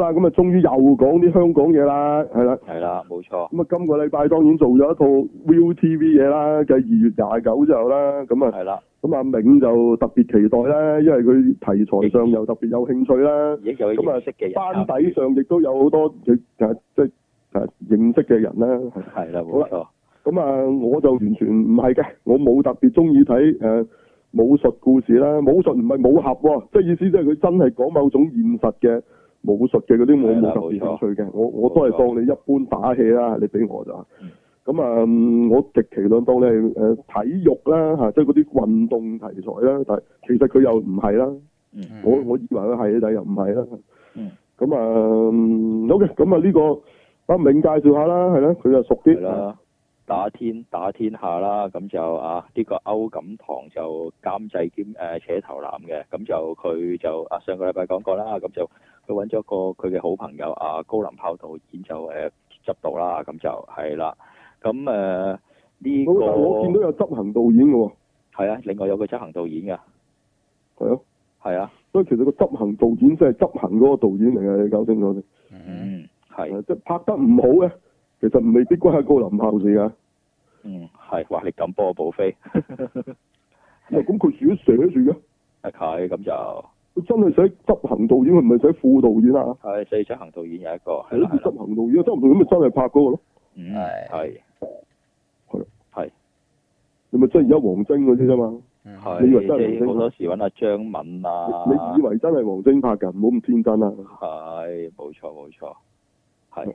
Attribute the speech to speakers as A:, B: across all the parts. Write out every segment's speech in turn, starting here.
A: 啦，咁啊，終於又講啲香港嘢啦，係啦。
B: 係啦，冇錯，
A: 咁啊，今個禮拜當然做咗一套 ViuTV 嘢啦，繼二月廿九之後啦，咁啊，
B: 係啦，
A: 咁阿銘就特別期待啦，因為佢題材上又特別有興趣啦，
B: 亦有
A: 咁啊
B: 認識嘅人
A: 班
B: 啊，
A: 底上亦都有好多嘅誒即係誒認識嘅人啦。係
B: 啊係啦，冇錯，
A: 咁啊，我就完全唔係嘅，我冇特別中意睇誒武術故事啦，武術唔係武俠喎，即係意思即係佢真係講某種現實嘅武術嘅嗰啲，我
B: 係
A: 冇
B: 啦
A: 特別興
B: 冇錯
A: 趣嘅，我我都係當你一般打戲啦，你俾我就
B: 嗯。
A: 咁啊、嗯我極其量當你係誒體育啦嚇，即係嗰啲運動題材啦，但係其實佢又唔係啦，
B: 嗯
A: 我我以為佢係，但係又唔係啦。
B: 嗯。
A: 咁啊嗯，OK，咁啊呢個阿銘介紹下啦，係啦，佢就熟
B: 係
A: 啲。
B: 啦，打天打天下啦，咁就啊呢個歐錦棠就監製兼誒扯頭男嘅，咁就佢就啊上個禮拜講過啦，咁就佢揾咗個佢嘅好朋友啊高林炮導演就呃誒執導啦，咁就係啦，咁誒呢
A: 好但係我見到
B: 個
A: 有執行導演嘅喎，
B: 係啊，另外有個執行導演啊㗎，
A: 係啊，
B: 係啊，
A: 所以其實個執行導演真係執行嗰個導演嚟嘅，你搞清楚先。
C: 嗯
B: 嗯係。
A: 係即係拍得唔好嘅，其實未必關高林炮事㗎。
B: 嗯，係，哇！你咁幫我報飛，
A: 咁啊咁佢自己寫住嘅，
B: 啊佢咁就
A: 佢真係寫執行導演，佢唔係寫副導演啊。
B: 係四執行導演有一個，係
A: 係咯，
B: 啦
A: 叫
B: 係啦
A: 執行導演，執行導演咪真係拍嗰個咯。
B: 嗯
C: 係
B: 係
A: 你咪真係而家黃晶嗰啲啫嘛。
C: 嗯
B: 係，
A: 你以
B: 即
A: 為真係明星啊
B: 係好多時揾阿張敏
A: 你你以
B: 啊，
A: 為真係黃晶拍㗎？唔好咁天真啊啦。
B: 係冇錯冇錯，係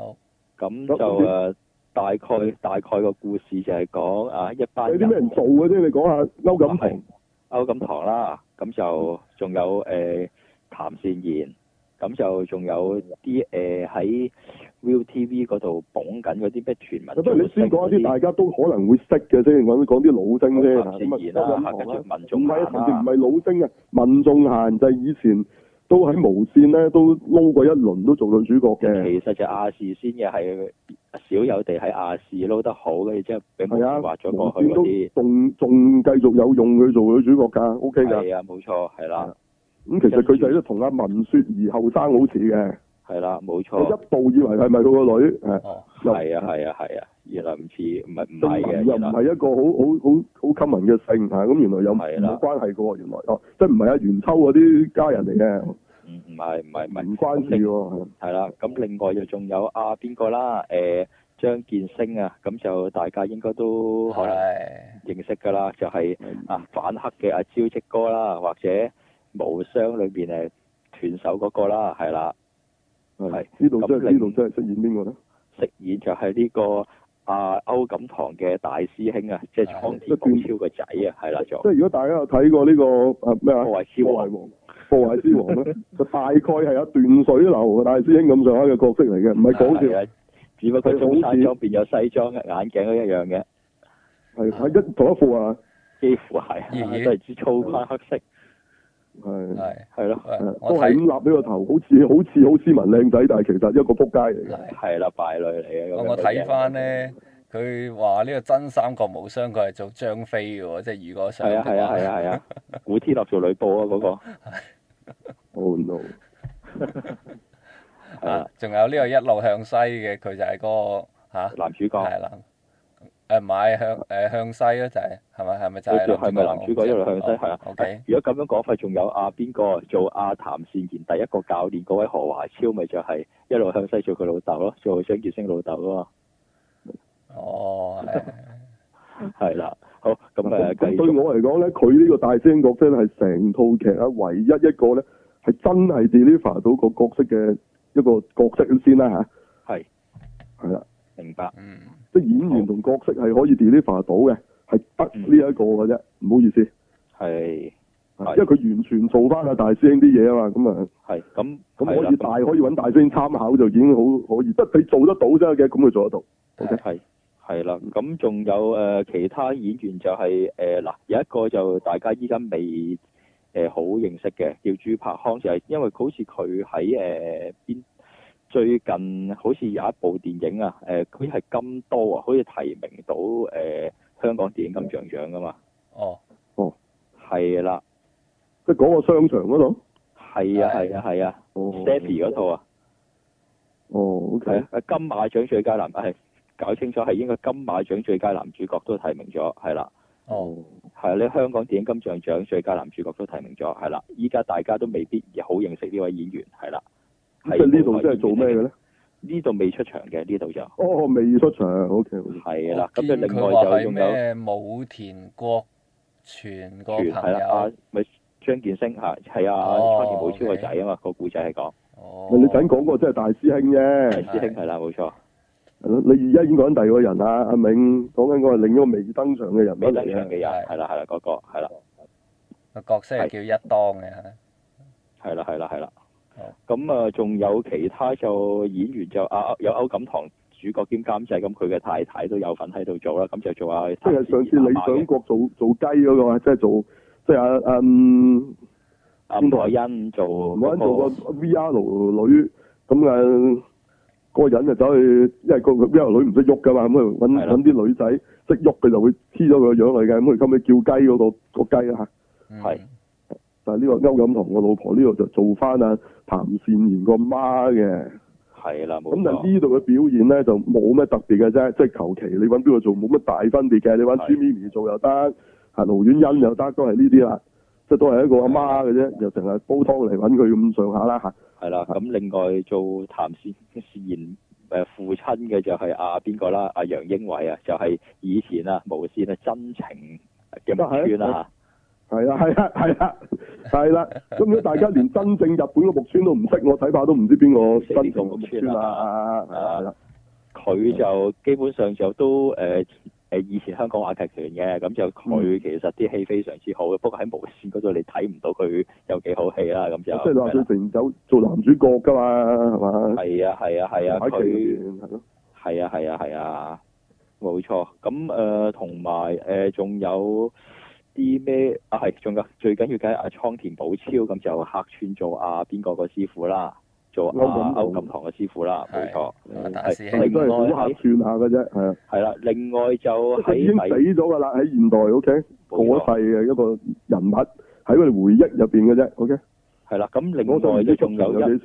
B: 咁
A: 哦咁
B: 就
A: 咁
B: 誒大概大概個故事就係講啊一班
A: 有啲咩人做嘅啫？你講下歐錦
B: 係
A: 棠，
B: 歐錦棠啦，咁就仲有誒、呃、譚善言，咁就仲有啲誒喺 ViuTV 嗰度捧緊嗰啲咩全民造
A: 不如你先
B: 星
A: 講
B: 嗰
A: 一啲大家都可能會識嘅先，揾講啲老星啫。
B: 譚
A: 咁啊
B: 善言
A: 歐錦
B: 啦，
A: 棠
B: 跟
A: 啦
B: 住民
A: 唔
B: 眾
A: 係啊，甚至唔
B: 啦，
A: 係老星啊，民眾閒就係以前都喺無線咧，都撈過一輪，都做女主角嘅。
B: 其實就亞視先嘅係少有地喺亞視撈得好，跟住之後俾無
A: 係啊，
B: 線挖咗過去
A: 無線
B: 嗰啲。
A: 都仲仲繼續有用佢做女主角㗎，OK 㗎。
B: 係啊，冇錯，係啦，
A: 嗯
B: 嗯
A: 咁其實佢就係同阿文雪兒後生好似嘅，
B: 係啦，冇
A: 我
B: 錯，
A: 一度以為係咪佢個女，誒，
C: 哦
A: 又
B: 係啊，係啊，係啊，原來唔似，唔係唔
A: 姓
B: 係嘅，
A: 文又
B: 原
A: 唔
B: 來
A: 係一個好好好好 common 嘅姓嚇，咁原來有
B: 係啦
A: 冇關係嘅喎？原來哦，即係唔係阿元秋嗰啲家人嚟嘅，
B: 唔唔係唔係唔係
A: 唔關事喎。係
B: 係啦，咁另外就仲有啊邊個啦？誒、張建升啊，咁就大家應該都可能
C: 係
B: 認識㗎啦，就係、
A: 嗯
B: 啊反黑嘅阿招積哥啦，或者無雙裏邊誒斷手嗰個啦，係啦，
A: 係
B: 係
A: 呢度真係
B: 咁
A: 呢
B: 另
A: 度真係飾演邊個咧？
B: 飾演就係呢、個。啊，歐錦棠嘅大師兄啊，即係倉
A: 係
B: 田廣超個仔啊，係啦，就
A: 即係如果大家有睇過呢、個啊咩啊
B: 破壞之王
A: 破壞王破壞之王 咧，就大概係有斷水流大師兄咁上下嘅角色嚟嘅，唔係講
B: 係
A: 笑，
B: 啊，只不過中山裝變咗西裝，眼鏡都一樣嘅，
A: 係係一同一副啊，
B: 幾乎係啊
C: 咦咦
B: 都係支粗框黑色，
A: 係
B: 啊
A: 係
C: 係
B: 係咯，
C: 喂我
A: 都係咁
C: 睇
A: 立呢個頭，好似好似好斯文靚仔，但係其實一個仆街嚟嘅。
C: 係
B: 係啦，敗類嚟嘅。咁
C: 我
B: 樣
C: 我睇
B: 嗰
C: 翻
B: 隻，
C: 咧，佢話呢個真三國無雙，佢係做張飛嘅喎，即係如果想
B: 係啊係啊係啊係啊，古天樂做呂布啊嗰個，
A: Oh no！
B: 係啊
C: 仲有呢個一路向西嘅，佢就係嗰個嚇
B: 男主角，
C: 係啦，誒唔係向誒向西咯，就係係咪係咪就
B: 佢
C: 係
B: 做係咪男主角一路向西？係啊。
C: O K，
B: 如果咁樣講法，仲有阿邊個做阿譚善言第一個教練嗰位何華超，咪就係一路向西做佢老豆咯，做張傑升老豆啊
C: 哦係
B: 嘛，係啦。好，咁
A: 咁
B: 誒繼
A: 咁
B: 續
A: 對我嚟講咧，佢呢個大師兄角色係成套劇啊，唯一一個咧係真係 deliver 到個角色嘅一個角色先啦吓
B: 係，
A: 係啦。
B: 明白。
C: 嗯
A: 即係演員同角色係可以 deliver 到嘅，係得呢一個嘅啫。唔好意思，
B: 係係
A: 因為佢完全做翻阿大師兄啲嘢啊嘛，咁啊，
B: 係咁
A: 咁
B: 係
A: 可
B: 啦
A: 以大可以揾大師兄參考就已經好可以，即係你做得到啫嘅，咁佢做得到。
B: 係係啦，咁仲有誒、呃其他演員就係誒嗱，有一個就大家依家未誒、呃好認識嘅，叫朱柏康，就係、因為好似佢喺誒邊最近好似有一部電影啊，誒佢係金都啊，好似提名到誒、呃香港電影金像獎噶嘛，
C: 哦
B: 係啦，
A: 即係嗰個商場嗰度，
B: 係啊係啊係啊
A: 哦
B: Stephy 嗰套啊，
A: 哦，OK，
B: 係啊金馬獎最佳男係搞清楚係應該金馬獎最佳男主角都提名咗，係啦。
C: 哦，
B: 係啊，你香港電影金像獎最佳男主角都提名咗，係啦。依家大家都未必好認識呢位演員，係啦。
A: 即係呢度真係做咩嘅？咧？
B: 呢度未出場嘅，呢度就
A: 哦，未出場，OK，
B: 係啦。
C: 我
B: 咁就
C: 見
B: 另
C: 哦佢
B: 外
C: 話
B: 就
C: 係
B: 仲有
C: 咩武田國全個
B: 全係
C: 朋
B: 啦，啊
C: 友，
B: 咪張建升嚇，係啊，
C: 哦
B: 倉田武超個
C: OK
B: 仔啊嘛，個故仔係講
C: 哦，
A: 你陣講過真係大師兄
B: 係
A: 啫，
B: 師兄係啦，冇錯。
A: 係咯你而家已經講緊第二個人啦，阿銘講緊個係另一個未登場嘅人物
B: 美
A: 嚟
B: 登場嘅
A: 嘅，
B: 人
C: 係
B: 係啦係啦，嗰個係啦
C: 個角色係叫一當嘅，係咪
B: 係啦係啦係啦
A: 哦
C: 好。
B: 咁啊，仲有其他就演員就啊有歐錦棠主角兼監製，咁佢嘅太太都有份喺度做啦，咁就做下啊
A: 即係上次理想國做做雞嗰個，即係做即係阿阿嗯
B: 阿吳海欣做嗰
A: 冇人做
B: 個
A: 個 VR 女咁啊，個人就走去，因為個 VR 女唔識喐噶嘛，咁佢揾
B: 係啦
A: 揾啲女仔識喐，佢就會黐咗佢個樣嚟嘅，咁啊佢後尾叫雞嗰、個個雞啦嚇。
C: 嗯
B: 係
A: 但係呢個歐錦棠個老婆呢度就做翻啊譚善言個媽嘅，
B: 係啦冇
A: 咁但係
B: 錯，
A: 呢度嘅表現咧就冇咩特別嘅啫，即係求其你揾邊個做冇乜大分別嘅，你揾
B: 係
A: 朱咪咪做又得，行盧婉欣又得，都係呢啲啦，即係都係一個阿媽嘅啫，又成日煲湯嚟揾佢咁上下啦嚇。
B: 係啦。咁另外做譚善善誒父親嘅就係阿邊個啦？阿楊英偉啊，就係以前啊無線啊真情嘅木村啊，
A: 係啊，係啊，係啊，係啦。咁如果大家連真正日本嘅木村都唔識，我睇怕都唔知邊個真正嘅木村
B: 啊
A: 啦。係啊啦，係啦，
B: 佢就基本上就都誒。呃誒以前香港話劇團嘅，咁
A: 嗯
B: 就佢其實啲戲非常之好嘅，不過喺無線嗰度你睇唔到佢有幾好戲啦，咁就
A: 哦即係你話佢成就做男主角㗎嘛，係嘛？
B: 係啊係啊係啊，
A: 喺劇
B: 佢
A: 入邊係咯，
B: 係啊，係啊，係啊，冇錯。咁誒，同埋誒，仲、有啲咩啊？係，仲有最緊要梗係阿倉田寶超咁就客串做阿邊個個師傅啦，做
A: 歐錦
B: 阿
A: 棠
B: 歐錦棠嘅師傅啦，冇
C: 係
B: 錯。
C: 咁啊大師
A: 佢
B: 係
A: 都
C: 兄，
A: 係好客串下嘅啫，係啊。
B: 係啦，另外
A: 即
B: 就
A: 係佢已經
B: 喺
A: 死咗㗎啦，喺現代 OK 過
B: 冇錯
A: 咗世嘅一個人物，喺佢哋回憶入邊嘅啫 OK。
B: 係啦，咁另
A: 我就唔
B: 外
A: 知
B: 都
A: 出
B: 仲
A: 場
B: 有一
A: 有幾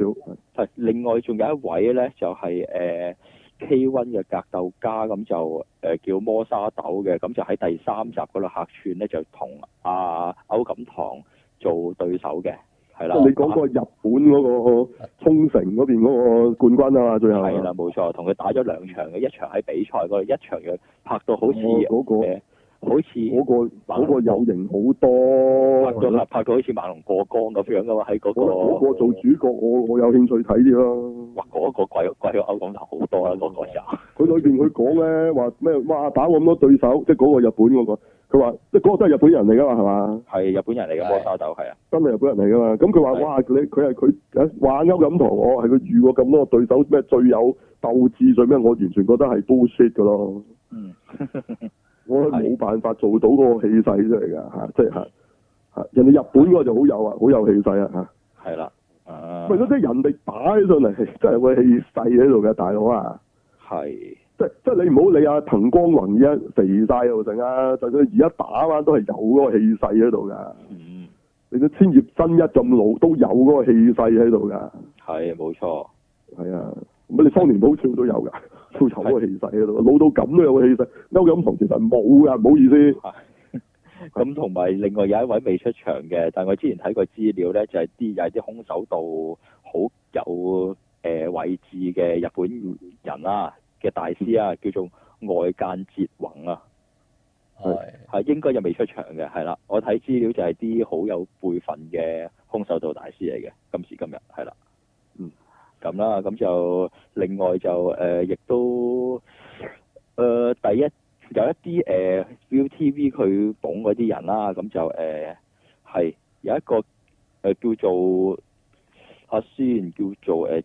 A: 少。
B: 係，另外仲有一位咧，就係、呃 K1 嘅格鬥家，咁就誒、呃叫摩沙豆嘅，咁就喺第三集嗰度客串咧，就同阿歐錦棠做對手嘅，係啦。
A: 即係你講嗰個日本嗰個呃沖繩嗰邊嗰個冠軍啊嘛，最後
B: 打係啦，冇錯，同佢打咗兩場嘅，一場喺比賽嗰度，一場嘅拍到好似
A: 我
B: 誒、
A: 嗰個
B: 呃好似
A: 嗰個嗰個有型好多，
B: 拍到拍到好似猛龍過江咁樣噶嘛，喺
A: 我覺
B: 嗰、
A: 得嗰
B: 個
A: 個做主角，我我有興趣睇啲咯。
B: 哇，嗰、個貴貴過歐錦棠好多啦，嗰、個就
A: 佢裏邊佢講咧話咩？哇！打我咁多對手，即係嗰個日本嗰、個，佢話即係嗰個都係日本人嚟噶嘛，係嘛？
B: 係日本人嚟嘅
C: 係
B: 摩沙豆係啊，
A: 真係日本人嚟噶嘛？咁佢話
B: 係
A: 哇！你佢係佢話歐咁同我係佢遇過咁多個對手，咩最有鬥志最咩？我完全覺得係 bullshit 噶咯。
B: 嗯，
A: 我係冇辦法做到嗰個氣勢出嚟㗎嚇，即係嚇嚇人哋日本嗰個就好有啊，好有氣勢啊嚇。
B: 係啦，啊
A: 咪，即係人哋打起上嚟， 真係會氣勢喺度嘅，大佬啊！
B: 係。
A: 即即係你唔好理阿滕光宏而家肥晒又成啊，就算而家打翻都係有嗰個氣勢喺度㗎。
B: 嗯，
A: 你都千葉真一咁老都有嗰個氣勢喺度㗎，
B: 係冇錯，
A: 係啊。咁你方年寶少都有㗎， 都有嗰個氣勢喺度，老到咁都有個氣勢。歐錦棠其實冇㗎，唔好意思。
B: 咁同埋另外有一位未出場嘅，但我之前睇過資料咧，就係啲又係啲空手道好有誒、呃位置嘅日本人啦、嘅大師啊，叫做外間哲宏啊，
C: 係
B: 係應該又未出場嘅，係啦。我睇資料就係啲好有輩分嘅空手道大師嚟嘅，今時今日係啦。
A: 嗯，
B: 咁啦，咁就另外就誒，呃亦、都誒、呃第一有一啲誒、呃 ViuTV 佢捧嗰啲人啦，咁就誒係、有一個誒、呃叫做阿先叫做誒、呃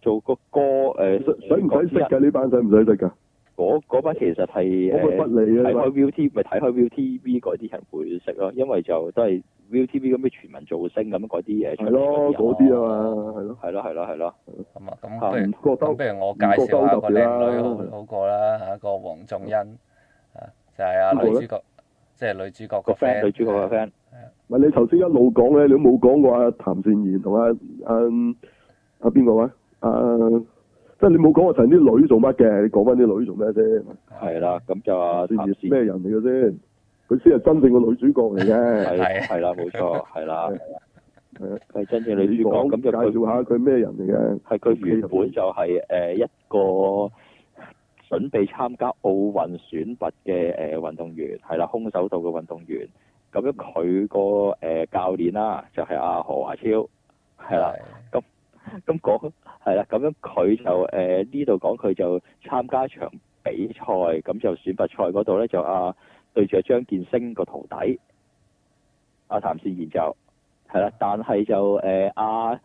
B: 做個歌誒，呃
A: 使唔使識㗎？呢班使唔使識㗎？
B: 嗰嗰班其實係呃
A: 我
B: 誒
A: 咪不理嘅呢
B: 睇
A: 班
B: 開 ViuTV 咪睇開 ViuTV 嗰啲人會識咯，因為就都係 ViuTV 咁嘅全民造星咁嗰啲誒。
A: 係咯，嗰啲啊嘛，係咯，
B: 係咯係咯係咯，
C: 咁啊，咁
B: 啊
C: 不如
A: 唔覺
C: 咁
A: 得
C: 不如我介紹下個靚女好好過啦嚇，個黃仲恩啊，就係啊
A: 邊個
C: 女
A: 咧
C: 主角，即係女主角
B: 個
C: 個
B: friend
C: friend
A: 啊
B: 女主角個 friend
A: 唔係你頭先一路講咧，你都冇講過阿譚善言同阿阿阿邊個話啊？即係你冇講過陳啲女做乜嘅？你講翻啲女做咩先？
B: 係啦，咁就阿
A: 善
B: 啊譚
A: 言
B: 善
A: 咩人嚟嘅先？佢先係真正嘅女主角嚟嘅。
B: 係係啦，冇錯，係啦，
A: 係啊
B: 係真正女主角，
A: 講
B: 咁就佢
A: 介紹下佢咩人嚟嘅？
B: 係佢原本就係、呃一個準備參加奧運選拔嘅誒、呃、運動員，係啦，空手道嘅運動員。咁樣佢個誒教練啦，就係、阿何華超，係啦。咁講係啦，咁樣佢就
A: 嗯
B: 誒呢度講佢就參加一場比賽，咁就選拔賽嗰度咧就啊對住阿張建升個徒弟，阿、譚善言就係
A: 嗯
B: 啦，但係就誒阿、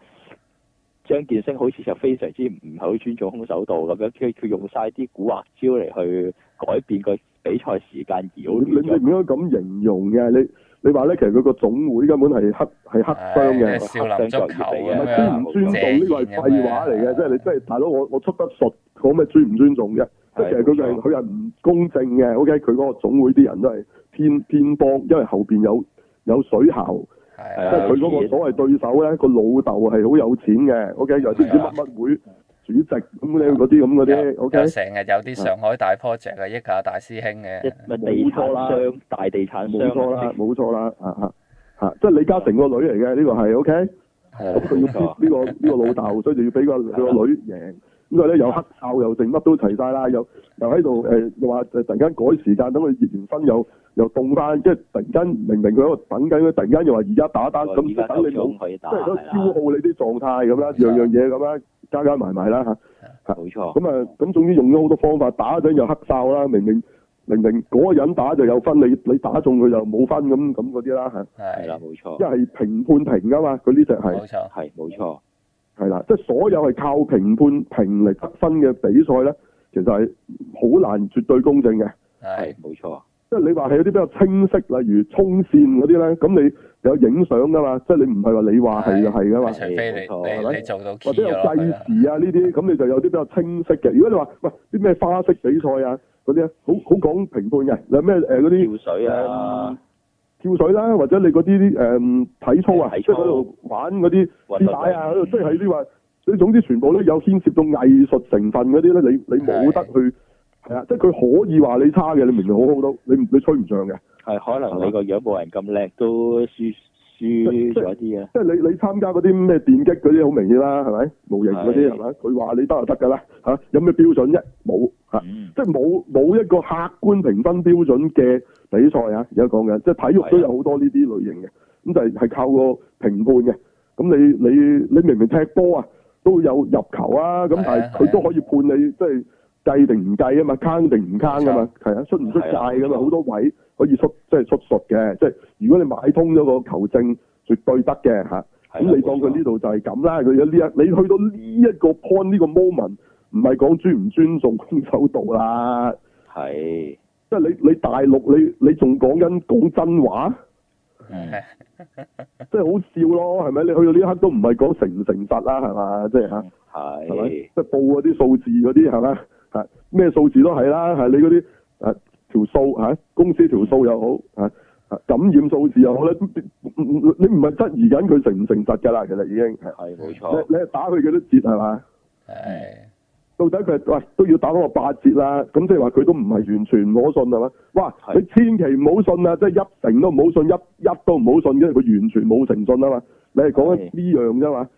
B: 張建升好似就非常之唔係好尊重空手道咁樣，佢佢用晒啲古惑招嚟去改變個比賽時間，
A: 你
B: 擾
A: 你你唔
B: 亂咗。
A: 應該咁形容嘅。你你話咧，其實佢個總會根本係黑係黑箱嘅。
C: 少林足球咁
A: 咪
C: 樣
A: 尊唔尊重呢個係廢話嚟嘅，即係你即係大佬，我我出得術講咩尊唔尊重啫？即嗯係其實佢係佢係唔公正嘅。OK，佢嗰個總會啲人都係偏偏幫，因為後邊有有水喉，
C: 係啊
A: 即係啊佢嗰個所謂對手咧，個老豆係好有錢嘅。OK，又知唔知乜乜會主席咁你嗰啲咁嗰啲。OK，
C: 又成日有啲上海大 project 啊，益下大師兄
B: 一
C: 嘅，
B: 咪地產
A: 冇錯啦
B: 商大地產
A: 冇
B: 商
A: 錯啦，冇錯啦，啊啊啊！即係李嘉誠個女嚟嘅呢個係 OK。
B: 係啊啦
A: 咁佢要
B: 冇錯
A: 逼呢個呢個老豆，所以就要俾個佢個女贏。咁所以咧又黑哨又剩乜都齊晒啦，又又喺度誒又話誒突然間改時間，等佢熱完身又又凍翻，即係突然間明明佢喺度等緊，佢突然間又話而家打單，咁
B: 啊哦而家
A: 等你
B: 手
A: 冇，
B: 中可以打
A: 即係都
B: 係啊
A: 消耗
B: 啦，
A: 你啲狀態咁啦，樣樣嘢咁啦，加加埋埋啦嚇。
B: 冇錯，
A: 咁啊，咁總之用咗好多方法，打嗰陣又黑哨啦，明明明明嗰個人打就有分，你你打中佢就冇分咁咁嗰啲啦嚇。
B: 係啦，
C: 係
B: 冇錯
A: 一，係評判評噶嘛，佢呢只係。
C: 冇錯，
B: 係冇錯，
A: 係啦，即係所有係靠評判評嚟得分嘅比賽咧，其實係好難絕對公正嘅。
C: 係
B: 係冇錯，
A: 即係你話係有啲比較清晰，例如衝線嗰啲咧，咁你有影相噶嘛？即係你唔係話你話係就係噶嘛？
C: 啊除非你
B: 係
A: 咪
C: 你你做到 key
A: 或者有
C: 咗
A: 計
C: 落去啦，
A: 時啊呢啲，咁你就有啲比較清晰嘅。如果你話喂啲咩花式比賽啊嗰啲咧，好好講評判嘅，有咩誒嗰啲
B: 跳水啊，
A: 跳水啦，或者你嗰啲啲誒體操啊，
B: 體
A: 即
B: 操
A: 係嗰度玩嗰啲。
B: 運
A: 絲
B: 動
A: 帶啊，即係啲話，你總之全部咧有牽涉到藝術成分嗰啲咧，你你冇得去係啊，即係佢可以話你差嘅，你明明好好都，你唔你吹唔上嘅，
B: 係可能你個樣冇人咁叻，都輸輸咗啲啊，
A: 即係你你參加嗰啲咩電擊嗰啲好明顯啦，係咪模型嗰啲
B: 係
A: 係咪？佢話你得就得㗎啦嚇，有咩標準啫？冇嚇，
B: 嗯，
A: 即係冇冇一個客觀評分標準嘅比賽啊！而家講緊即係啊體育都有好多呢啲類型嘅，咁就係係靠個評判嘅。咁你你你明明踢波啊，都有入球啊，咁
C: 係
A: 但係
C: 啊
A: 佢都可以判你即係計定唔計啊嘛，坑定唔坑噶嘛，係啊，出唔出界噶嘛，好多位可以出即係出術嘅，即係如果你買通咗個球證，絕對得嘅嚇。咁
B: 係啦
A: 你當佢
B: 冇錯
A: 呢度就係咁啦，佢有呢一你去到呢一個 point 呢個 moment，唔係講尊唔尊重空手道啦，
B: 係，
A: 即係你你大陸你你仲講緊講真話，
B: 嗯
A: 即係好笑咯，係咪？你去到呢一刻都唔係講誠唔誠實啦，係嘛？即係嚇，係咪？
B: 係
A: 即係報嗰啲數字嗰啲係咪？嚇咩數字都係啦，係你嗰啲誒條數嚇，公司條數又好嚇。啊感染數字又好咧，都你唔係質疑緊佢誠唔誠實㗎啦，其實已經係
B: 係冇錯，
A: 你你係打佢幾多折係嘛？
C: 係
A: 到底佢係喂都要打翻個八折啦，咁即係話佢都唔係完全唔可信係嘛？哇！
B: 係
A: 你千祈唔好信啊，即係一成都唔好信，一一都唔好信，因為佢完全冇誠信啊嘛。你係講緊呢樣啫嘛，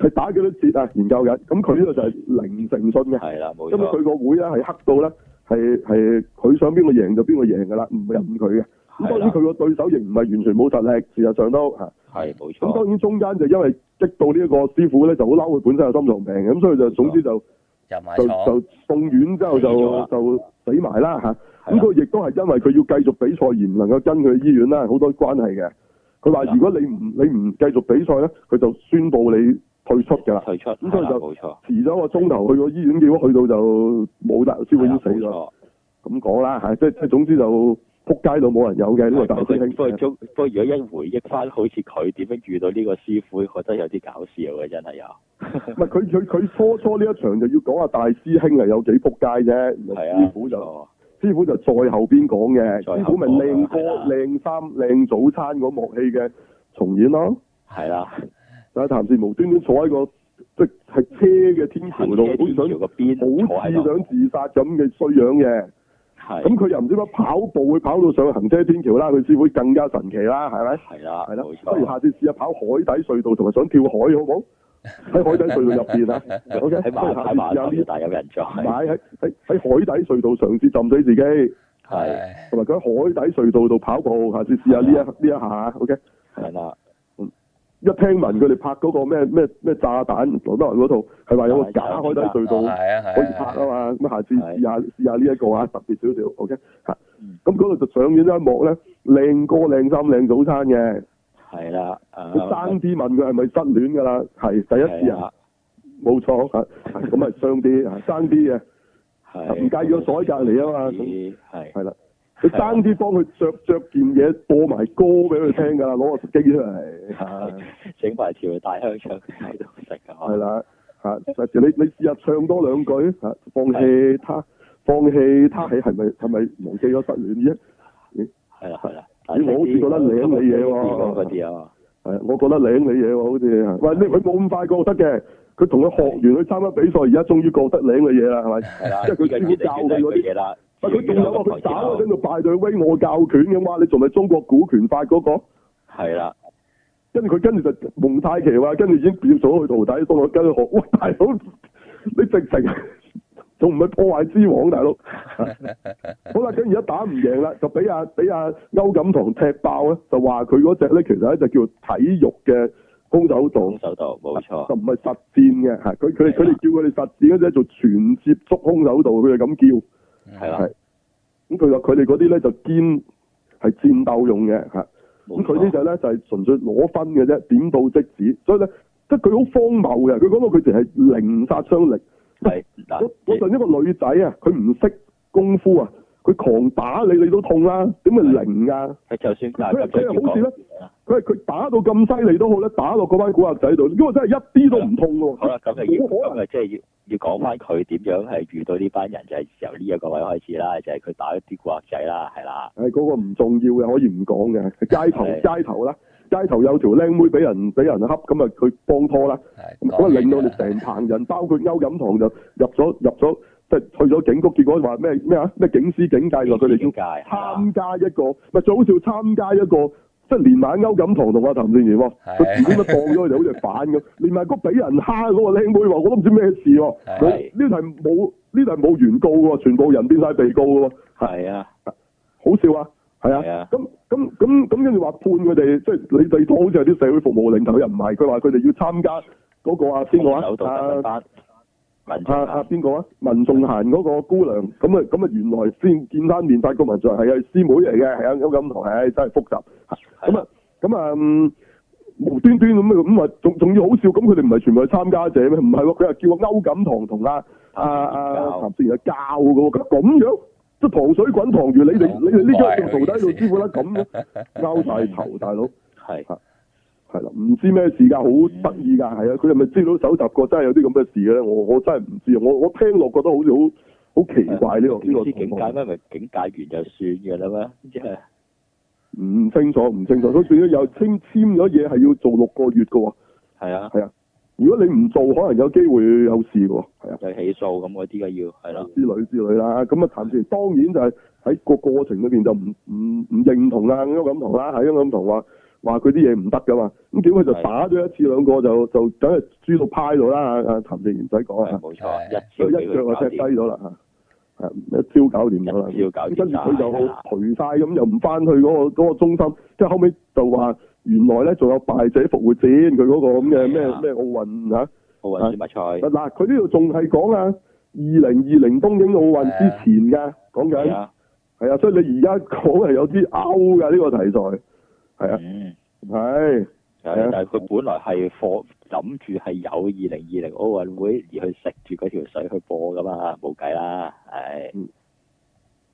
A: 係打幾多折啊？研究緊，咁佢呢個就係零誠信嘅，
B: 係啦冇
A: 因為
B: 錯
A: 啊佢，個會咧啊係黑到咧係係佢想邊個贏就邊個贏㗎啦，唔任佢嘅。咁當
B: 係
A: 然
B: 啦
A: 佢個對手仍唔係完全冇實力，事實上都嚇。
B: 係冇
A: 咁當
B: 錯，
A: 然中間就因為激到呢一個師傅咧就好嬲，佢本身有心臟病嘅，咁所以就總之就。
C: 入埋
A: 就
C: 廠
A: 就送院之後
B: 死咗
A: 就
B: 啦
A: 就死埋啦嚇。咁
B: 係啊啦
A: 佢亦都係因為佢要繼續比賽而唔能夠跟佢醫院啦，好多關係嘅。佢話
B: 係啦啊
A: 如果你唔你唔繼續比賽咧，佢就宣布你退出㗎啦。
B: 退出，
A: 咁所以就
B: 冇錯，
A: 遲咗個鐘頭去個醫院，結果去到就冇啦，師傅已經死
B: 係啦
A: 咗。
B: 冇錯
A: 咁講啦嚇，即係即係總之就撲街到冇人有嘅呢個大
B: 不過
A: 師
B: 不過
A: 兄。
B: 中不過如果一回憶翻，好似佢點樣遇到呢個師傅，覺得有啲搞笑嘅，真係有。
A: 唔係佢佢佢初初呢一場就要講下大師兄係有幾撲街啫，
B: 係啊，
A: 師傅就
B: 冇
A: 師傅就再後邊講嘅，
B: 再後
A: 師傅咪
B: 講
A: 靚歌、
B: 係啦
A: 靚衫、靚早餐嗰幕戲嘅重演咯。
B: 係啦，
A: 但係譚氏無端端坐喺個即係車嘅天橋度，好
B: 喺
A: 想
B: 天橋個邊坐
A: 好
B: 喺
A: 似
B: 度
A: 想，自殺咁嘅衰樣嘅。
B: 係
A: 咁佢又唔知點解跑步會跑到上行車天橋啦，佢師傅更加神奇啦，係咪？
B: 係啦，
A: 係
B: 冇
A: 啦，不如
B: 錯，
A: 下次試下跑海底隧道，同埋想跳海好唔好？喺海底隧道入邊啊，OK，
B: 喺
A: 不如
B: 馬
A: 下
B: 喺
A: 次試下呢
B: 馬頭度，但有人在，
A: 買喺喺喺海底隧道嘗試浸死自己，
B: 係
C: 係
A: 同埋佢喺海底隧道度跑步，下次試下呢
B: 啊
A: 一呢一下，OK。
B: 係啦，
A: 一聽聞佢哋拍嗰個咩咩咩炸彈羅德雲嗰套，係話有個假海底隧
C: 係
A: 道。
C: 啊
A: 可以
C: 係
A: 拍
C: 啊
A: 啊
C: 係啊，
A: 嘛，咁下次
B: 係
A: 試下試下呢一個啊，特別少少，OK 嚇
B: 嗯。
A: 咁嗰度就上演咗一幕咧，靚哥靚衫靚早餐
B: 啊
A: 嘅，
B: 係啦，啊
A: 佢爭啲問佢係咪失戀㗎啦，係第一次
B: 係
A: 啊，
B: 啦，
A: 冇錯嚇，係咁啊傷 啲啊，爭啲嘅，
B: 係
A: 唔介意我坐喺隔離啊嘛，咁
B: 咦係
A: 係啦，佢爭啲幫佢着着件嘢播埋歌俾佢聽㗎啦，攞個機出嚟嚇，
B: 整埋條大香腸喺度食啊，
A: 係啦嚇，實時你你試下唱多兩句嚇，放棄他，放棄他係係咪係咪忘記咗失戀啫？
B: 係啦係啦，
A: 咦我好似覺得舐你嘢喎
B: 嗰啲啊嘛，
A: 係，我覺得領你嘢喎，好似係。喂，你佢冇咁快覺得嘅，佢同佢學完去參加比賽，而家終於覺得領你嘢啦，係咪？
B: 係啦，
A: 即係佢師傅教佢嗰啲
B: 嘢啦，
A: 喂，佢仲有啊，佢
B: 越
A: 打
B: 嚟越
A: 喺
B: 有
A: 度拜對威我教拳嘅嘛，你仲係中國股權法嗰、個？
B: 係啦，
A: 跟住佢跟住就蒙太奇話，跟住已經變咗佢徒弟，當我跟佢學。喂，大佬，你直情 仲唔係破壞之王，大佬？ 好啦，跟住一打唔贏啦，就俾阿俾阿歐錦棠踢爆咧，就話佢嗰只咧其實係一隻叫體育嘅空手道
B: 空。手道冇
A: 就
B: 錯，啊
A: 唔係實戰嘅，係佢佢哋佢哋叫佢哋實戰嗰啲做全接觸空手道，佢哋咁
C: 嗯
B: 係
A: 叫，
B: 啦
A: 係咁佢話佢哋嗰啲咧就堅係戰鬥用嘅，嚇咁
B: 冇
A: 佢呢
B: 錯
A: 就咧就係純粹攞分嘅啫，點到即止，所以咧即係佢好荒謬嘅，佢講到佢哋係零殺傷力。
B: 係嗱
A: 嗰，嗰陣一個女仔啊，佢唔識功夫啊，佢狂打你你都痛啦，點會零㗎？
B: 佢就算但
A: 佢
B: 係
A: 佢又好似咧
B: 咧，，
A: 佢佢打到咁犀利都好咧，打落嗰班古惑仔度，因為真係一啲都唔痛喎。
B: 好啦，咁就要
A: 冇可能
B: 咁啊，即係要要講翻佢點樣係遇到呢班人，就係、由呢一個位開始啦，就係、佢打一啲古惑仔啦，係啦，
A: 係嗰、個唔重要嘅，可以唔講嘅。街頭
B: 係
A: 街頭啦，街頭有條靚妹俾人俾人恰，咁啊佢幫拖啦，
C: 係
A: 咁啊
C: 講
A: 令到你
C: 嘢
A: 成棚人，包括歐錦棠就入咗入咗，即係去咗警局，結果話咩咩啊咩警司警戒話佢哋
B: 境
A: 要
B: 界係啦
A: 參加一個，咪最好笑參加一個。即係連埋歐錦棠同阿譚善言喎，
C: 係
A: 佢自己咪當咗佢哋好似反咁，連埋個俾人蝦嗰個靚妹話，我都唔知咩事喎。
C: 係
A: 冇呢度係冇呢度係冇原告喎，全部人變晒被告嘅喎。
B: 係啊，
A: 好笑啊，係
B: 係
A: 啊
B: 啊，
A: 咁咁咁咁跟住話判佢哋，即係你哋都好似有啲社會服務領頭又唔係，佢話佢哋要參加嗰個啊邊
B: 手
A: 個
B: 到得
A: 啊
B: 班民
A: 啊
B: 眾
A: 啊
B: 啊
A: 啊，邊個啊文仲嫻嗰個姑娘，咁啊咁啊原來先見翻面發覺文仲嫻係啊師妹嚟嘅，係啊歐錦棠，係真係複雜，
B: 係
A: 咁啊咁啊。嗯無端端咁啊咁啊，仲仲要好笑，咁佢哋唔係全部係參加者咩？唔係喎，佢係叫歐錦棠同啊啊啊譚志源教嘅喎，咁咁樣即係糖水滾糖魚，你哋
C: 好
A: 你哋呢
C: 怪
A: 張做徒弟做
C: 佢件事
A: 師傅啦，咁樣拗晒頭，大佬
B: 係
A: 係啦，唔知咩事㗎，好得意㗎，係啊，佢係咪資料搜集過真係有啲咁嘅事嘅咧？我我真係唔知，啊我我聽落覺得好似好好奇怪呢個呢個
B: 啊知境
A: 情
B: 界
A: 況，
B: 咩？咪境界完就算嘅啦咩？即係
A: 唔清楚唔清楚，佢仲要又簽簽咗嘢係要做六個月嘅喎，
B: 係啊，
A: 如果你唔做，可能有機會有事喎，係啊。
B: 有起訴咁嗰啲嘅要係啦，
A: 之類之類啦。咁啊，譚志源當然就係喺個過程裏邊就唔唔唔認同啊啦，歐錦棠啦，係歐錦棠話話佢啲嘢唔得噶嘛。咁點佢就
B: 係
A: 打咗一次兩個就就梗係輸到派到啦。阿阿譚志源唔使講
B: 係
A: 啦，
B: 冇錯，
C: 係
B: 一招
A: 佢
B: 俾
A: 一腳
B: 佢
A: 啊
B: 搞
A: 踢低
B: 掂，
A: 咗啦嚇。係一招搞掂咗啦，
B: 一招搞掂
A: 跟住佢就
B: 係啦
A: 頹晒咁，又唔翻去嗰、個嗰個中心，即係後尾就話原來咧仲有敗者復活戰，佢嗰個咁嘅咩
B: 係啊
A: 咩奧運嚇。
B: 奧運選拔
A: 嗱，佢呢度仲係講啊，二零二零東京奧運之前㗎，講
B: 啊賽係
A: 緊
B: 啊，
A: 係啊，所以你而家講係有啲勾㗎呢個題材，係啊，
B: 嗯。
A: 係
B: 係
A: 係啊
B: 啊，但係佢本來係貨諗住係有二零二零奧運會而去食住嗰條水去播噶嘛，冇計啦，係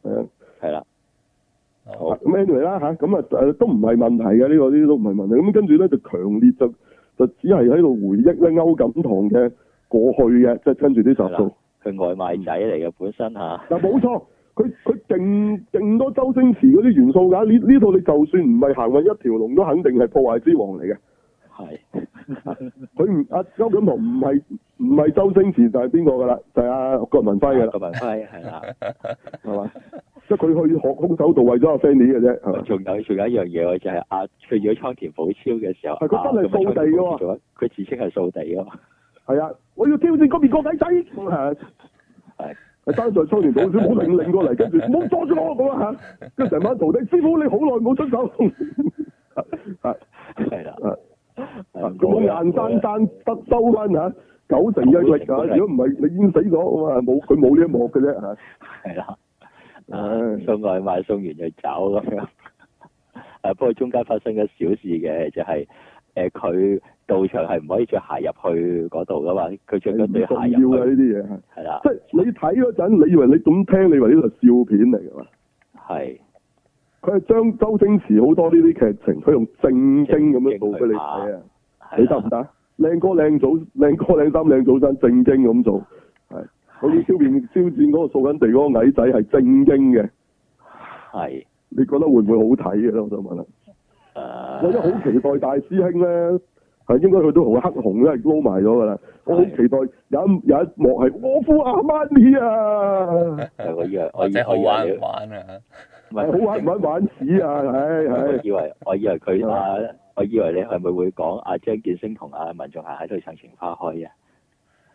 A: 係啊，
B: 係啦，
C: 好
B: 好
A: 咁 anyway 啦嚇，咁啊誒都唔係問題嘅呢個呢啲都唔係問題，咁跟住咧就強烈就就只係喺度回憶咧歐錦棠嘅過去嘅，即係跟住啲集
B: 係啊
A: 數
B: 啦。佢外賣仔嚟嘅本身嚇，
A: 嗱冇錯，佢佢勁勁多周星馳嗰啲元素㗎。呢呢套你就算唔係行運一條龍，都肯定係破壞之王嚟嘅。
B: 係
A: 佢唔阿周錦棠唔係唔係周星馳就係邊個㗎啦？就係阿郭文輝 㗎啦，
B: 郭啊文輝係啦，
A: 係嘛？即係佢去學空手道為咗阿 Fanny 嘅啫，係 嘛？
B: 仲有仲有一樣嘢喎，就係阿除咗倉田寶超嘅時候，
A: 係佢真係掃地㗎喎
B: 喎，佢自稱係掃地㗎嘛，
A: 係啊，我要挑戰嗰邊個仔仔咁啊！
B: 係
A: 係單在操年老少好領領過嚟， 跟住唔好阻住我咁啊嚇！跟住成班徒弟，師傅你好耐冇出手，係
B: 係啦，
A: 係
B: 係
A: 佢冇啊硬生生得收翻嚇九成嘅力啊！如果唔係你淹死咗咁啊，冇佢冇呢一幕嘅啫嚇。
B: 係啦，啊
A: 唉
B: 送外賣送完就走咁樣。 誒，不過中間發生咗小事嘅，就係誒佢到場係唔可以着鞋入去嗰度噶嘛，佢着咗
A: 唔
B: 對
A: 重
B: 鞋
A: 要
B: 入
A: 嘅
B: 去，
A: 呢啲嘢，
B: 係啦
A: 啊即，係你睇嗰陣，你以為你咁聽，你以為呢度係笑片嚟㗎嘛？
B: 係
A: 佢係將周星馳好多呢啲劇情，佢用正經咁樣做俾你睇啊！你
B: 係
A: 得
B: 啦
A: 唔得？靚哥靚嫂，靚哥靚衫靚早餐，正經咁做，係好似挑戰挑戰嗰個掃緊地嗰個矮仔係正經嘅，
B: 係
A: 你覺得會唔會好睇嘅啊咧？我想問啦，
B: 啊
A: 我都好
B: 誒
A: 期待大師兄咧，係應該佢都好黑紅咧，撈埋咗㗎啦。我好期待有一有一幕係我夫阿媽咪啊，
B: 係我以為我
C: 或
B: 以
C: 者好
B: 我以
C: 玩
B: 為
C: 唔
B: 你
C: 玩啊？
B: 唔
A: 係好玩唔玩玩屎啊，係
B: 我
A: 係。
B: 以為我以
A: 係
B: 為佢
A: 嘛
B: 啊，我以為你係咪會講阿張建升同阿文仲霞喺度層情花開啊？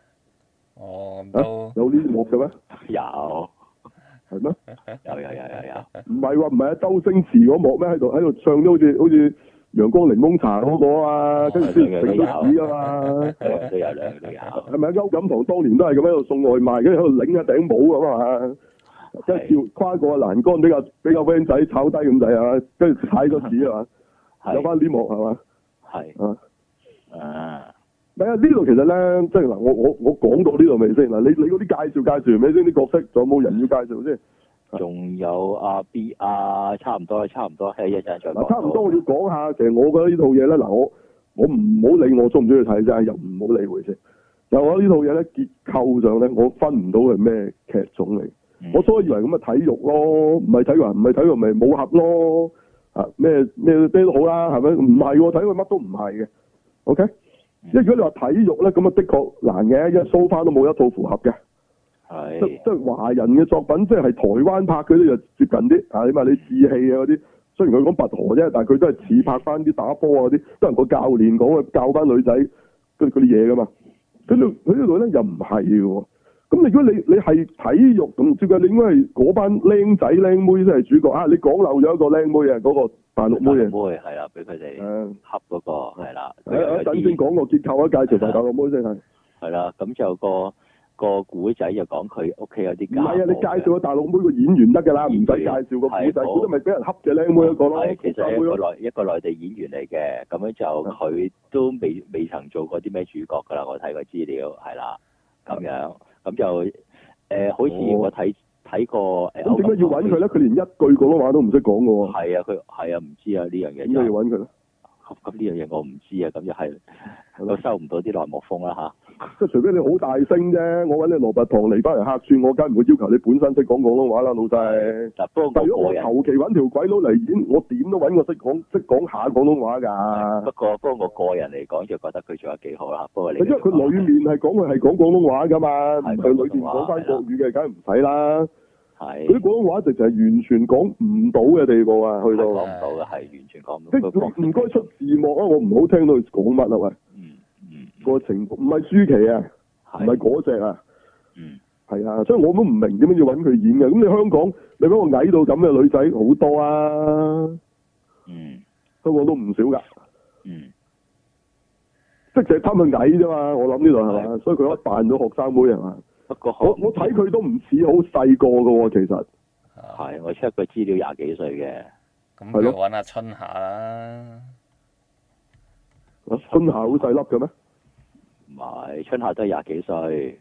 C: 哦，咁
A: 啊
C: 都
A: 有呢幕嘅咩？
B: 有
A: 係咩？
B: 有有有有有，
A: 唔係話唔係啊，周星馳嗰幕咩喺度喺度唱咗好似好似陽光檸檬茶嗰個啊，跟住先食咗屎啊嘛，
B: 兩個都有兩個都有，
A: 係咪啊？歐錦棠當年都係咁喺度送外賣，跟住喺度擰下頂帽咁啊，跟住跳跨過欄杆俾個俾個 van 仔炒低咁滯啊，跟住踩咗屎啊嘛，有
B: 係
A: 翻呢幕係嘛
B: 係
A: 啊？
B: 啊
A: 唔係啊，呢度其實咧，即係嗱，我我我講到呢度未先嗱，你你嗰啲介紹介紹完未先？啲角色仲有冇人要介紹先？
B: 仲有阿 B 啊，差唔多，差唔多，係一陣再講
A: 嗱，
B: 到。
A: 啊差唔多我要講下，其實我覺得呢套嘢咧，嗱，我我唔好理我中唔中意睇啫，又唔好理佢先。但我覺得呢套嘢咧，結構上咧，我分唔到係咩劇種嚟。
B: 嗯，
A: 我初以為咁啊，體育咯，唔係體育，唔係體育咪武俠咯，啊咩咩咩都好啦，係咪？唔係喎，睇佢乜都唔係嘅。OK，因為如果你話體育咧，咁啊的確難嘅，因為 so far 都冇一套符合嘅。即
B: 係
A: 即係華人嘅作品，即係台灣拍嗰啲就接近啲啊！你話你志氣啊嗰啲，雖然佢講拔河啫，但係佢都係似拍翻啲打波啊嗰啲，都係個教練講啊教翻女仔嗰嗰啲嘢噶嘛。佢呢佢呢度咧又唔係嘅喎。咁如果你你係體育咁接近，你應該係嗰班僆仔僆妹先係主角啊！你講漏咗一個僆妹啊，嗰、個大陸妹啊。嗯
B: 妹係啦，俾佢哋
A: 誒
B: 恰嗰個係啦，佢又
A: 誒
B: 有
A: 一啊陣先
B: 啲
A: 講個結構啊，介紹埋大陸妹先係。
B: 係啦，咁就個個古仔就講佢屋企有
A: 唔
B: 啲家
A: 係
B: 暴
A: 啊，你介紹
B: 嘅
A: 個大陸妹個演員得㗎啦，唔使
B: 演員
A: 介紹個古
B: 係
A: 仔，
B: 好
A: 古仔咪俾人恰嘅僆妹一個咯
B: 係。其實係
A: 妹
B: 一
A: 咯嗯
B: 個內一個內地演員嚟嘅，咁樣就佢都未未曾做過啲咩主角㗎啦。我睇過資料係啦，咁樣咁就誒、呃好似
A: 哦
B: 我睇睇過誒，
A: 咁點解要揾佢咧？佢連一句廣東話都唔識講嘅喎，
B: 係啊，佢係啊，唔知啊呢樣嘢
A: 點解要
B: 就
A: 揾佢咧？
B: 咁呢樣嘢我唔知啊，咁就係
A: 係咯
B: 我收唔到啲內幕風啦吓，
A: 即係除非你好大聲啫，我揾你羅拔唐尼翻嚟客串，我梗係唔會要求你本身識講廣東話啦，老細。
B: 嗱，不過
A: 但如果
B: 我個
A: 我
B: 人
A: 求其揾條鬼佬嚟演，我點都揾個識講識講下廣東話㗎
B: 啊不。過不過我個人嚟講就覺得佢做得幾好啦。不過你
A: 因為佢裏面係講佢係講廣東話㗎嘛，唔
B: 係
A: 係裏
B: 講廣
A: 邊
B: 東話
A: 講翻國語嘅，梗係唔使啦。
B: 係
A: 佢啲廣東話直情係完全講唔到嘅地步啊，去
B: 係
A: 到
B: 講唔到嘅，係完全講唔
A: 即
B: 到。佢
A: 係唔該出字幕啊！我唔好聽到佢講乜啊喂，
B: 嗯嗯，
A: 個情唔係舒淇啊，唔係
B: 係
A: 嗰只啊。
B: 嗯。
A: 係啊，所以我都唔明點解要揾佢演嘅。咁你香港，你嗰個矮到咁嘅女仔好多啊，
B: 嗯
A: 香港都唔少噶。
B: 嗯，
A: 即係貪佢矮啫嘛，我諗呢度係嘛，所以佢可以扮到學生妹係嘛。
B: 不過
A: 我我睇佢都唔似好細個㗎喎，其實
C: 啊
B: 係我 check 個資料廿幾歲嘅，
C: 咁
A: 係
C: 不
A: 咯
C: 如揾阿春夏啦，
A: 啊春夏好細粒嘅咩？
B: 唔係春夏都係廿幾歲，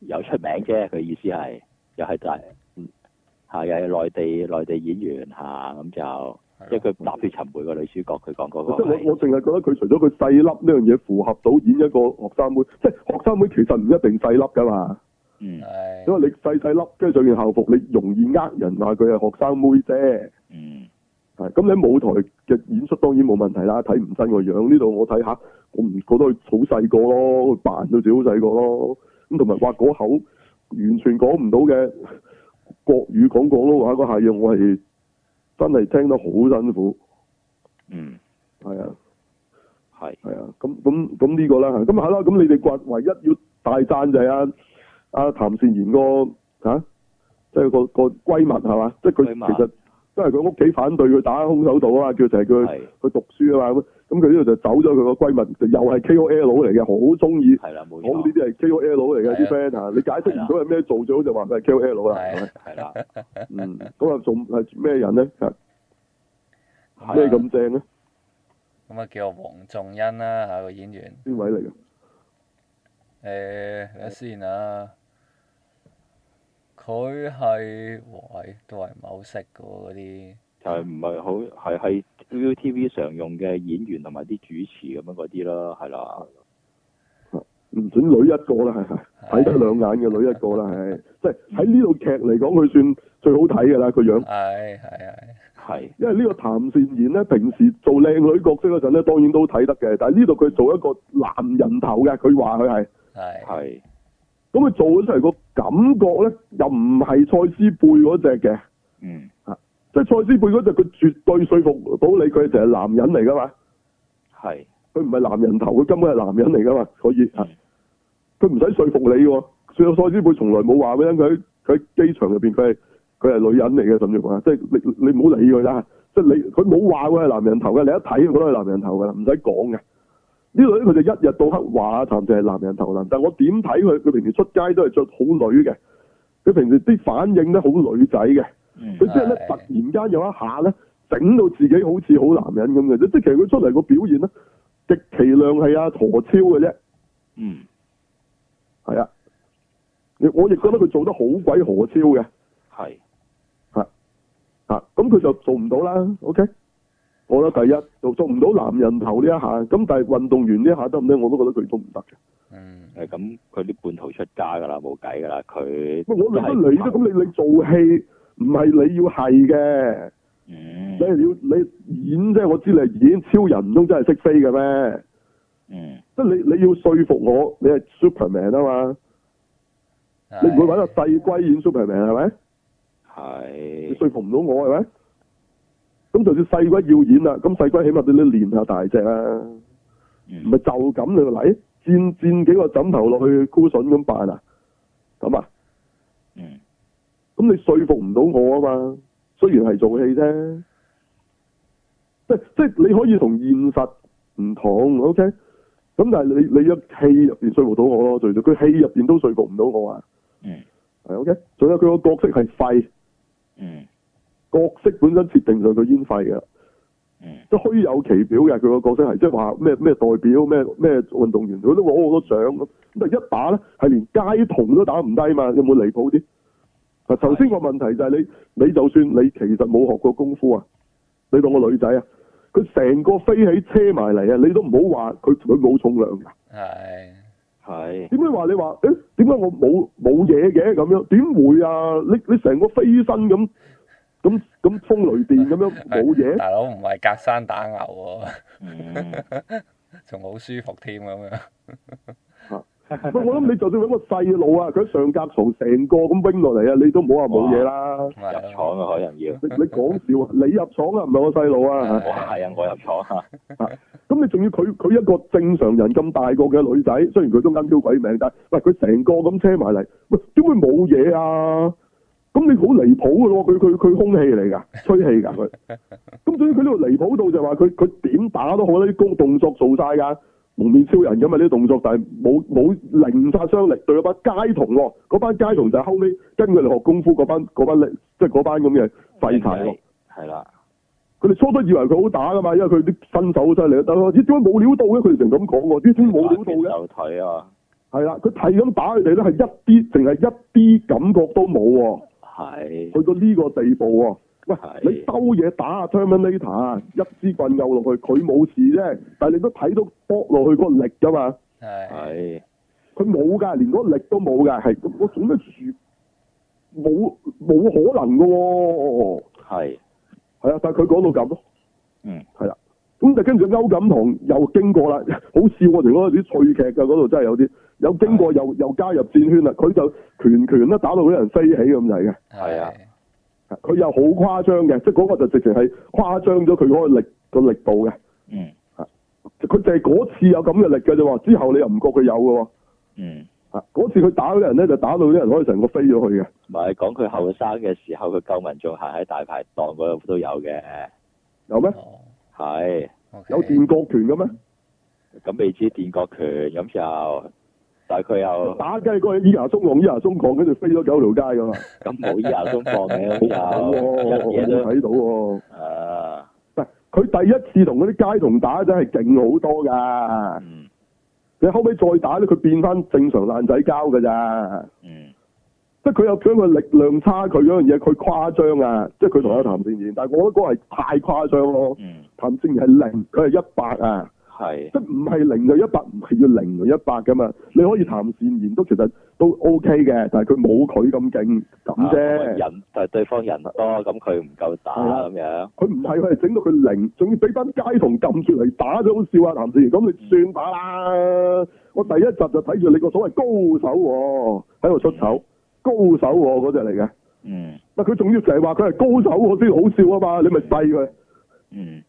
B: 有出名啫。佢意思係又係大，嗯係又係內地內地演員嚇咁就，
C: 係
B: 即係
C: 咯
B: 佢《踏血尋梅》個女主角，佢講嗰
A: 即
B: 個
A: 哦係我
B: 係
A: 我淨係覺得佢除咗佢細粒呢樣嘢符合到演一個學生妹，即係學生妹其實唔一定細粒㗎嘛。
B: 嗯
C: 係
A: 因為你細細粒，跟住着件校服，你容易呃人話佢係學生妹啫。
B: 嗯，
A: 係咁，你喺舞台嘅演出當然冇問題啦，睇唔真個樣。呢度我睇下，我唔覺得佢好細個咯，扮到自己好細個咯。咁同埋話嗰口完全講唔到嘅 國語講廣東話嗰下嘢，我係真係聽得好辛苦。
B: 嗯，
A: 係啊。
B: 係，
A: 係啊，咁咁咁呢個啦，咁係啦，咁你哋話唯一要大讚就係阿阿譚善言個嚇，即係個個閨蜜係嘛，即係佢
B: 閨蜜
A: 其實都係佢屋企反對佢打空手道啊，叫成日叫佢
B: 係，
A: 佢讀書啊嘛，咁咁佢呢度就走咗佢個閨蜜，就又係 K.O.L 嚟嘅，好中意
B: 係啦，
A: 講
B: 冇
A: 呢
B: 錯，
A: 啲係 K.O.L 嚟嘅
C: 係啊
A: 啲 friend 嚇，你解釋唔到係咩做，最好就話佢係 K.O.L 啦，係咪？
B: 係啦，
A: 嗯，咁啊仲係咩人咧？嚇
B: 係啊
A: 咩咁正咧？
C: 咁啊叫黃仲恩啦嚇個演員，
A: 邊位嚟嘅？
C: 誒睇下先啊，佢係喂都係唔係好識嘅喎嗰啲，
B: 就係唔係好係係 ViuTV 常用嘅演員同埋啲主持咁樣嗰啲啦，係啦，
A: 唔準女一個啦，係係睇得兩眼嘅女一個啦，係即係喺呢套劇嚟講，佢算最好睇㗎啦個樣，
C: 係係係
B: 係
A: 因為呢個譚善言咧，平時做靚女角色嗰陣咧，當然都睇得嘅，但係呢度佢做一個男人頭嘅，佢話佢係，
C: 係
B: 係
A: 咁佢做咗出嚟個感覺咧，又唔係蔡思貝嗰只嘅，
B: 嗯
A: 即係蔡思貝嗰只，佢絕對說服到你，佢就係男人嚟㗎嘛，
B: 係
A: 佢唔係男人頭，佢根本係男人嚟㗎嘛，所以
B: 嗯
A: 佢唔使說服你喎。所以蔡思貝從來冇話俾你聽，佢喺佢喺機場入邊，佢係佢係女人嚟嘅，甚至乎啊，即係你你你唔好理佢啦。即係你佢冇話佢係男人頭嘅，你一睇就覺得係男人頭㗎啦，唔使講嘅。呢度咧佢就一日到黑話譚就係男人頭男，但係我點睇佢？佢平時出街都係着好女嘅，佢平時啲反應咧好女仔嘅。
B: 嗯
A: 佢即係咧突然間有一下咧，整到自己好似好男人咁嘅啫。即係其實佢出嚟個表現咧，極其量係阿陀超嘅啫。
B: 嗯
A: 係啊，我亦覺得佢做得好鬼何超嘅
B: 係
A: 嚇，咁佢就做唔到啦。OK，我覺得第一做做唔到男人頭呢一下，咁但係運動員呢一下得唔得？我都覺得佢都唔得嘅。
C: 嗯
B: 誒咁佢啲半途出家㗎啦，冇計㗎啦，佢
A: 喂我理得
B: 係
A: 你啫，咁你你做戲唔係你要係嘅，
B: 嗯
A: 你係要你演啫。我知你係演超人，唔通真係識飛嘅咩？
B: 嗯
A: 即係你你要說服我，你係 Superman 啊嘛，你唔會揾啊個細龜演 Superman 係咪？你
B: 係
A: 說服唔到我係咪？咁就算細龜要演啦，咁細龜起碼你都練下大隻啊，唔
B: 嗯
A: 係就咁你就嚟，墊墊幾個枕頭落去 cushion 咁扮啊，咁啊，
B: 嗯
A: 咁你說服唔到我啊嘛，雖然係做戲啫，即即係你可以同現實唔同，OK？咁但係你你一戲入邊說服到我咯，最少佢戲入邊都說服唔到我啊，
B: 嗯
A: 係 OK？仲有佢個角色係廢，
B: 嗯
A: 角色本身設定上佢已經廢嘅啦。
B: 嗯
A: 即係虛有其表嘅，佢個角色係即係話咩咩代表咩咩運動員，佢都攞好多獎咁。咁但係一打咧係連街童都打唔低嘛，有冇離譜啲？嗱，頭先個問題就係你你就算你其實冇學過功夫啊，你當個女仔啊，佢成個飛起車埋嚟啊，你都唔好話佢佢冇重量㗎。
C: 係
B: 係
A: 點解話你話誒點解我冇冇嘢嘅咁樣？點會啊？你你成個飛身咁咁咁風雷電咁樣冇嘢？
C: 大佬唔係隔山打牛喎，
B: 嗯
C: 仲好舒服添咁樣，
A: 唔係我諗你就算揾個細路啊，佢喺上格床成個咁拎落嚟啊，你都冇話冇嘢啦。
C: 咁
B: 入
C: 啊
B: 廠啊，可能要
A: 你你講笑啊，你入廠啊， 唔係我細路
B: 我
A: 啊。
B: 係啊，我入廠啊，
A: 咁你仲要佢佢一個正常人咁大個嘅女仔，雖然佢都啱挑鬼命，但係喂佢成個咁車埋嚟，喂點會冇嘢啊？咁你好離譜嘅喎，佢佢佢空氣嚟㗎，吹氣㗎佢。咁總之佢呢度離譜到就話佢佢點打都好啦，啲工動作做晒㗎，蒙面超人咁嘛啊呢啲動作，但係冇冇零殺傷力對嗰班街童喎，嗰班街童就係後尾跟佢哋學功夫嗰班嗰班僆即係嗰班咁嘅廢柴喎。
B: 係啦，
A: 佢哋初初以為佢好打噶嘛，因為佢啲身手好犀利，但係咦點解冇料到嘅？佢哋成咁講喎，咦點解冇料到嘅？
B: 有腿啊，
A: 係啦，佢係咁打佢哋咧，係一啲淨係一啲感覺都冇喎，去
B: 係
A: 到呢個地步喎。喂，
B: 係
A: 你收嘢打啊 Terminator 啊，一支棍拗落去，佢冇事啫，但係你都睇到搏落去嗰個力噶嘛，
C: 係
B: 係
A: 佢冇㗎，連嗰個力都冇㗎，係我做咩樹冇冇可能噶喎、
B: 係
A: 係啊，但係佢講到咁咯，
B: 嗯，
A: 係啦，咁就跟住歐錦棠又經過啦， 好笑我哋嗰啲趣劇㗎，嗰度真係有啲有經過又又加入戰圈啦，佢就拳拳咧打到嗰啲人飛起咁滯嘅，
B: 係啊
A: 佢又好誇張嘅，即係嗰個就直情係誇張咗佢嗰個力個力度嘅，
B: 嗯
A: 佢就係嗰次有咁嘅力嘅啫喎，之後你又唔覺佢有嘅喎，
B: 嗯，
A: 啊嗰次佢打嗰啲人咧就打到啲人可以成個飛咗去嘅，
B: 唔係講佢後生嘅時候，佢救民眾行喺大排檔嗰度都有嘅，
A: 有咩？
C: 哦
B: 係
C: OK
A: 有電角拳嘅咩？
B: 咁未知電國拳咁就，但係佢又
A: 打雞嗰個伊牙鬆降伊牙鬆降，跟住飛咗九條街㗎嘛，啊
B: 咁冇以後都放嘅咁
A: 好
B: 就
A: 喎，
B: 一嘢
A: 我
B: 都
A: 睇到喎。
B: 啊
A: 唔係佢第一次同嗰啲街童打真係勁好多噶，
B: 嗯
A: 你後尾再打咧，佢變翻正常爛仔交噶咋，
B: 嗯
A: 即係佢有將個力量差距嗰樣嘢，佢誇張啊，即係佢同阿譚善言，但係我覺得嗰個係太誇張咯，
B: 嗯
A: 譚善言係零，佢係一百啊，
B: 係
A: 即係唔係零就一百，唔係要零就一百噶嘛，你可以譚善言都其實都 OK 嘅，但係佢冇佢咁勁咁
B: 啊
A: 啫，
B: 人但係對方人多，咁佢唔夠打
A: 係啊
B: 咁樣，
A: 佢唔係佢係整到佢零，仲要俾班街童撳住嚟打咗好笑啊！譚志源，咁你算把啦。我第一集就睇住你個所謂高手喎、喺度出手，高手喎嗰只嚟嘅。
B: 嗯
A: 但佢仲要成日話佢係高手，我先好笑啊嘛！你咪低佢，
B: 嗯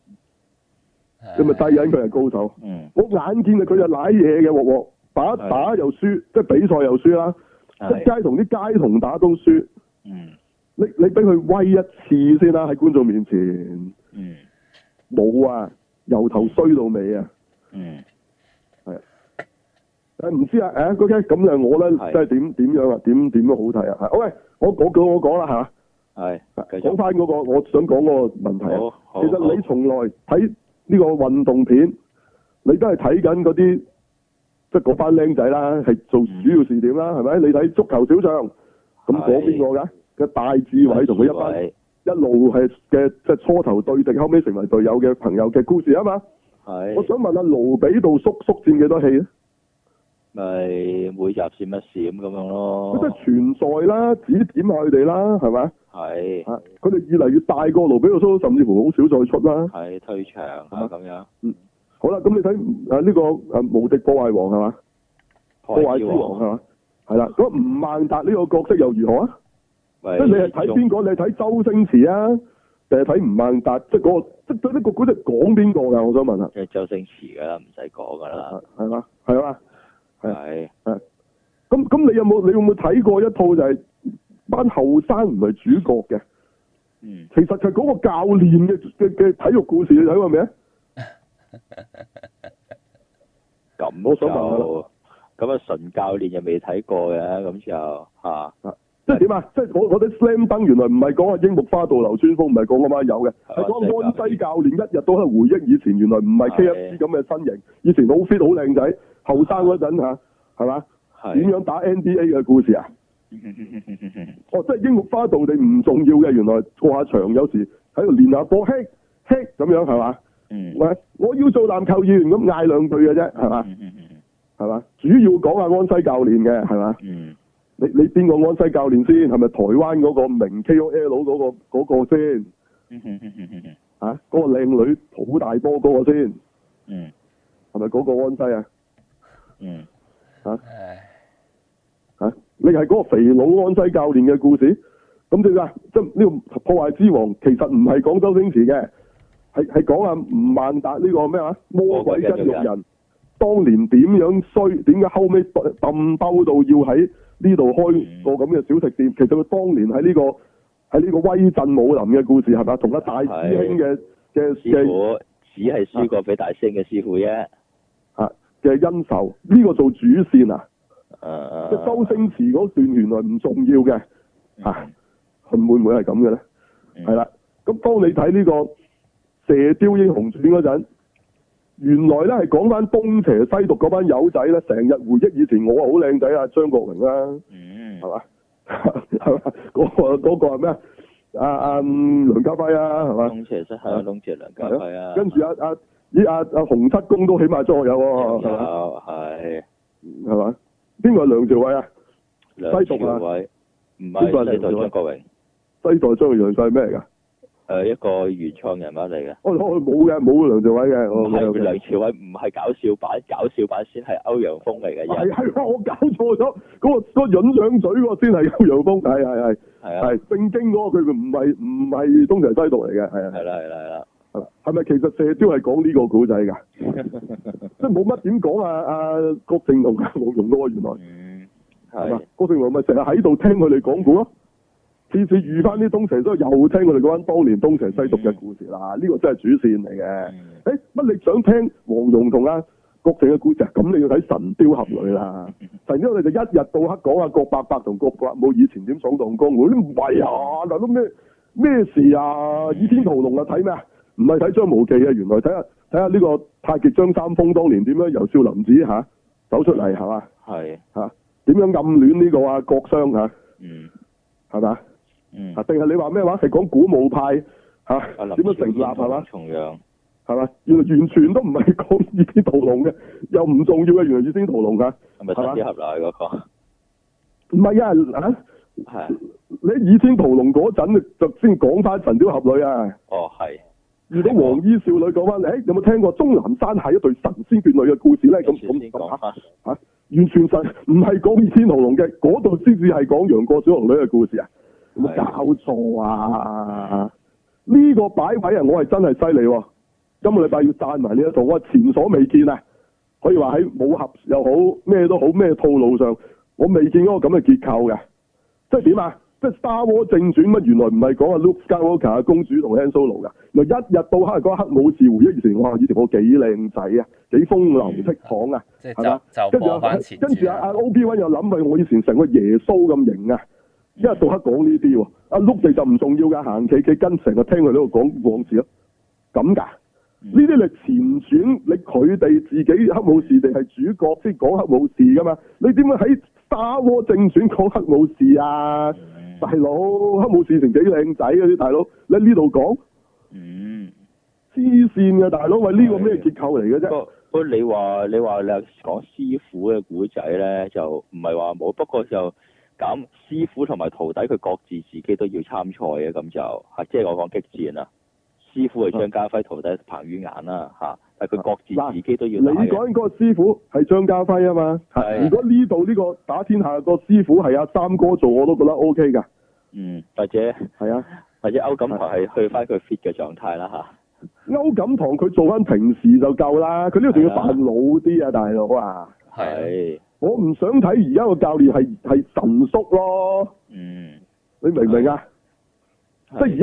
A: 你咪低緊佢係高手。
B: 嗯
A: 我眼見佢就舐嘢嘅喎喎，打
B: 係
A: 打又輸，即係比賽又輸啦，即
B: 係
A: 係街同啲街童打都輸。
B: 嗯
A: 你你俾佢威一次先啦，喺觀眾面前
B: 嗯
A: 冇啊，由頭衰到尾啊！
B: 嗯
A: 誒唔知啊，誒 OK，咁就我咧，
B: 係
A: 即係點點樣啊？點點都好睇啊！係，OK，我我講我講啦，係嘛？
B: 係繼
A: 講
B: 續
A: 翻嗰個我想講嗰個問題
B: 好
A: 啊。
B: 好
A: 其實你
B: 好
A: 從來睇呢個運動片，你都係睇緊嗰啲即係嗰班僆仔啦，係做
B: 嗯
A: 主要視點啦，係咪？你睇足球小將，咁嗰邊個㗎？嘅大智偉同佢一班一路係嘅即係初頭對敵，後尾成為隊友嘅朋友嘅故事啊嘛。我
B: 係
A: 想問下盧比道叔叔佔幾多戲啊咧？
B: 咪每集閃一閃咁樣咯
A: 佢，真係存在啦，指點下佢哋啦，哦係咪？
B: 係
A: 啊！佢哋越嚟越大個，盧比奧蘇甚至乎好少再出啦。
B: 係推牆啊
A: 啊
B: 咁樣，
A: 好啦，咁你睇啊呢個啊無敵破壞王係嘛？破壞之王
B: 王
A: 係嘛？係啦，咁吳孟達呢個角色又如何啊？
B: 咪
A: 即係你係睇邊個？你係睇周星馳啊，定係睇吳孟達？即係嗰個，即係呢個古仔講邊個㗎？我想問下，
B: 即係周星馳噶啦，唔使講噶啦，
A: 係嘛？係嘛？係
B: 係
A: 咁咁你有冇你有冇睇過一套就係班後生唔係主角嘅？
B: 嗯
A: 其實就係嗰個教練嘅嘅嘅體育故事，你睇過未啊？
B: 咁
A: 我想問
B: 就咁啊，純教練又未睇過嘅，咁就嚇
A: 即係點啊？即係我我啲 slam dunk 原來唔係講阿櫻木花道、流川楓，唔係講嗰班友嘅，係講安西教練一日都喺度回憶以前，原來唔係啊
B: 係
A: K F C 咁嘅身形，以前好 fit 好靚仔，後生嗰陣嚇係嘛？點
B: 係
A: 樣打 N B A 嘅故事啊？哦，即係櫻木花道你唔重要嘅，原來過下場有時喺度練下波，嘿嘿咁樣係嘛？
B: 嗯
A: 喂，我要做籃球員咁嗌兩句嘅啫，係嘛？
B: 嗯嗯
A: 係嘛？主要講下安西教練嘅係嘛？
B: 嗯
A: 你你邊個安西教練先？係咪台灣嗰個名 KOL 嗰、個嗰、個先？
B: 嗯嗯
A: 嚇、啊，嗰、個靚女好大波嗰個先，
B: 嗯
A: 係咪嗰個安西啊？
B: 嗯
C: 唉
A: 嚇、啊你係嗰個肥佬安西教練嘅故事？咁點啊？即係呢個破壞之王其實唔係講周星馳嘅，係係講阿吳孟達呢個咩話魔鬼跟肉人，當年點樣衰？點解後尾抌兜到要喺呢度開個咁嘅小食店？其實佢當年喺呢、個喺呢個威震武林嘅故事係咪啊同阿大師兄嘅嘅
B: 師
A: 嘅
B: 傅只係輸過俾大星嘅師傅啫，
A: 啊嘅恩仇呢、個做主線啊！即係周
B: 誒
A: 星馳嗰段原來唔重要嘅，啊，會唔會係咁嘅咧？
B: 嗯
A: 係啦，咁當你睇呢、個《射雕英雄傳》嗰陣，原來咧係講翻東邪西毒嗰班友仔咧，成日回憶以前我好靚仔啊， 張國榮啦，
B: 嗯
A: 係嘛，係嘛，嗰、個嗰、個係咩啊？啊啊嗯梁家輝啊，係嘛，
B: 東邪西係東邪梁家輝啊，
A: 跟住啊啊咦啊啊洪七公都起碼張學友喎，係嘛
B: 係
A: 啊係嘛？邊個係梁朝偉啊？
B: 梁朝偉唔
A: 呢個係
B: 係呢
A: 梁朝
B: 度
A: 偉
B: 張國榮，
A: 西代張嘅樣帥係咩嚟㗎？
B: 誒一個原創人物嚟嘅。
A: 我我冇嘅，冇梁朝偉嘅，
B: 唔
A: 我
B: 係
A: 冇
B: 梁朝偉，唔係搞笑版，搞笑版先係歐陽鋒嚟嘅
A: 係
B: 啫。
A: 係我搞錯咗，嗰、個嗰、個潤兩嘴嗰個先係歐陽鋒，係係係
B: 係啊，
A: 係正經嗰、個佢唔係唔係東邪西毒嚟嘅，係啊
B: 係啦，係啦，係啦。
A: 係啦，係咪其實射雕係講呢個古仔 㗎？即係冇乜點講啊！阿郭靖啊同 阿慕容咯，原來
B: 嗯，
A: 係嘛
B: 係？
A: 郭靖龍咪成日喺度聽佢哋講古咯，次次遇翻啲東邪西毒又聽佢哋講緊當年東邪西毒嘅故事啦，呢、個真係主線嚟嘅。
B: 嗯
A: 誒哎乜你想聽黃蓉同阿郭靖嘅故事啊？咁你要睇《神雕俠侶》 啦，《神雕俠侶》就一日到黑講阿郭伯伯同郭伯母以前點闖蕩江湖，你唔係啊，大佬咩咩事啊？倚天屠龍啊，睇咩啊？唔係睇張無忌啊，原來睇下睇下呢個太極張三豐當年點樣由少林寺嚇、走出嚟係嘛
B: 係，
A: 嚇，點樣暗戀呢個啊郭襄嚇
B: 嗯
A: 係嘛？
B: 嗯
A: 啊，定係你話咩話？係講古墓派嚇
B: 阿啊林
A: 點樣成立啊
B: 超英
A: 係嘛？
B: 重陽，
A: 係嘛？原來完全都唔係講倚天屠龍嘅，又唔重要嘅。原來倚天屠龍㗎，
B: 係咪
A: 係嘛
B: 神雕俠侶嗰個？
A: 唔係啊！啊
B: 係啊，
A: 你倚天屠龍嗰陣就先講翻神雕俠侶啊！
B: 哦係，
A: 遇到黃衣少女講翻，誒、有冇聽過鍾南山係一對神仙眷侶嘅故事咧？咁
B: 咁
A: 咁咁
B: 先講
A: 啊
B: 翻，
A: 嚇，完全神唔係講倚天屠龍嘅，嗰度先至係講楊過小龍女嘅故事啊！有冇
B: 係
A: 搞錯啊？呢、個擺位啊，我係真係犀利喎！今個禮拜要讚埋呢一套，我係前所未見啊！可以話喺武俠又好，咩都好，咩套路上，我未見過咁嘅結構嘅。即係點啊？即係《Star War 正傳》乜？原來唔係講阿 Luke Skywalker 阿公主同 Han Solo 㗎，原來一日到黑係講黑武士回憶以前，哇！以前我幾靚仔啊，幾風流倜儻啊！
C: 即係
A: 係嘛
C: 就就
A: 跟住
C: 播
A: 啊
C: 翻前
A: 跟住
C: 傳
A: 啊，阿 O B One 又諗喂，我以前成個耶穌咁型啊，一日到黑講呢啲喎。阿碌地就唔重要㗎，行企企跟成日聽佢喺度講往事咯，咁㗎。呢啲你前傳，你佢哋自己黑武士定係主角先講黑武士㗎嘛？你點會喺《沙窩正傳》講黑武士啊？
B: 嗯
A: 大佬，黑武士成幾靚仔嗰啲大佬，你喺呢度講
B: 嗯。
A: 黐線嘅大佬，喂呢個咩結構嚟嘅啫？
B: 不不過你話你話你講師傅嘅古仔咧，就唔係話冇，不過就咁師傅同埋徒弟佢各自自己都要參賽嘅，咁就嚇，即係我講激戰啊。師傅係張家輝，徒弟彭于晏啦嚇，但係佢各
A: 啊嗱
B: 自自己都要
A: 你
B: 打嘅。
A: 講嗰個師傅係張家輝啊嘛，
B: 係
A: 如果呢度呢個打天下個師傅係阿三哥做，我都覺得 O K 㗎，
B: 嗯，或者
A: 係啊。
B: 或者歐錦棠係去翻佢 fit 嘅狀態啦嚇。
A: 歐錦棠佢做翻平時就夠啦，佢呢度仲要扮老啲啊，大佬啊！
C: 係
B: 係，
A: 我唔想睇而家個教練係係神叔咯，
B: 嗯，
A: 你明唔明啊？即係而家
B: 係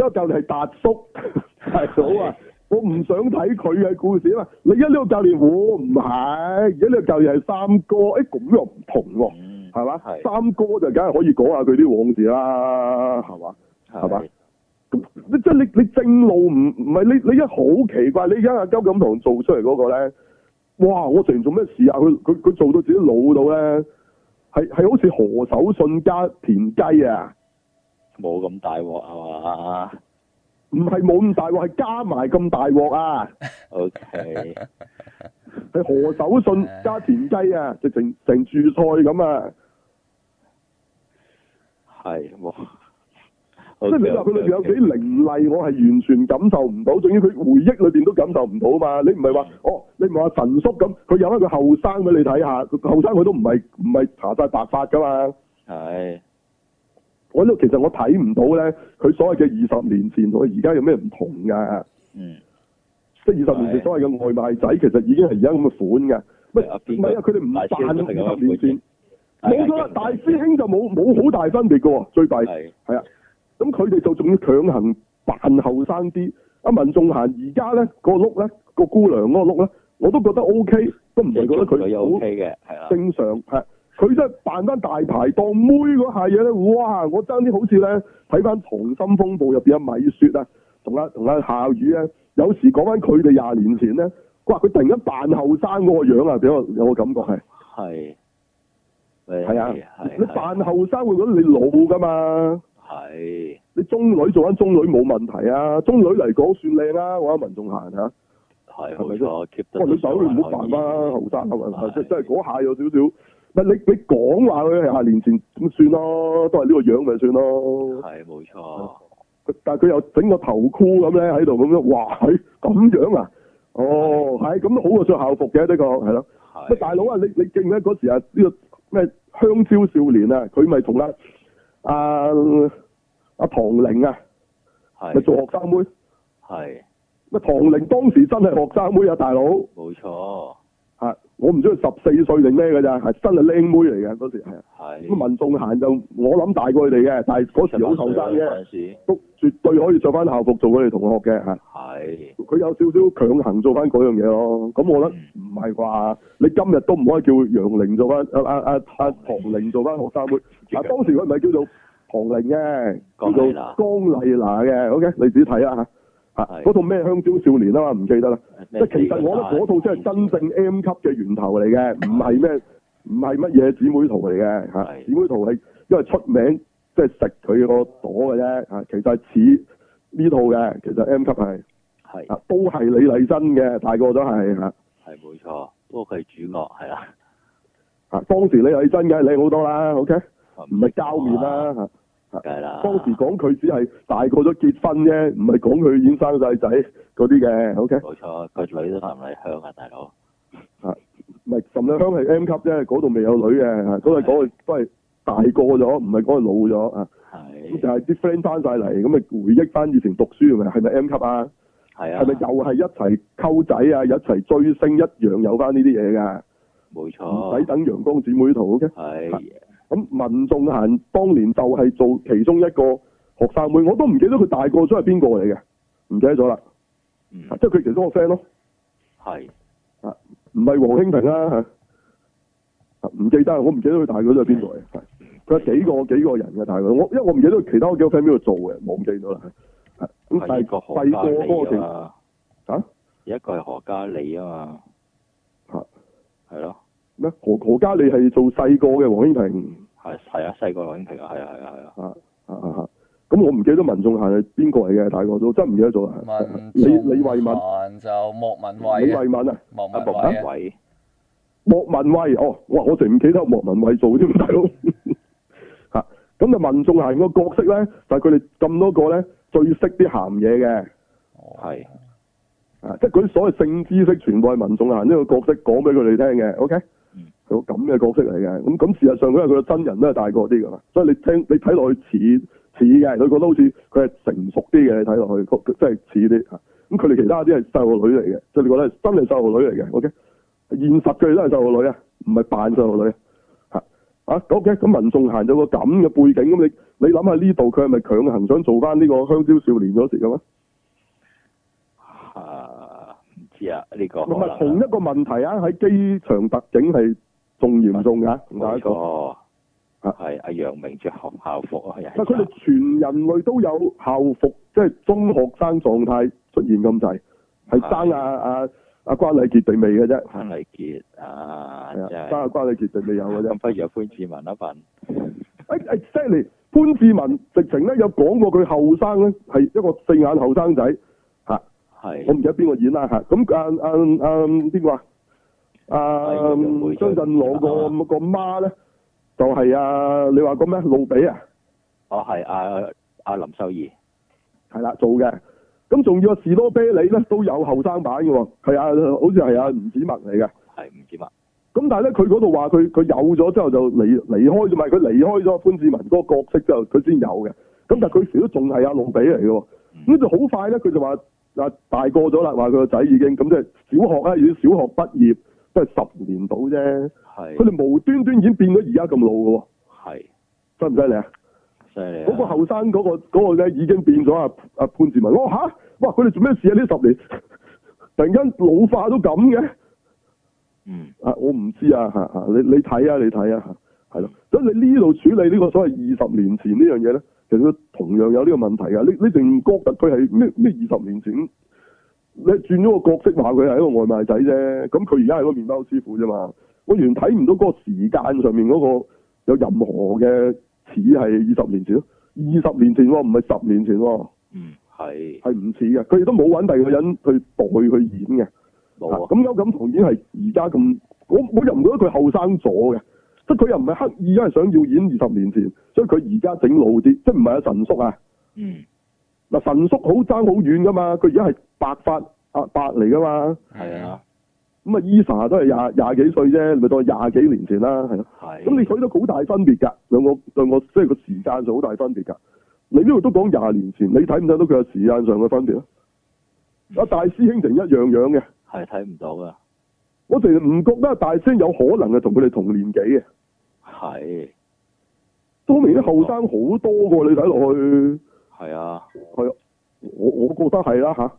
A: 個教練係達叔 大佬啊！我唔想睇佢嘅故事啊嘛！你而家呢個教練我唔係，而家呢個教練係三哥，誒咁又唔同喎、
B: 嗯
A: 係嘛？
B: 係
A: 三哥就梗係可以講下佢啲往事啦，係嘛？係嘛
B: 係
A: 咁你即係你你正路唔唔係你你一好奇怪，你而家阿周錦堂做出嚟嗰個咧，哇！我成做咩事啊？佢佢佢做到自己老到咧，係係好似何守信加田雞啊！
B: 冇咁大鑊啊嘛
A: 唔係冇咁大鑊，係加埋咁大鑊啊！
B: ？OK，
A: 係何守信加田雞啊，直成成住菜咁啊！
B: 係冇。
A: 即係你話佢裏邊有幾凌厲，我係完全感受唔到，仲要佢回憶裏邊都感受唔到嘛。你唔係話哦，你唔係話神叔咁，佢有一個後生俾你睇下，佢後生佢都唔係唔係搽晒白髮噶嘛。
B: 係
A: 我呢度其實我睇唔到咧，佢所謂嘅二十年前同佢而家有咩唔同㗎？
B: 嗯
A: 即係二十年前
B: 係
A: 所謂嘅外賣仔，其實已經係而家咁嘅款㗎。喂
B: 係啊
A: 唔係啊，佢哋唔
B: 大師兄都係咁嘅
A: 扮二
B: 款
A: 十年前
B: 嘅，
A: 冇錯啦。大師兄就冇冇好大分別㗎喎，最弊。
B: 係
A: 係啊，咁佢哋就仲要強行扮後生啲。阿文仲賢而家咧個碌咧個姑娘嗰個碌咧，我都覺得 O K，都唔係覺得啊
B: 又
A: 佢
B: OK 嘅，係啦
A: 好，正常係。佢真係扮翻大排檔妹嗰下嘢咧，哇！我爭啲好似咧睇翻《溏心風暴》入邊阿米雪啊，同阿同阿夏雨咧，有時講翻佢哋廿年前咧，哇！佢突然間扮後生嗰個樣啊，俾我有個感覺係
B: 係
A: 係啊
B: 係，
A: 你扮後生會覺得你老噶嘛？
B: 係
A: 你中女做緊中女冇問題啊，中女嚟講算靚啊，我覺得文仲賢嚇。
B: 係冇錯，keep 得
A: 哇，你手你唔好扮翻
B: 翻
A: 後生啊，
B: 係
A: 即係嗰下有少少但你你講話佢係廿年前咁算咯，都係呢個樣咪算咯。
B: 係冇錯，
A: 佢但係佢又整個頭箍咁咧喺度咁樣，哇！係咁樣啊？哦，係咁都好過着校服嘅，的確係咯。喂，
B: 係
A: 大佬啊，你你記唔記得嗰時啊呢、個咩香蕉少年啊？佢咪同阿阿阿唐玲啊，咪做
B: 係
A: 學生妹？
B: 係
A: 咪唐玲當時真係學生妹啊，大佬
B: 冇錯，
A: 嚇！我唔知佢十四歲定咩嘅咋，係真係靚妹嚟嘅嗰時係啊。
B: 係
A: 咁民眾閒就我諗大過佢哋嘅，但係嗰時好後生
B: 嗰
A: 嘅，
B: 陣時
A: 都絕對可以着翻校服做佢哋同學嘅嚇。
B: 係
A: 佢有少少強行做翻嗰樣嘢咯。咁我覺得唔係啩？你今日都唔可以叫楊玲做啊翻阿阿阿阿唐玲做翻學生妹。嗱，當時佢唔 係叫做唐玲嘅，叫做江麗娜嘅。OK，你自己睇啦嚇。嚇
B: 係
A: 嗰套咩香蕉少年啊啦嘛，唔記得啦。即
B: 咩
A: 係其實我覺得嗰套先係真正 M 級嘅源頭嚟嘅，唔係咩唔係乜嘢姊妹淘嚟嘅嚇。
B: 係
A: 姊妹淘係因為出名，即係食佢個朵嘅啫嚇。其實係似呢套嘅，其實 M 級係。
B: 係
A: 啊，都係李麗珍嘅，大個都係嚇
B: 係冇錯，不過佢係主角係啦，
A: 嚇。啊當時李麗珍梗係靚好多啦，OK，唔係膠面
B: 啊，
A: 啦嚇。
B: 梗係啦，
A: 當時講佢只係大個咗結婚啫，唔係講佢已經生細仔嗰啲嘅，OK，
B: 冇錯，個女都唔嚟香啊，大佬
A: 唔係岑麗香係 M 級啫，嗰度未有女嘅嚇，嗰度講佢都係大個咗，唔係講佢老咗啊。咁就
B: 係
A: 係啲 friend 翻晒嚟，咁咪回憶翻以前讀書係咪係咪 M 級啊？
B: 係啊，
A: 係咪又係一齊溝仔啊？一齊追星一樣有翻呢啲嘢㗎，
B: 冇
A: 唔
B: 錯
A: 使，啊等陽光姊妹淘 OK。
B: 係
A: 咁民眾閒當年就係做其中一個學生妹，我都唔記得佢大個咗係邊個嚟嘅，唔記得咗啦。
B: 嗯
A: 即係佢其中一個 friend 咯，
B: 係
A: 唔係黃興平啦嚇。啊唔記得，我唔記得佢大個咗係邊個嚟。係佢有幾個幾個人嘅大個，我因為我唔記得佢其他嗰幾個 friend 邊度做嘅，忘記咗啦。係咁但係
B: 係一個何嘉
A: 細個嗰個
B: 莉
A: 情
B: 啊嘛，
A: 啊
B: 一個係何嘉莉啊嘛，
A: 嚇
B: 係咯。
A: 咩何何嘉莉係做細個嘅黃興平
B: 係係啊，細個羅英平啊，係啊係啊係啊，
A: 啊啊啊啊！咁我唔記得民眾閒係邊個嚟嘅大個咗，真係唔記得咗啦
C: 文。
A: 李李慧敏，
C: 文就莫文
A: 李
C: 蔚啊
A: 慧，敏啊！
C: 莫
B: 阿
C: 文
B: 莫
C: 蔚
B: 文
C: 啊，
B: 偉
A: 莫文蔚哦，哇！我仲唔記得莫文蔚做添，大佬嚇。咁就民眾行個角色咧，就係佢哋咁多個咧最識啲鹹嘢嘅，
C: 哦
B: 係
A: 啊，即係嗰啲所謂性知識全部係民眾啊行呢個角色講俾佢哋聽嘅，OK？
B: 嗯
A: 佢個咁嘅角色嚟嘅，咁咁事實上因為佢個真人啊都係大個啲噶嘛，所以你聽你睇落去似似嘅，你覺得好似佢係成熟啲嘅，你睇落去佢真係似啲嚇。咁佢哋其他啲係細路女嚟嘅，即係你覺得係真係細路女嚟嘅，OK？現實佢哋都係細路女啊，唔係扮細路女啊嚇。啊，OK，咁民眾行咗個咁嘅背景，咁你你諗下呢度佢係咪強行想做翻呢個香蕉少年嗰時咁啊？
B: 啊，唔知啊呢個
A: 唔
B: 可能
A: 係同一
B: 啊
A: 個問題啊！喺機場特警係仲嚴重㗎，同大家
B: 啊冇
A: 講。
B: 錯，
A: 啊
B: 係阿楊明着學校服啊，又係
A: 但佢哋全人類都有校服，即係中學生狀態出現咁滯，係
B: 係
A: 爭阿阿阿關禮傑定未嘅啫，
B: 潘麗傑啊，
A: 係
B: 真
A: 啊，爭阿
B: 係
A: 關禮傑定未有嘅啫
B: 咁。不如阿潘志文一份
A: 誒誒 s a l y 潘志文直情咧有講過佢後生咧係一個四眼後生仔嚇，我
B: 係
A: 唔記得邊個演啦嚇。咁啊啊啊邊個啊？啊
B: 係楊梅
A: 張振朗
B: 啊
A: 個個媽咧就係、啊，你話個咩路比啊？
B: 哦係阿阿林秀儀
A: 係啦，做嘅。咁仲要啊，士多啤梨咧都有後生版嘅喎，係啊，好似係啊吳子墨嚟嘅。
B: 係唔知乜
A: 咁但係咧，佢嗰度話佢佢有咗之後就離離開咗，唔係佢離開咗潘志文嗰個角色之後，佢先有嘅。咁但係佢時都仲係阿路比嚟嘅喎。咁就好快咧，佢就話啊大個咗啦，話佢個仔已經咁即係小學啊，要小學畢業都係十年到啫。佢
B: 係
A: 哋無端端已經變咗而家咁老嘅喎，
B: 係
A: 犀唔犀利啊？
B: 犀利啊
A: 嗰個後生嗰個嗰個咧已經變咗啊啊潘志文，我吓，哇！佢哋做咩事啊？呢十年突然間老化到咁嘅
B: 嗯
A: 啊！我唔知啊嚇嚇，你你睇啊你睇啊嚇，係咯。所以你呢度處理呢個所謂二十年前呢樣嘢咧，其實都同樣有呢個問題㗎。你你淨唔覺得佢係咩咩二十年前？你轉咗個角色話佢係一個外賣仔啫，咁佢而家係個麵包師傅啫嘛。我完全睇唔到嗰個時間上面嗰個有任何嘅似係二十年前咯，二十年前喎，唔係十年前喎，
B: 嗯係
A: 係唔似嘅。佢亦都冇揾第二個人去代佢演嘅。
B: 冇
A: 啊
B: 啊
A: 咁邱錦棠已經係而家咁，我我又唔覺得佢後生咗嘅。即係佢又唔係刻意，因為想要演二十年前，所以佢而家整老啲，即係唔係阿神叔啊？
B: 嗯，
A: 嗱，神叔好爭好遠噶嘛，佢而家係白髮阿伯嚟噶嘛，
C: à.
B: 係啊，
A: 咁啊 Esa 都係廿廿幾歲啫，咪當廿幾年前啦，係咯。
B: 係。
A: 咁你睇到好大分別㗎，兩個兩個即係個時間上好大分別㗎。你呢度都講廿年前，你睇唔睇到佢嘅時間上嘅分別咧？阿大師兄成一樣樣嘅，
B: 係睇唔到啊噶，
A: 我成日唔覺得阿大師兄有可能係同佢哋同年紀嘅，
B: 係
A: 都明啲後生好多喎。你睇落去
B: 係啊，
A: 係啊，我我覺得係啦吓，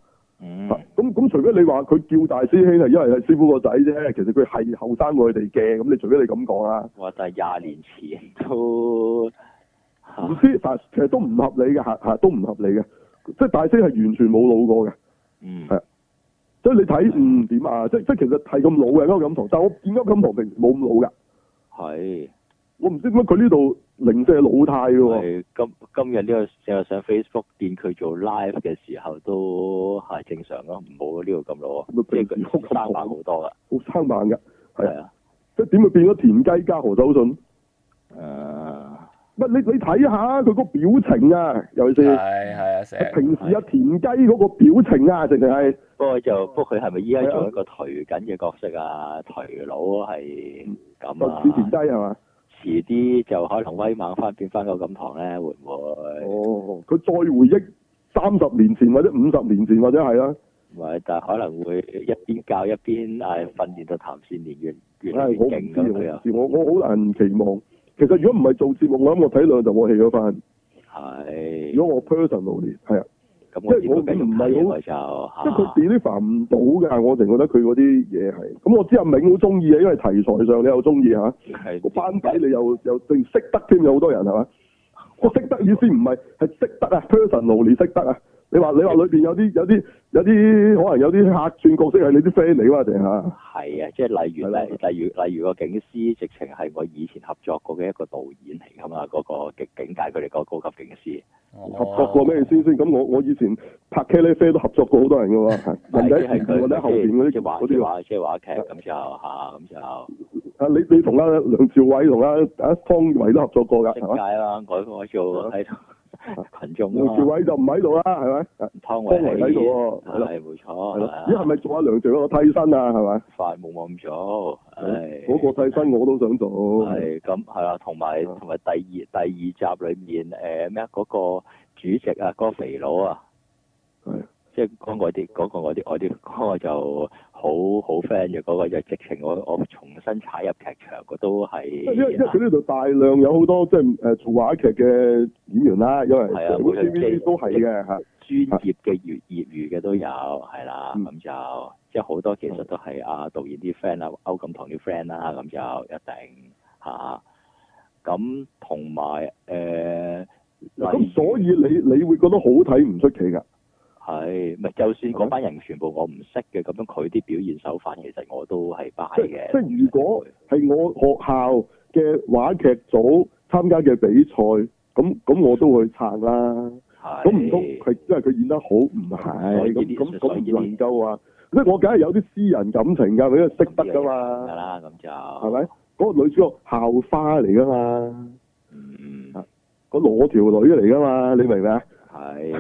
B: 嗯
A: 咁咁、除非你話佢叫大師兄係因為係師傅個仔啫，其實佢係後生過佢哋嘅。咁你除非你咁講啊，
B: 話但係廿年前都嚇
A: 唔知但其實都唔合理嘅嚇嚇，都唔合理嘅。即係大師兄係完全冇老過嘅。
B: 嗯
A: 係即係你睇嗯點啊？即即其實係咁老嘅歐錦棠，但我見歐錦棠平時冇咁老㗎。
B: 係
A: 我唔知點解佢呢度零舍老態嘅喎。
B: 係今今日呢個成日上 Facebook 見佢做 live 嘅時候都係正常咯，唔冇呢度咁老啊，
A: 咪
B: 即係
A: 平時
B: 佢
A: 都咁
B: 生猛好多啊噶，
A: 好生猛㗎，係
B: 係
A: 啊！
B: 啊，
A: 即點會變咗田雞加何守信？
B: 誒
A: 乜你你睇下佢個表情啊，尤其是
C: 係係啊，成日
A: 平時啊田雞嗰個表情啊，淨係
B: 不過就不過佢係咪依家
A: 係啊
B: 做一個頹緊嘅角色啊？頹佬係咁
A: 就似田
B: 啊
A: 雞，係嘛？
B: 遲啲就可能威猛翻變翻個錦堂咧，會唔會？
A: 哦，佢再回憶三十年前或者五十年前或者係啊啦，
B: 唔係，但係可能會一邊教一邊誒訓練到談善連越越嚟
A: 唉，
B: 越
A: 我唔
B: 勁咁佢
A: 知
B: 又
A: 啊，我我好難期望。其實如果唔係做節目，我諗我睇兩集我棄咗翻。
B: 係。
A: 如果我 personally 係啊。
B: 咁我
A: 即
B: 只
A: 係我
B: 會繼續睇
A: 唔
B: 佢就
A: 即係佢
B: 嚇
A: deliver 唔到㗎，我成覺得佢嗰啲嘢係。咁我知阿銘好中意啊嘅，因為題材上你又中意嚇，
B: 係
A: 個班底你又又仲識得添，有好多人係嘛？我識得意思唔係係識得啊，personal 你識得啊。你話你話裏邊有啲有啲有啲可能有啲客串角色係你啲 friend 嚟㗎嘛定嚇？
B: 係啊，即係例如
A: 係啦
B: 例例如例如個警司，直情係我以前合作過嘅一個導演嚟㗎嘛，嗰、個警警界佢哋個高級警司。
A: 合作過咩先先？咁我我以前拍茄喱啡都合作過好多人㗎喎，人
B: 係即
A: 哋
B: 係
A: 喺前
B: 佢
A: 我哋喺後邊嗰
B: 即係話
A: 啲嗰
B: 即係
A: 啲啊
B: 話即係話劇咁就嚇咁就。
A: 啊！你你同阿梁朝偉同阿阿湯唯都合作過㗎
B: 識
A: 係嘛？
B: 解啦，我我做喺度群眾
A: 梁
B: 啊
A: 朝偉就唔喺度啦係咪？啊
B: 湯
A: 湯唯喺
B: 喺
A: 度啊喎係咯
B: 係冇
A: 係
B: 錯，
A: 咯
B: 係啊
A: 咦係咪做阿梁朝偉個替身啊？係咪？
B: 快冇望咁早，唉，
A: 嗰個替身我都想做。
B: 係咁係啦，同埋
A: 啊
B: 同埋第二第二集裏面誒咩啊嗰個主席啊，嗰個肥佬啊，
A: 係
B: 即係講我啲嗰個我啲我啲嗰個就好好 friend 嘅嗰個就直情我我重新踩入劇場，我都
A: 因為因為
B: 係
A: 佢呢度大量有好多即係誒做話劇嘅演員啦，因為
B: 係啊
A: 成個
B: 每個
A: TVB
B: 機
A: 都係嘅嚇。
B: 專業嘅業業餘嘅都有，係啦，
A: 嗯
B: 咁就即係好多其實都係啊導演啲 friend 啊，歐錦棠啲 friend 啦，咁就一定嚇。咁同埋呃誒，
A: 咁所以你你會覺得好睇唔出奇㗎。
B: 係咪就算
A: 係咩
B: 嗰班人全部我唔識嘅，咁樣佢啲表現手法其實我都係 buy
A: 嗯即
B: 嘅。
A: 即係如果係我學校嘅話劇組參加嘅比賽，咁咁我都會撐啦。
B: 係
A: 咁唔通佢因為佢演得好唔係
B: 所以呢
A: 咁
B: 啲
A: 咁
B: 所以
A: 咁
B: 呢啲
A: 唔能夠話，即係我梗係有啲私人感情㗎，佢因為識得㗎
B: 係
A: 嘛，
B: 啦，咁就係
A: 係？咪？嗰、個女主角校花嚟㗎嘛，
B: 嗯，
A: 嗰裸條女嚟㗎嘛，你明唔明啊？
B: 係。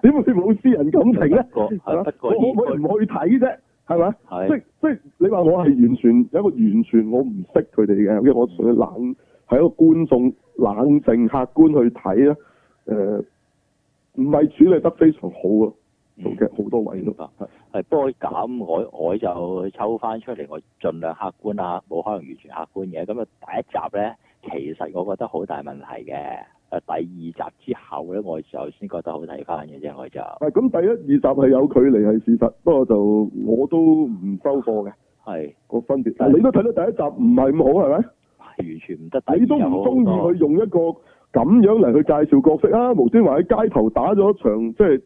A: 點會冇私人感情咧？
B: 不 過
A: 係嘛
B: 係不
A: 我
B: 過
A: 可唔可以唔去睇啫？係咪？
B: 係
A: 即即你話我係完全有一個完全我唔識佢哋嘅，因為我純粹冷係一個觀眾冷靜客觀去睇咧。誒、唔係處理得非常好啊，
B: 嗯
A: 做劇好多位都
B: 明白啊係不過咁，我我就抽翻出嚟，我盡量客觀啦，冇可能完全客觀嘅。咁啊，第一集咧，其實我覺得好大問題嘅。誒，第二集之後咧，我就先覺得好睇翻嘅啫，我就
A: 係啊咁第一二集係有距離係事實，不過就我都唔收貨嘅
B: 係
A: 個分別。但係你都睇到第一集唔係咁好係咪？
B: 完全唔得。
A: 你都唔中意佢用一個咁樣嚟去介紹角色啊！無端話喺街頭打咗一場即係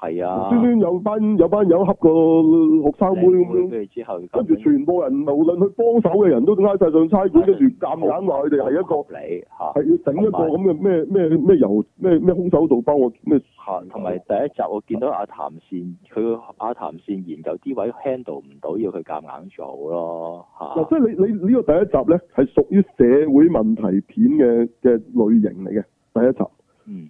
B: 係啊，
A: 端端有班有班友恰個學生妹咁樣，
B: 靚妹跟住之後
A: 跟住全部人無論佢幫手嘅人都拉晒上差館，跟住夾硬話佢哋係一個
B: 你嚇
A: 係要整一個咁嘅咩咩咩由咩咩空手道包我咩
B: 嚇，同埋第一集我見到阿譚善佢阿譚善研究啲位 handle 唔到，要佢夾硬做咯
A: 嗱，
B: 嚇。
A: 即係你你呢個第一集咧係屬於社會問題片嘅嘅類型嚟嘅第一集。
B: 嗯，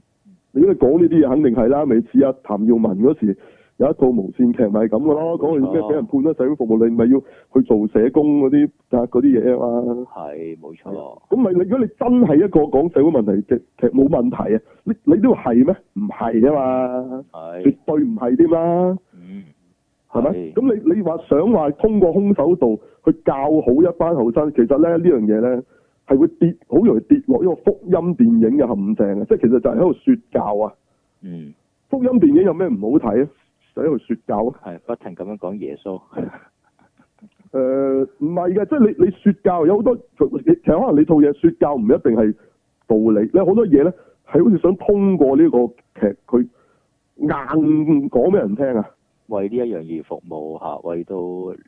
A: 你如果你講呢啲嘢，肯定係啦，未似阿譚耀文嗰時有一套無線劇咪係咁嘅
B: 哦
A: 咯，講佢咩俾人判咗社會服務，你咪要去做社工嗰啲啊嗰啲嘢啊嘛。
B: 係冇錯，
A: 咁咪你如果你真係一個講社會問題嘅劇冇問題啊，你你都係咩？唔係啊嘛，絕
B: 係
A: 對唔係添啦，
B: 嗯
A: 係咪？
B: 係
A: 咁你你話想話通過空手道去教好一班後生，其實咧呢樣嘢咧係會跌好容易跌落一個福音電影嘅陷阱啊！即係其實就係喺度説教啊！
B: 嗯
A: 福音電影有咩唔好睇啊？就喺度説教啊！
B: 係不停咁樣講耶穌，
A: 誒呃唔係嘅，即係你你説教有好多，其實可能你套嘢説教唔一定係道理，你好多嘢咧係好似想通過呢個劇佢硬講俾人聽啊！
B: 為呢一樣而服務嚇，為到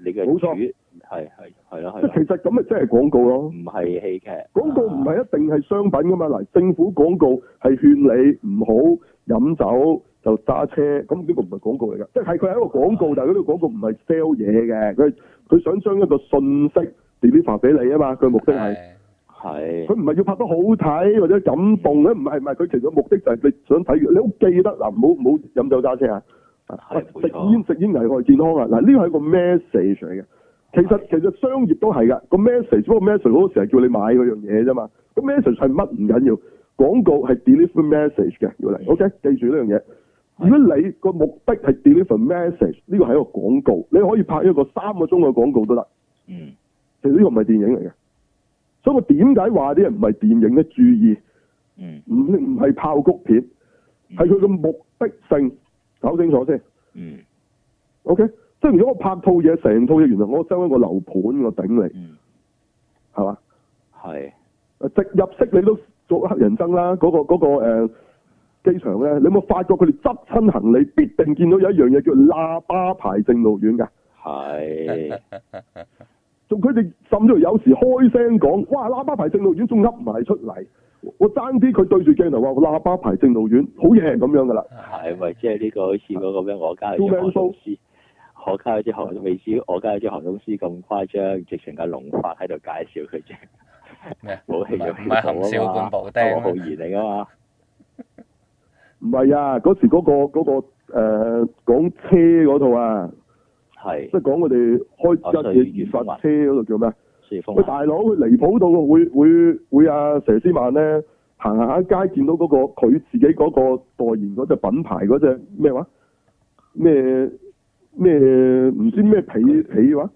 B: 你嘅
A: 冇
B: 主
A: 錯
B: 係係係咯係
A: 即係其
B: 咯，
A: 實咁咪即係廣告咯。
B: 唔係戲劇
A: 廣告唔係一定係商品噶嘛，嗱，政府廣告係勸你唔好飲酒就揸車，咁呢個唔係廣告嚟㗎，即係佢係一個廣告，但係嗰個廣告唔係 sell 嘢嘅，佢佢想將一個信息 deliver 俾你啊嘛，佢目的係。
C: 係
B: 啊係
A: 佢唔係要拍得好睇或者感動咧，唔係唔係，佢其實目的就係你想睇完，你好記得嗱，唔好唔好飲酒揸車啊，
B: 係
A: 喂
B: 冇
A: 食
B: 錯
A: 煙食煙危害健康啊，嗱呢個係一個 message 嚟嘅。其實其實商業都係㗎，個 message 不過 message 好多時係叫你買嗰樣嘢啫嘛，個 message 係乜唔緊要，廣告係 deliver message 嘅要嚟，OK 記住呢樣嘢。如果你個目的係 deliver message，呢個係一個廣告，你可以拍一個三個鐘嘅廣告都得。
B: 嗯
A: 其實呢個唔係電影嚟嘅，所以我點解話啲人唔係電影咧？注意，
B: 嗯
A: 唔唔係炮谷片，
B: 嗯
A: 係佢嘅目的性搞清楚先。
B: 嗯
A: OK，即係如果我拍套嘢，成套嘢原來我收一個樓盤，我頂你
B: 嗯
A: 係嘛？
B: 係
A: 植入式你都做黑人憎啦，嗰、個嗰、個呃機場咧，你有冇發覺佢哋執親行李必定見到有一樣嘢叫喇叭牌正路丸㗎？
B: 係
A: 仲佢哋甚至乎有時開聲講，哇！喇叭牌正路丸仲噏埋出嚟，我爭啲佢對住鏡頭話喇叭牌正路丸好嘢咁樣噶啦，
B: 係咪即係呢個好似嗰個咩我家有
A: Two
B: 隻
A: man
B: 韓東師，我家有隻韓未知我家有隻韓東師咁誇張，直情嘅龍發喺度介紹佢啫，
C: 咩啊？
B: 冇戲
C: 唔係
B: 就
C: 唔係含笑半步釘
B: 浩然嚟噶啊嘛，
A: 唔係啊！嗰時嗰、個嗰、個誒、呃、講車嗰套啊，即
B: 係
A: 係講我哋開一
B: 哦
A: 嘢
B: 所以
A: 罰車嗰度叫咩？
B: 四風
A: 喂，
B: 啊
A: 大佬佢離譜到會會會啊！佘詩曼咧行行下街見到嗰、個佢自己嗰個代言嗰隻品牌嗰隻咩話咩咩唔知咩皮皮話。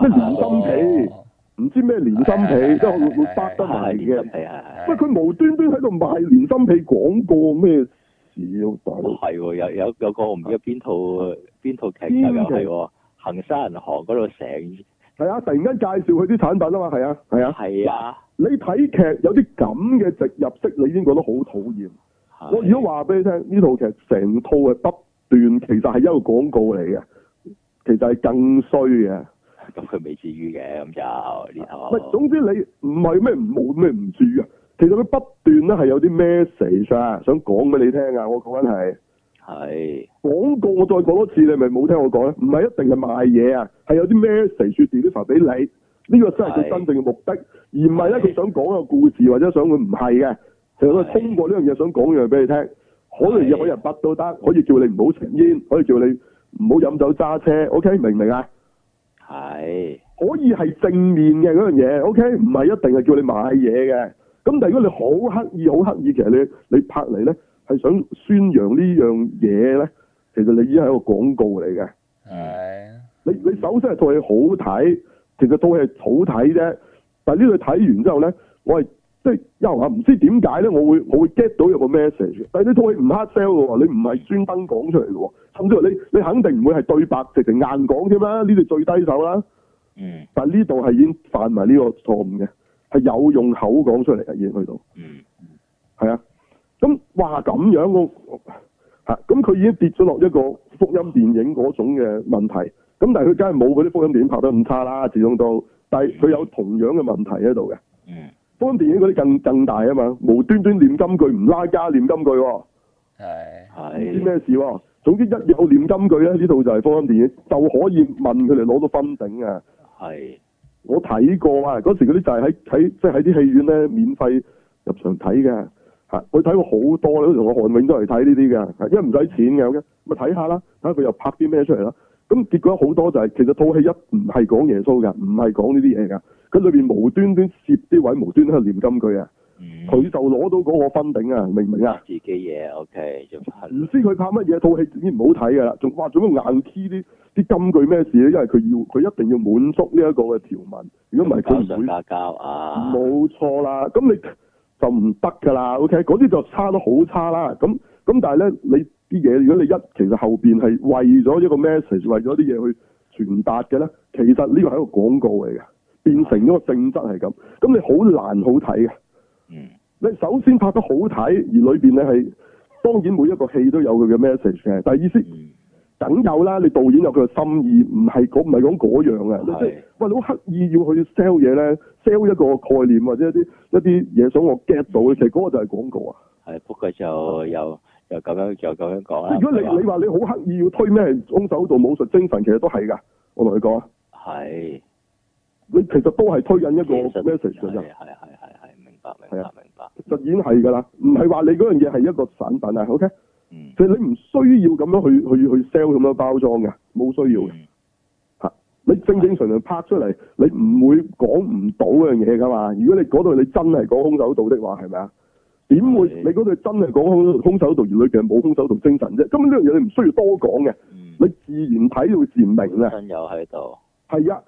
A: 咩連心被，
C: 哦
A: 唔知咩連心被，即係會會包得埋
B: 係連
A: 嘅
B: 心。被係係。
A: 喂，佢無端端喺度賣連心被廣告咩事啊，大
B: 哦
A: 佬？
B: 係喎，有有有個我唔知邊套邊套劇集又係喎，恒生銀行嗰度成
A: 係啊，突然間介紹佢啲產品啊嘛，係啊，係啊。
B: 係啊，
A: 你睇劇有啲咁嘅植入式，你已經覺得好討厭。
B: 係
A: 我如果話俾你聽，呢套劇成套係不斷，其實係一個廣告嚟嘅，其實係更衰嘅。
B: 咁佢未至於嘅，咁就呢
A: 喂，
B: 頭
A: 總之你唔係咩唔冇咩唔至於啊。其實佢不斷咧係有啲 message 啊，想講俾你聽啊。我講緊係。
B: 係
A: 廣告我再講多次，你咪冇聽我講咧？啊唔係一定係賣嘢啊，係有啲 message deliver 俾你，呢、個先係佢
B: 係
A: 真正嘅目的，而唔係咧
B: 係
A: 佢想講一個故事或者想佢唔係嘅，其實佢
B: 係
A: 通過呢樣嘢想講樣嘢俾你聽，可能嘢可以係筆都得，可以叫你唔好食煙，可以叫你唔好飲酒揸車，OK 明唔明啊？
B: 係
A: 可以係正面嘅嗰樣嘢，OK，唔係一定係叫你買嘢嘅。咁但係如果你好刻意、好刻意，其實你你拍嚟咧係想宣揚呢樣嘢咧，其實你已經係一個廣告嚟嘅。
C: 係
A: 你你首先係套戲好睇，其實套戲係好睇啫。但係呢度睇完之後咧，我係即係又下唔知點解咧，我會我會 get 到有個 message 嘅。但係呢套戲唔 hard sell 嘅喎，你唔係專登講出嚟嘅喎，甚至乎你你肯定唔會係對白直情硬講添啦，呢度最低手啦。
B: 嗯
A: 但係呢度係已經犯埋呢個錯誤嘅，係有用口啊講出嚟嘅，已經去到
B: 嗯
A: 係啊。咁哇咁樣我係啊，咁佢已經跌咗落一個福音電影嗰種嘅問題。咁但係佢梗係冇嗰啲福音電影拍得咁差啦，始終都，但係佢有同樣嘅問題喺度嘅。
B: 嗯，
A: 福音電影嗰啲更更大啊嘛，無端端念金句唔拉加念金句喎，
C: 係
A: 唔知
B: 係，
A: 咩事喎。總之一有念金句咧，呢套就係福音電影，就可以問佢哋攞到分頂啊！
B: 係，
A: 我睇過啊，嗰時嗰啲就係喺喺即係喺啲戲院咧免費入場睇嘅嚇，我睇過好多咧，嗰時我韓永都嚟睇呢啲嘅，係因為唔使錢嘅，OK，咪睇下啦，睇下佢又拍啲咩出嚟啦。咁結果好多就係、其實套戲一唔係講耶穌㗎，唔係講呢啲嘢㗎，佢裏邊無端端攝啲位，無端端去念金句啊，
B: 嗯，
A: 佢就攞到嗰個分頂啊，明唔明啊？
B: 自己嘢，OK，仲係
A: 唔知佢拍乜嘢套戲已經唔好睇㗎啦，仲哇做咩硬 key 啲啲金句咩事咧？因為佢要佢一定要滿足呢一個嘅條文，如果唔係
B: 搞
A: 佢唔
B: 上
A: 會。
B: 加交啊，
A: 冇錯啦，咁你就唔得㗎啦，OK，嗰啲就差得好差啦。咁咁但係咧，你啲嘢如果你一其實後邊係為咗一個 message，為咗啲嘢去傳達嘅咧，其實呢個係一個廣告嚟嘅，變成咗個性質係咁，咁你好難好睇嘅。
B: 嗯，
A: 你首先拍得好睇，而裏邊咧係當然每一個戲都有佢嘅 message 嘅，但係意思
B: 嗯，
A: 梗有啦，你導演有佢嘅心意，唔係嗰唔係講嗰樣啊！你
B: 係
A: 即係喂，你好刻意要去 sell 嘢咧，sell 一個概念或者一啲一啲嘢想我 get 到嘅，其實嗰個就係廣告啊！
B: 係，不過就又又咁樣又咁樣講啦
A: 即係，如果你你話你好刻意要推咩空手道武術精神，其實都係㗎。我同你講啊，
B: 係
A: 你其實都係推緊一
B: 其
A: 個
B: 實
A: message 㗎
B: 係
A: 咋
B: 係，係係係，明白明
A: 係啊
B: 白明白，
A: 實已經係㗎啦，唔係話你嗰樣嘢係一個產品啊，OK？
B: 嗯，
A: 其實你唔需要咁樣去去去 sell 咁樣包裝㗎，冇需要嘅。
B: 嗯
A: 你正正常常拍出嚟，你唔會講唔到嗰樣嘢噶嘛。如果你嗰度你真係講空手道的話，係咪啊？點會
B: 係
A: 你嗰度真係講空空手道而裏邊冇空手道精神啫？咁呢樣嘢你唔需要多講嘅，
B: 嗯，
A: 你自然睇會自然明啊。
B: 真有喺度，
A: 係啊，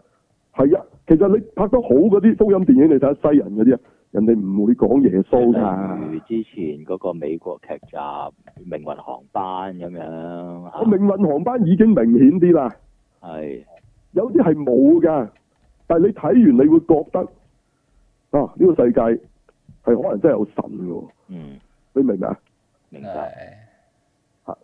A: 係啊，其實你拍得好嗰啲福音電影，你睇下西人嗰啲啊，人哋唔會講耶穌
B: 例如
A: 㗎。
B: 之前嗰個美國劇集《命運航班》咁樣，啊
A: 我命運航班已經明顯啲啦，
B: 係
A: 有啲係冇㗎，但係你睇完你會覺得啊，呢、個世界係可能真係有神㗎喎。
B: 嗯
A: 你明唔明啊？
B: 明白，
C: 係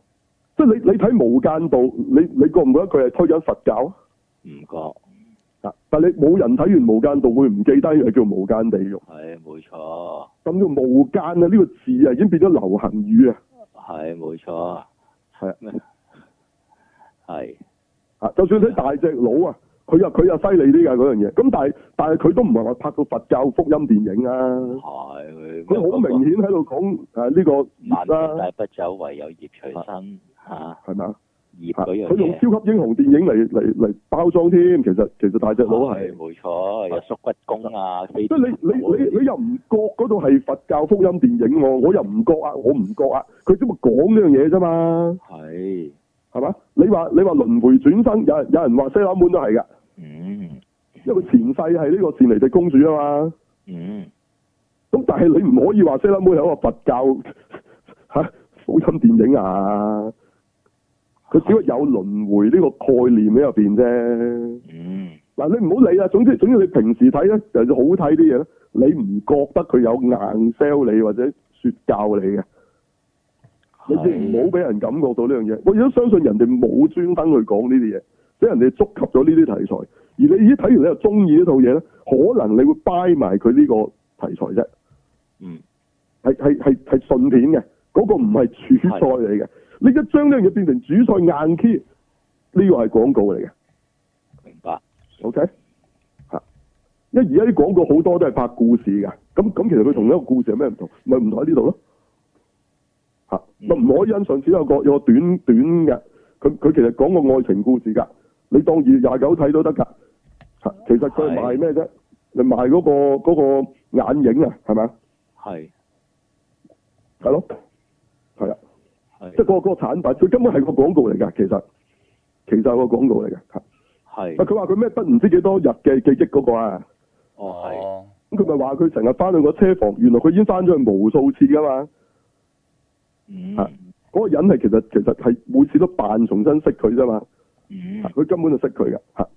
A: 即係你你睇《無間道》，你你覺唔覺得佢係推緊佛教
B: 唔覺
A: 啊？但係你冇人睇完《無間道》會唔記得係叫《無間地獄》，
B: 係冇錯，
A: 甚至乎無間啊呢、個字啊已經變咗流行語啊！
B: 係冇錯，
A: 係啊
B: 係
A: 啊，就算睇大隻佬啊，佢又佢又犀利啲㗎嗰樣嘢。咁但係但係佢都唔係話拍到佛教福音電影啊，
B: 係
A: 佢好明顯啊喺度講誒呢
B: 萬
A: 個
B: 變
A: 業啦，
B: 大不走，唯有業隨身嚇。
A: 係咪啊？
B: 業
A: 啊
B: 嗰樣
A: 佢用
B: 嘢，
A: 超級英雄電影嚟嚟嚟包裝添，其實其實大隻佬係
B: 係。啊冇錯，有縮骨功啊，飛
A: 即係你你你你又唔覺嗰度係佛教福音電影喎，我又唔覺啊，我唔覺啊，佢只不過講呢樣嘢啫嘛，
B: 啊係
A: 係嘛？你話你話輪迴轉生，有人有人話西冷門都係㗎，
B: 嗯
A: 因為佢前世係呢個善尼迪公主啊嘛。
B: 嗯
A: 咁但係你唔可以話西冷門係一個佛教 嚇、福音電影啊，佢只不過有輪迴呢個概念喺入邊啫。
B: 嗯
A: 嗱，你唔好理啦，總之總之你平時睇咧就好睇啲嘢咧，你唔覺得佢有硬 sell 你或者説教你嘅，你即係唔好俾人感覺到呢樣嘢。我亦都相信人哋冇專登去講呢啲嘢，即係人哋觸及咗呢啲題材，而你已經睇完你又中意呢套嘢咧，可能你會 buy 埋佢呢個題材啫，
B: 嗯
A: 係係係係順片嘅，嗰、個唔係主菜嚟嘅。你一將呢樣嘢變成主菜硬 key，呢個係廣告嚟嘅。
B: 明白
A: OK，嚇，因為而家啲廣告好多都係拍故事㗎，咁咁其實佢同一個故事有咩唔同？咪唔同喺呢度咯，嚇，
B: 嗯
A: 咪唔可以欣賞只有個有個短短嘅，佢佢其實講個愛情故事㗎，你當二月廿九睇都得㗎，嚇，其實佢係
B: 係
A: 賣咩啫？你賣嗰、個嗰、個眼影啊，係咪啊？
B: 係
A: 係咯，係啊，
B: 係
A: 即係嗰個嗰個產品，佢根本係個廣告嚟㗎，其實其實係個廣告嚟㗎，嚇，但
B: 係
A: 佢話佢咩得唔知幾多日嘅記憶嗰個啊？
B: 哦
A: 咁佢咪話佢成日翻去個車房，原來佢已經翻咗去無數次噶嘛。
B: 係嗯
A: 啊嗰、個人係其實其實係每次都扮重新識佢啫嘛，
B: 嗯
A: 佢根本就識佢噶嚇。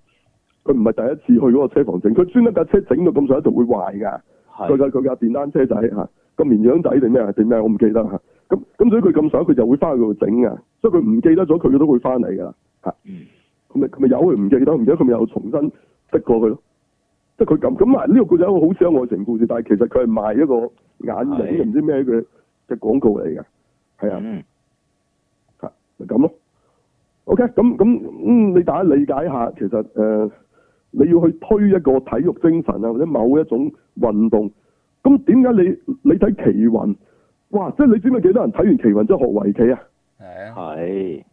A: 佢唔係第一次去嗰個車房整，佢專登架車整到咁上下度會壞噶。佢
B: 係
A: 架佢架電單車仔嚇，個綿羊仔定咩啊定咩啊，我唔記得嚇。咁咁所以佢咁想，佢就會翻去嗰度整啊。所以佢唔記得咗，佢都會翻嚟㗎啦嚇。
B: 嗯
A: 咁咪佢咪由佢唔記得，唔記得佢咪又重新逼過佢咯。即係佢咁咁啊！呢個故仔一個好似係愛情故事，但係其實佢係賣一個眼
B: 係
A: 影，唔知咩嘅嘅廣告嚟㗎。係啊。
B: 嗯
A: 嚇，咪咁咯。OK，咁咁嗯，你大家理解下，其實誒、呃你要去推一個體育精神啊，或者某一種運動，咁點解你你睇奇雲？哇！即係你知唔知幾多人睇完奇雲之後學圍棋啊？
C: 係啊，
B: 係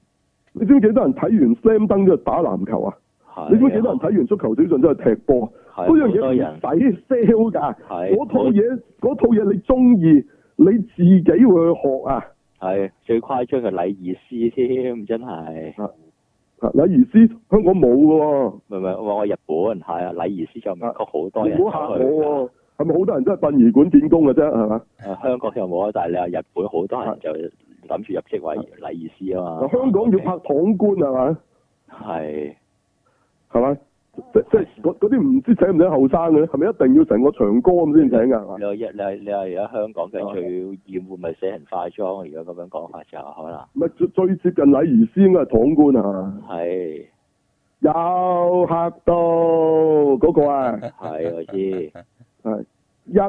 A: 你知唔知幾多人睇完 slam dunk 之後打籃球啊？
B: 係。
A: 你知唔知幾多人睇完足球小將之後踢波啊？
B: 係
A: 嗰樣
B: 好多
A: 嘢
B: 人
A: 唔使 sell 㗎，
B: 係
A: 嗰套嘢嗰套嘢你中意，你自己會去學啊！
B: 係最誇張嘅禮儀師添，真係。
A: 啊，禮儀師香港冇㗎喎。
B: 明唔明？我話日本係啊，禮儀師就明確好多
A: 你
B: 人
A: 唔好
B: 走
A: 嚇
B: 去
A: 我啊喎，係咪好多人都係殯儀館見工嘅啫？係嘛？
B: 啊香港就冇啊，但係你話日本好多人就諗住入職為禮儀師啊嘛。
A: 嗱，香港要拍堂官係嘛？
B: 係
A: 係嘛？即即係嗰嗰啲唔知請唔請後生嘅咧，係咪一定要成個長哥咁先請㗎？係嘛
B: 你？話一你話你話而家香港
A: 哦
B: 嘅最厭惡咪死人化妝？如果咁樣講法就可能
A: 唔係最最接近禮儀師應該係堂官係嘛？
B: 係
A: 有嚇到嗰個 啊，
B: 係我知
A: 係一鞠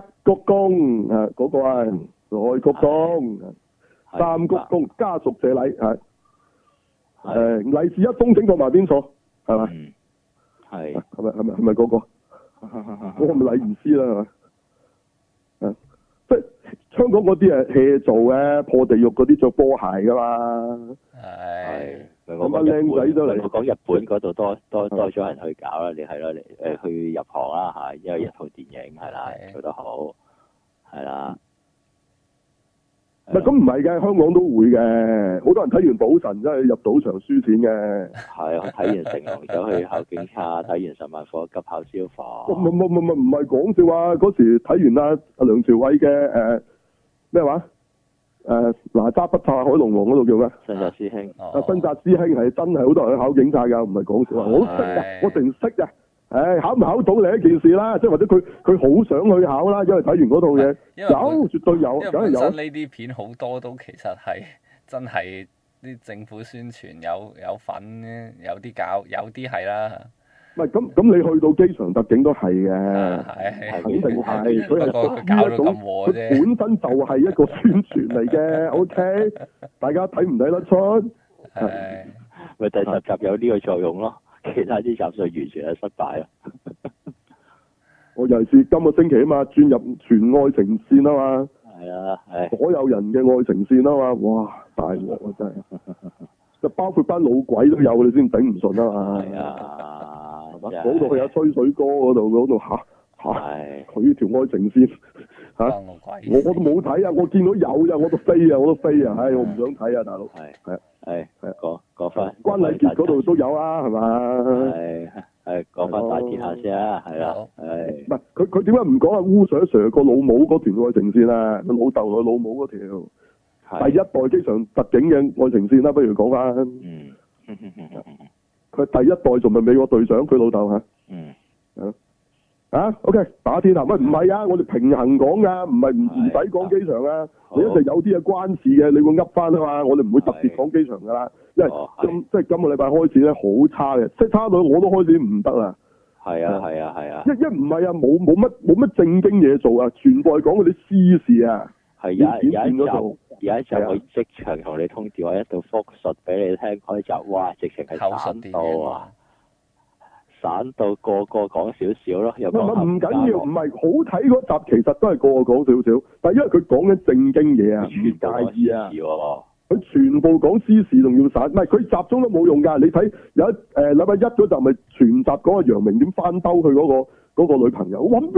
A: 躬啊，嗰個啊，內鞠躬，啊
B: 係
A: 三鞠躬，家屬謝禮係
B: 係
A: 誒，禮事一封請過埋邊坐係嘛？
B: 嗯係
A: 係咪係咪係咪嗰個？嗰個咪禮儀師啦，係咪？啊，即係香港嗰啲係 hea 做嘅，破地獄嗰啲着波鞋噶
B: 啊
A: 嘛，
C: 係
B: 係。咪我講
A: 咁啊靚仔都嚟
B: 日本我講日本嗰度多多多咗人去搞啦，你係咯，你誒去入行啦嚇，因為一套電影係啦
C: 係
B: 做得好，係啦。
A: 唔係咁唔係嘅，香港都會嘅，好多人睇完賭神真係入賭場輸錢嘅，
B: 係，我睇完成龍走去考警察，睇完十萬火急考消
A: 唔唔
B: 防，
A: 唔唔唔係講笑啊！嗰時睇完阿阿梁朝偉嘅誒咩話誒哪吒不怕海龍王嗰度叫咩？
B: 新紮師兄
A: 阿
C: 哦
A: 啊新澤師兄係真係好多人去考警察㗎，唔係講笑啊！我都識啊，
C: 係
A: 我淨識啊！唉，考唔考到另一件事啦，即係或者佢佢好想去考啦，因為睇完嗰套嘢
C: 因為本
A: 有，絕對有
C: 因為，
A: 梗係
C: 本
A: 有
C: 身
A: 啊。
C: 呢啲片好多都其實係真係啲政府宣傳有有份，有啲搞，有啲係啦。
A: 唔係咁咁，你去到機場特警都係嘅，
C: 啊 係
A: 肯定係
C: 不
A: 佢係
C: 過
A: 屬
C: 佢搞
A: 於
C: 到
A: 一種
C: 咁
A: 佢
C: 和
A: 本身
C: 啫，
A: 就係一個宣傳嚟 嘅。OK，大家睇唔睇得出？
C: 係
B: 咪第十集有呢個作用咯，其他啲集數完全係失敗啊咯。
A: 我尤其是今個星期啊嘛，轉入全愛情線啊嘛，
B: 係啊，係
A: 所有人嘅愛情線啊嘛，哇！大鑊啊真係， 就包括班老鬼都有，你先頂唔順啊嘛。
B: 係啊，
A: 講
B: 真係
A: 到去阿吹水哥嗰度，嗰度嚇嚇，
B: 係
A: 佢條愛情 線嚇，
C: 關我鬼事
A: 我我都冇睇啊！我見到有咋，我都飛啊，我都飛啊！唉，我唔想睇啊，大佬。
B: 係
A: 係啊
B: 係
A: 係啊
B: 係講講翻
A: 關禮傑嗰度都有啊，係嘛？
B: 係係講翻大天下先啊，係啦
C: 好，
A: 唔
B: 係
A: 係佢佢點解唔講啊？烏 Sir Sir 個老母嗰段愛情線啊，佢老豆佢老母嗰條第一
B: 係
A: 代機場特警嘅愛情線啦，不如講翻
B: 嗯
A: 佢第一代仲係美國隊長，佢老豆嚇
B: 嗯
A: 啊？OK，打天下喂唔係啊，我哋平衡講噶，唔係唔唔
B: 係
A: 使講機場啊。
B: 嗯好
A: 你一定有啲嘢關事嘅，你會噏翻啊嘛。我哋唔會特別講機場㗎啦，因為
B: 哦
A: 今即係今個禮拜開始咧好差嘅，即係差到我都開始唔得啦。
B: 係啊係啊係啊
A: 一一唔係啊，冇冇乜冇乜正經嘢做啊，全部係講嗰啲私事啊，
B: 係
A: 演
B: 有一有
A: 演
B: 一
A: 變嗰
B: 集
A: 度。
B: 有一集
A: 係啊
B: 我即場同你通電話，一度復述俾你聽嗰集，哇！直情係
C: 口述
B: 散到
C: 電影
B: 啊，散到個個講少少咯，又
A: 唔係
B: 講
A: 唔緊要，唔
B: 冚
A: 係好睇嗰集，其實都係個個講少少，但係因為佢講緊正經嘢啊，
B: 家
A: 唔
B: 樂全部講
A: 介意啊
B: 私。事喎，
A: 佢全部講私事仲要散，唔係佢集中都冇用㗎。你睇有一誒禮拜一嗰集咪全集講阿楊明點翻兜佢嗰個嗰、個女朋友，哇咩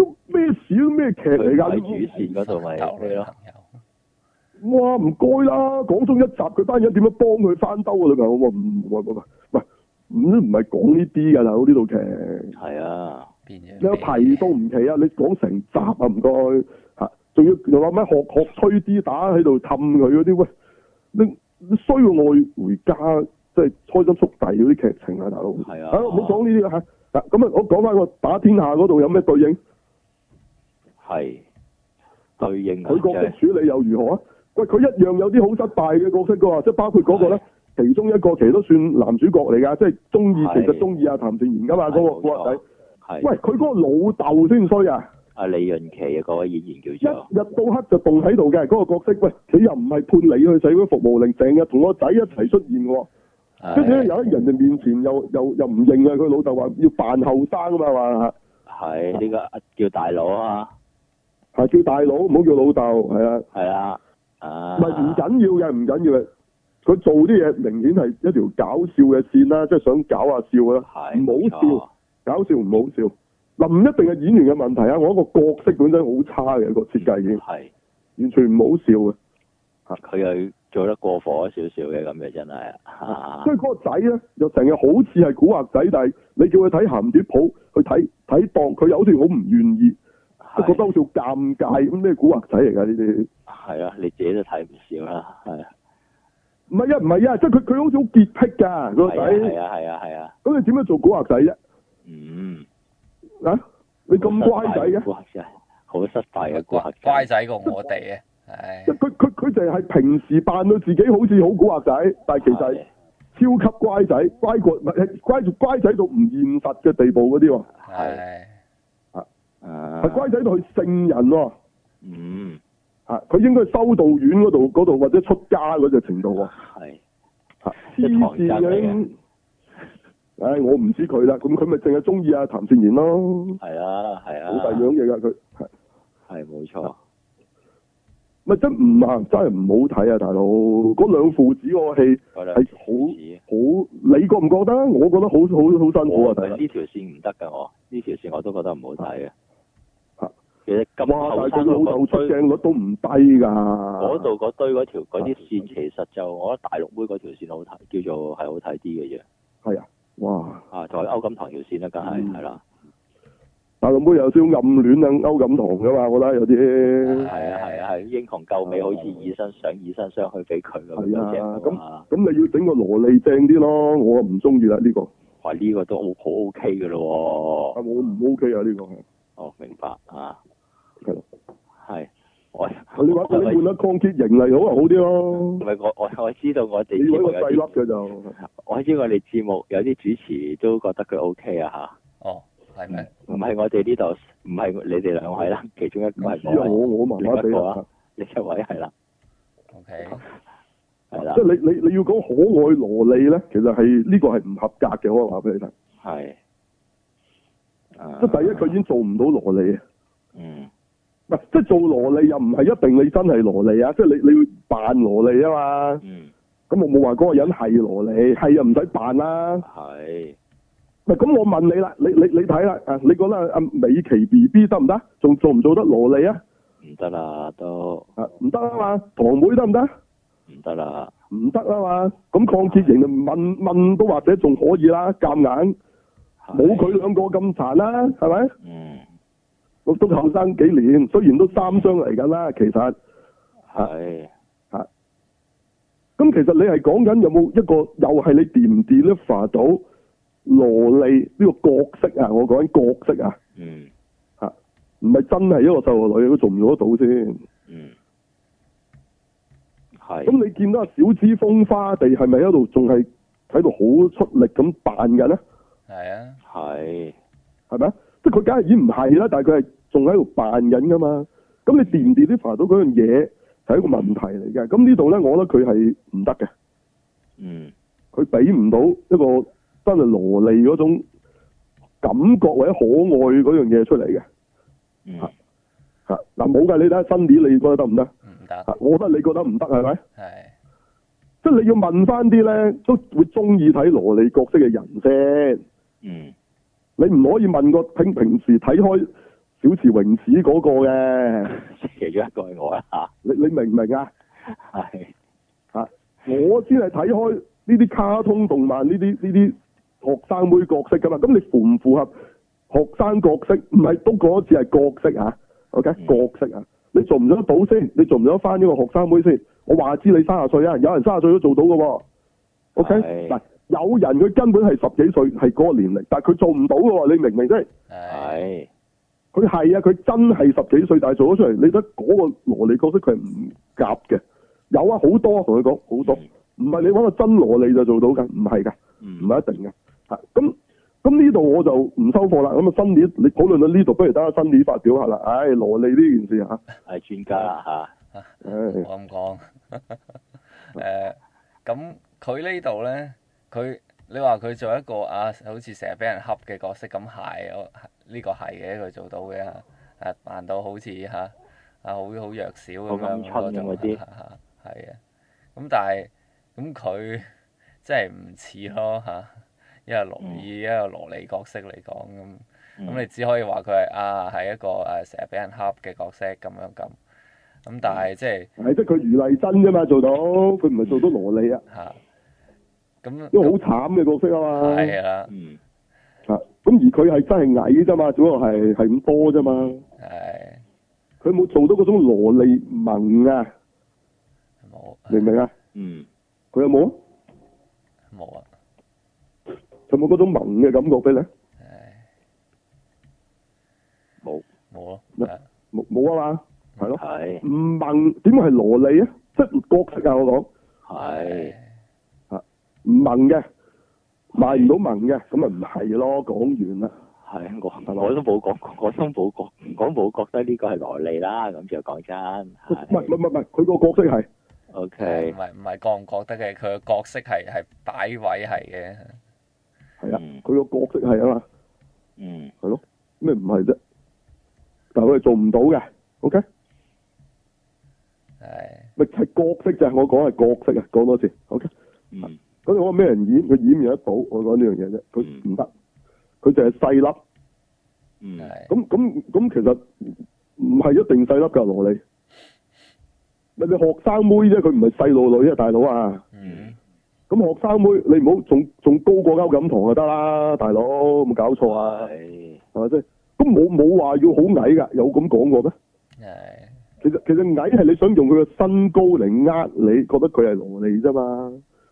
A: 事都咩劇嚟
B: 佢喺
A: 㗎？
B: 主線嗰度咪
C: 鬥
B: 咩
C: 女
B: 咯，
C: 朋友，
A: 哇唔該啦，講中一集佢班人點樣幫佢翻兜個女朋友，我話唔喂喂喂喂，唔唔係講呢啲㗎，大佬呢套劇。
B: 係啊，
C: 變咗
A: 你有提都唔奇啊！你講成集啊，唔該嚇，仲要又話咩學學吹啲打喺度氹佢嗰啲，喂，你你衰過愛回家，即係開心速遞嗰啲劇情啊，大佬。
B: 係啊
A: 唔好講呢啲啦嚇。啊嗱，咁啊，我講翻個打天下嗰度有咩對應？
B: 係對應啊，
A: 佢角
B: 就
A: 色
B: 係
A: 處理又如何啊？喂，佢一樣有啲好失敗嘅角色噶喎，即係包括嗰個咧，其中一個其實都算男主角嚟㗎，即係中意其
B: 係
A: 實中意阿譚善言㗎嘛，嗰
B: 係
A: 個嗰
B: 冇
A: 個
B: 錯
A: 仔。
B: 係
A: 喂，佢嗰個老豆先衰啊！
B: 阿李潤琪啊，嗰位演員
A: 一
B: 叫做
A: 日到黑就動喺度嘅嗰個角色，喂，佢又唔係判你去社會服務令，成日同個仔一齊出現嘅喎，跟住咧
B: 係
A: 有喺人哋面前又又又唔認啊！佢老豆話要扮後生啊嘛，話
B: 係呢個叫大佬啊，
A: 係叫大佬，唔好叫老豆，係啊，
B: 係啦，啊，
A: 唔係唔緊要嘅，唔緊要嘅，佢做啲嘢明顯係一條搞笑嘅線啦，即係想搞下笑啦，
B: 係
A: 唔好
B: 冇錯
A: 笑，搞笑唔好笑。嗱，唔一定係演員嘅問題啊，我個角色本身好差嘅個設計已經，
B: 係
A: 完全唔好笑嘅。
B: 啊佢又做得過火少少嘅咁嘅 真係啊
A: 所，以嗰個仔咧，又成日好似係古惑仔，但係你叫佢睇鹹碟鋪，去睇睇檔，佢又好似好唔願意，即係覺得好似好尷尬咁。咩古惑仔嚟㗎呢啲？
B: 係啊，你自己都睇唔少啦，係啊
A: 唔係啊，唔係啊，即係佢佢好似好潔癖㗎個
B: 係啊係
A: 仔。
B: 啊係啊係啊，
A: 咁你點樣做古惑仔啫？
B: 嗯，
A: 啊，你咁乖仔啊嘅，
B: 好失敗嘅古惑仔，好失敗啊嘅古惑
C: 乖
B: 仔
C: 乖仔過我哋啊！唉
A: 即，係佢佢佢就係平時扮到自己好似好古惑仔，但係其實係
B: 係
A: 超級乖仔，乖過唔係乖乖仔到唔現實嘅地步嗰啲喎，
C: 係
B: 啊
A: 係乖仔到去聖人喎。
B: 嗯
A: 啊！佢應該係修道院嗰度嗰度或者出家嗰隻程度喎，
B: 係
A: 啊
B: 即係唐僧嚟嘅
A: 嘅。唉，我唔知佢啦，咁佢咪淨係中意阿譚善言咯，
B: 係啊係啊，
A: 好大樣嘢㗎佢，係
B: 係冇錯，
A: 咪真唔啊？真係唔好睇啊，大佬！嗰兩父子嗰個戲
B: 嗰兩
A: 係好好，你覺唔覺得？我覺得好好好辛苦啊，
B: 我
A: 大
B: 係
A: 佬！
B: 呢條線唔得㗎，我呢條線我都覺得唔好睇嘅
A: 啊。
B: 其實咁
A: 哇！
B: 後
A: 但係
B: 生
A: 佢老豆
B: 嗰
A: 出
B: 堆
A: 鏡率都唔低㗎，
B: 嗰度嗰堆嗰條嗰
A: 啊
B: 啲線，其實就我覺得大陸妹嗰條線好睇，叫做係好睇啲嘅啫。
A: 係啊，哇！
B: 啊，就係歐錦棠條線啦，梗係
A: 嗯
B: 係啦，
A: 大陸妹有少少暗戀啊，歐錦棠㗎嘛，我覺得有啲
B: 係。啊係啊
A: 嗯
B: 係，英雄救美好似以身想以身相許俾佢咁樣
A: 係啊
B: 嘅嘛。
A: 咁你要整個蘿莉正啲咯，我唔中意啦呢個，啊
B: 哇！呢個都好好 OK 嘅咯喎。
A: 我唔 OK 啊呢個係，
B: 哦，明白啊，
A: 係咯，
B: 係我
A: 你揾你換得抗鐵型嚟好啊好啲咯，
B: 唔係我我我知道我哋
A: 你
B: 節
A: 揾
B: 目
A: 個
B: 有
A: 細
B: 啲
A: 粒嘅就，
B: 我知我哋節目有啲主持都覺得佢 O K 啊
C: 哦，係咩？
B: 嚇，唔係我哋呢度，唔係你哋兩位啦，其中一個係
A: 知啊
B: 我，
A: 我我麻麻地啊，
B: 另一位係啦，嗯
C: O K，
B: 係啦
A: 即，係你你你要講可愛蘿莉咧，其實係呢個係唔合格嘅，我話俾你聽，
B: 啊係。À,
A: 即係第一佢已經
B: 經
A: 做唔到蘿莉啊。
B: 嗯
A: 唔係，即係做蘿莉又唔係一定你真係蘿莉啊！即係你你要扮蘿莉啊嘛，
B: 嗯
A: 咁我冇話嗰個人係蘿莉，係又唔使扮啦。
B: 係
A: 嗱，咁我問你啦，你你你睇啦，啊，你覺得阿美琪 B B 得唔得？仲做唔做得蘿莉啊？
B: 唔得啦，都
A: 啊，唔得啊嘛，堂妹得唔得？
B: 唔得啦，
A: 唔得啊嘛，咁抗傑型就問問都或者仲可以啦，夾硬
B: 係
A: 冇佢兩個咁殘啦，係咪？
B: 嗯
A: 我都後生幾年，雖然都三張嚟緊啦，其實
B: 係
A: 咁其實你係講緊有冇一個又係你掂唔掂 deliver 到蘿莉呢個角色啊？我講緊角色啊，
B: 嗯
A: 唔係真係一個細路女，佢做唔做得到先？
B: 嗯係
A: 咁你見到阿小芝風花地係咪喺度仲係喺度好出力咁扮嘅咧？
C: 係啊，
B: 係
A: 係咪啊？即係佢梗係已經唔係啦，但係佢係仲喺度扮緊噶嘛。咁你掂唔掂啲煩到嗰樣嘢係一個問題嚟嘅。咁呢度咧，我覺得佢係唔得嘅，
B: 嗯
A: 佢俾唔到一個真係蘿莉嗰種感覺或者可愛嗰樣嘢出嚟嘅。
B: 嗯
A: 嚇嗱冇㗎，你睇下新年你覺得得唔得？
C: 唔得，
A: 嚇我覺得你覺得唔得係咪？
C: 係
A: 即係你要問翻啲咧都會中意睇蘿莉角色嘅人先。
B: 嗯
A: 你唔可以問個平平時睇開小池榮子嗰個嘅，
B: 其中一個係我啦嚇
A: 你你明唔明啊？
B: 係
A: 我先係睇開呢啲卡通動漫呢啲呢啲學生妹角色噶嘛，咁你符唔符合學生角色？唔係都嗰次係角色啊，OK
B: 嗯
A: 角色啊，你做唔做得到先？你做唔做得翻呢個學生妹先？我話知你三十歲啊，有人三十歲都做到嘅喎，OK
B: 係
A: 嗱，有人佢根本係十幾歲係嗰個年齡，但係佢做唔到嘅喎，你明唔明即係
C: 係
B: 係
A: 佢係啊，佢真係十幾歲，但係做咗出嚟，你覺得嗰個羅莉角色佢係唔夾嘅。有啊，好多同佢講好多，唔係你揾個真羅莉就做到㗎，唔係㗎，唔
B: 嗯，
A: 係一定㗎。嚇咁咁呢度我就唔收貨啦。咁啊，新年你討論到呢度，不如等下新年發表下啦。唉、羅莉呢件事嚇，
B: 係專家啦嚇，
A: 唉、
B: 嗯
C: 我咁講。 誒，咁佢呢度呢，佢你話佢做一個啊，好似成日俾人恰嘅角色咁係，我呢個係嘅，佢做到嘅嚇，啊扮到好似嚇啊好好弱小咁樣
B: 好鵪鶉咁嗰啲
C: 係啊，咁但係咁佢 真係唔似咯嚇，因為
B: 嗯
C: 羅以一個羅莉角色嚟講咁。咁
B: 咁
C: 你只可以話佢係啊係一個誒成日俾人恰嘅角色咁樣咁，咁但
B: 嗯
C: 係即係
A: 係即係佢余麗珍啫嘛，做到佢唔係做到羅莉啊，
C: 嚇，咁
A: 因為好慘嘅角色啊嘛。
C: 係啦，
B: 嗯
A: 啊，咁而佢係真係矮啫嘛，只不過係係咁多啫嘛，
C: 係
A: 佢冇做到嗰種羅莉萌啊，
C: 冇
A: 明唔明啊？
B: 嗯
A: 佢有冇啊？
C: 冇啊，
A: 佢冇嗰種萌嘅感覺俾你啊？
B: 冇
C: 冇咯，
A: 咩
C: 係
A: 冇冇啊嘛，係咯，
B: 係
A: 唔萌點會係羅莉啊？即係角色啊，我講
B: 係
A: 唔萌嘅，賣唔到萌嘅，咁咪唔係咯，講完啦，
B: 係，我我都冇講，我都冇覺，我都冇覺得呢個係羅莉啦，咁就講真
A: 唔係唔係
B: 係
A: 唔係唔係，佢個角色係
B: ，O
C: 唔
B: K，
C: 係唔係覺唔覺得嘅，佢嘅角色係係擺位係嘅，
A: 係啊
B: 嗯，
A: 佢個角色係啊嘛，
B: 嗯
A: 係咯，咩唔係啫？但係佢係做唔到嘅，OK，
C: 係
A: 咪係角色啫，我講係角色啊，講多次，OK。
B: 嗯
A: 嗰啲我咩人演，佢演唔演得到？我講呢樣嘢啫，佢唔得，佢就係細粒。
B: 嗯，
C: 係
A: 咁咁咁，其實唔係一定細粒㗎，羅莉。咪你學生妹啫，佢唔係細路女啊，大佬啊！
C: 嗯
A: 咁學生妹，你唔好仲仲高過歐錦棠就得啦，大佬冇搞錯啊，
B: 係
A: 係咪先？咁冇冇話要好矮㗎，有咁講過咩？
C: 嗯係
A: 其實其實矮係你想用佢嘅身高嚟呃你，覺得佢係羅莉啫嘛，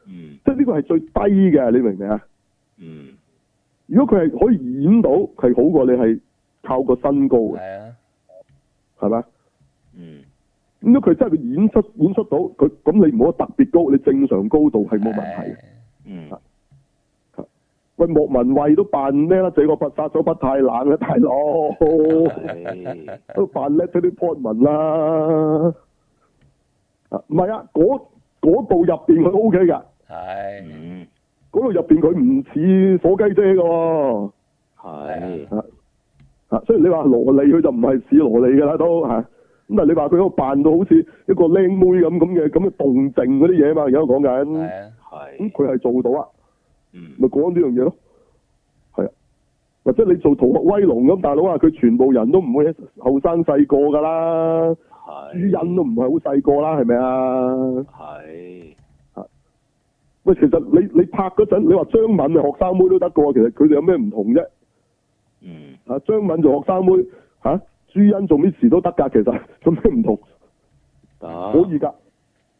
B: 嗯
A: 即係呢個係最低嘅，你明唔明啊？
B: 嗯
A: 如果佢係可以演到，係好過你係靠個身高嘅，
C: 係啊，
A: 係咪？
B: 嗯
A: 咁如果佢真係佢演出演出到，佢咁你唔好特別高，你正常高度係冇問題嘅。
B: 嗯
A: 喂，莫文蔚都扮咩啦？這個不殺手不太冷啦，啊大佬
B: 係
A: 都扮叻咗啲 point 文啦。啊，唔係啊，嗰嗰度入邊佢 O K 㗎，
C: 係
B: 嗯
A: 嗰度入邊佢唔似火雞姐㗎喎。
B: 係
A: 啊，雖然你話羅莉佢就唔係似羅莉㗎啦都啊嚇，咁、但係你話佢嗰個扮到好似一個靚妹咁咁嘅咁嘅動靜嗰啲嘢嘛，而家講緊，
C: 係啊，
A: 咁
B: 係
A: 佢係做到啊，
B: 嗯
A: 咪講呢樣嘢咯，係啊，或者你做逃學威龍咁，大佬啊，佢全部人都唔會後生細個㗎啦，朱
B: 係
A: 茵都唔係好細個啦，係咪啊？
B: 係
A: 喂，其實你你拍嗰陣，你話張敏係學生妹都得㗎喎，其實佢哋有咩唔同啫？
B: 嗯
A: 啊，張敏做學生妹嚇、啊朱茵做 miss 都得㗎，其實 有咩唔同？
B: 得
A: 可以㗎。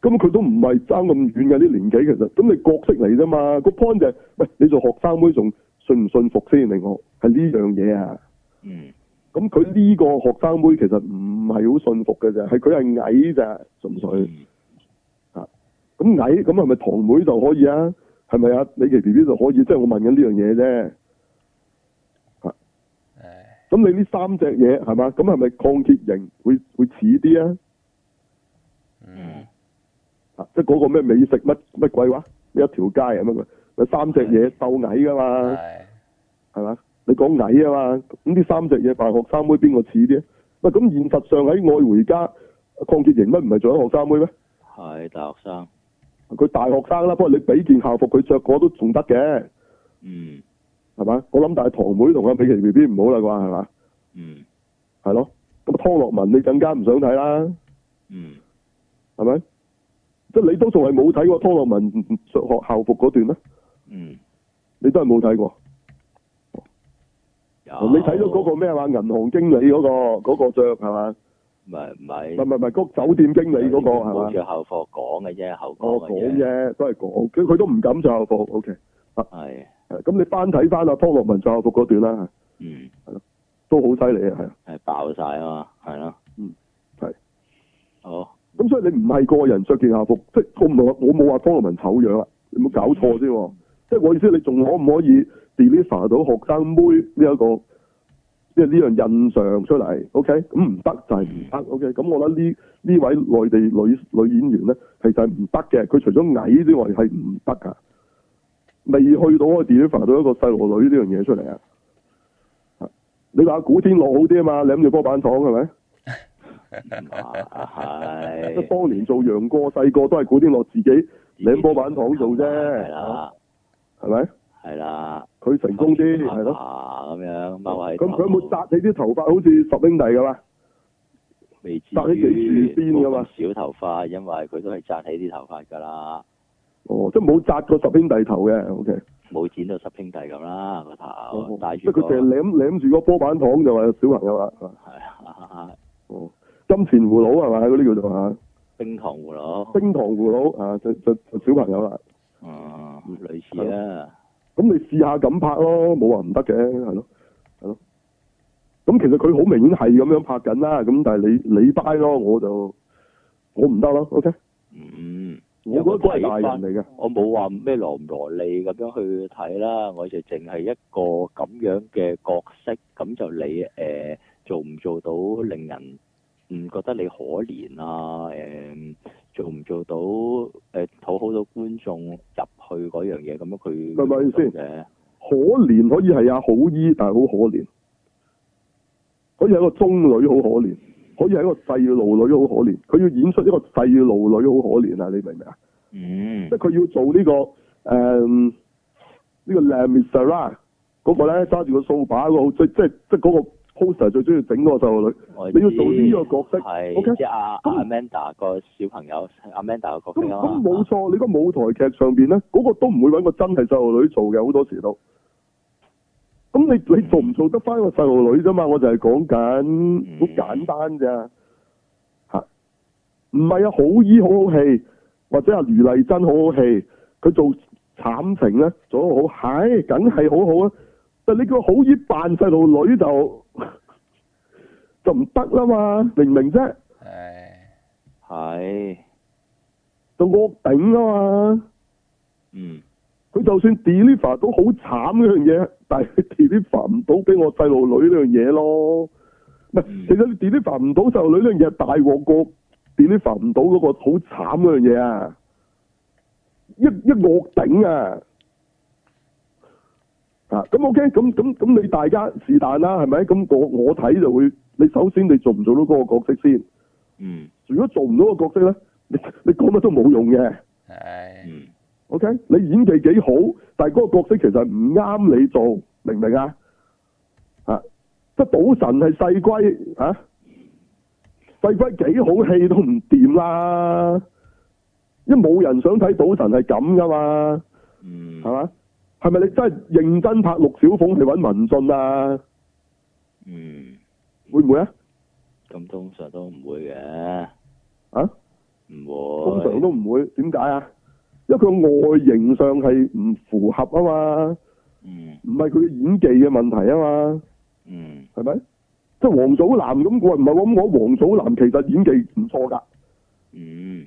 A: 咁佢都唔係爭咁遠嘅啲年紀，其實咁你角色嚟啫嘛。個 point 就係、喂，你做學生妹仲信唔信服先？令我係呢樣嘢啊。
B: 嗯
A: 咁佢呢個學生妹其實唔係好信服嘅啫，係佢係矮咋，純粹
B: 嗯
A: 咁矮，咁係咪堂妹就可以啊？係咪啊？李奇 B B 就可以，即係我問緊呢樣嘢啫。
C: 係
A: 咁你呢三隻嘢係嘛？咁係咪抗結型會會似啲啊？
C: 嗯
A: 啊，即係嗰個咩美食乜乜鬼話？呢一條街啊係乜鬼？有三隻嘢鬥矮㗎嘛？
C: 係
A: 係嘛？你講矮啊嘛，咁呢三隻嘢大學生妹邊個似啲？啊喂，咁現實上喺愛回家，邝潔瑩乜唔係做緊學生妹咩？
B: 係大學生
A: 佢大學生啦，不過你俾件校服佢着嗰都仲得嘅，
B: 嗯
A: 係嘛？我諗但係堂妹同阿美琪 B B 唔好啦啩，係嘛？
B: 嗯
A: 係咯，咁湯洛文你更加唔想睇啦，
B: 嗯
A: 係咪？即係你都仲係冇睇過湯洛文着學校服嗰段咧，
B: 嗯
A: 你都係冇睇過。
B: 有
A: 你睇咗嗰個咩話？銀行經理嗰、個嗰、個著係嘛？
B: 唔係唔係
A: 唔係唔係唔係，嗰個酒店經理嗰、個係嘛
B: 冇？着校服講嘅啫，口
A: 我
B: 講
A: 講
B: 嘅啫，
A: 啫，都係講，佢佢都唔敢着校服。O K，
B: 係
A: 咁你翻睇翻阿湯洛文着校服嗰段啦，
B: 嗯
A: 都好犀利啊，係啊。
B: 係爆晒啊嘛，係咯，
A: 嗯，係。
B: 好，
A: 咁所以你唔係個人着件校服，即係我唔係話我冇話方樂文醜樣啊，你冇搞錯先喎。即係我意思，你仲可唔可以 deliver 到學生妹呢、一個即係呢樣印象出嚟？OK，咁唔得就係唔得。OK，咁我覺得呢呢位內地女女演員咧，其實係唔得嘅。佢除咗矮之外係唔得噶，未去到我 deliver 到一個細路女呢樣嘢出嚟啊！你話古天樂好啲啊嘛，舐住波板糖係咪？
B: 啊係
A: 即係當年做楊過細個都係古天樂自己舐波板糖做啫，
B: 係啦，
A: 係咪？
B: 係啦，
A: 佢成功啲係咯。哦
B: 咯，咁啊樣踎喺
A: 咁
B: 度
A: 佢有冇紮你啲頭髮好似十兄弟㗎嘛？
B: 未至
A: 紮起
B: 於
A: 幾條辮㗎嘛
B: 冇咁少頭髮，因為佢都係紮起啲頭髮㗎啦，
A: 哦，即係冇紮過十兄弟頭嘅，OK。
B: 冇剪到十兄弟咁啦個頭，戴
A: 哦即
B: 住
A: 係
B: 個
A: 佢淨係舐舐住個波板糖就話有小朋友啦。係嘛
B: 係啊，
A: 哦，金錢葫蘆係咪？嗰啲叫做嚇，
B: 冰糖葫蘆，
A: 冰糖葫蘆啊，就就就小朋友啦。
B: 嗯，類似啦，
A: 咁你試下咁拍咯，冇話唔得嘅，係咯，係咯。咁其實佢好明顯係咁樣拍緊啦，咁但係你你 buy 咯，我就我唔得咯，OK。
B: 嗯。
A: 我覺得佢係大人嚟嘅，
B: 我冇話咩羅唔羅莉咁樣去睇啦，我就淨係一個咁樣嘅角色，咁就你誒、呃做唔做到令人唔覺得你可憐啊？誒、做唔做到誒、呃、討好到觀眾入去嗰樣嘢，咁樣佢
A: 係咪先
B: 嘅？
A: 可憐可以係阿好姨，但係好可憐；可以係一個中女好可憐，可以係一個細路女好可憐。佢要演出一個細路女好可憐啊！你明唔明啊？
B: 嗯
A: 即係佢要做呢、個誒呢、個 La Misera 嗰個咧揸住個掃把嗰個好，即即即嗰個 poster 最中意整嗰個細路女。
B: 我
A: 你要做呢個角色
B: 係
A: OK，
B: 即係阿
A: 咁
B: 阿 Amanda 個小朋友，Amanda 個角
A: 咁
B: 色啊
A: 咁
B: 嘛
A: 冇錯，你個舞台劇上邊咧，嗰、個都唔會揾個真係細路女做嘅，好多時都。咁你你做唔做得翻個細路女啫嘛？我就係講緊好簡單咋嚇，唔係啊好醫好好戲，或者阿余麗珍好好戲，佢做慘情咧做得好，係梗係好好啊！但你叫好醫扮細路女就 就唔得啦嘛，明唔明啫？
C: 係
B: 係
A: 就惡頂啊嘛！
B: 嗯
A: 佢就算 deliver 到好慘嗰樣嘢，但係佢 deliver 唔到俾我細路女呢樣嘢咯。唔係
B: 嗯，
A: 其實你 deliver 唔到細路女呢樣嘢，大鑊過 deliver 唔到嗰個好慘嗰樣嘢啊！一一惡頂啊！啊，咁 OK，咁咁咁你大家是但啦，係咪？咁我我睇就會，你首先你做唔做到嗰個角色先？
B: 嗯
A: 如果做唔到個角色咧，你你講乜都冇用嘅。
C: 係
B: 嗯
A: OK，你演技幾好，但係嗰個角色其實唔啱你做，明唔明啊？啊，即係賭神係細龜啊，細龜幾好戲都唔掂啦，因為冇人想睇賭神係咁噶嘛，
B: 嗯
A: 係嘛？係咪你真係認真拍陸小鳳去揾文俊啊？
B: 嗯，
A: 會唔會啊？
B: 咁通常都唔會嘅。
A: 啊？
B: 唔
A: 通
B: 會，
A: 常都唔會，點解啊？因為佢外形上係唔符合啊嘛，
B: 嗯
A: 唔係佢演技嘅問題啊嘛。
B: 嗯
A: 係咪？即係黃祖藍咁，我唔係咁講，黃祖藍其實演技唔錯㗎，
B: 嗯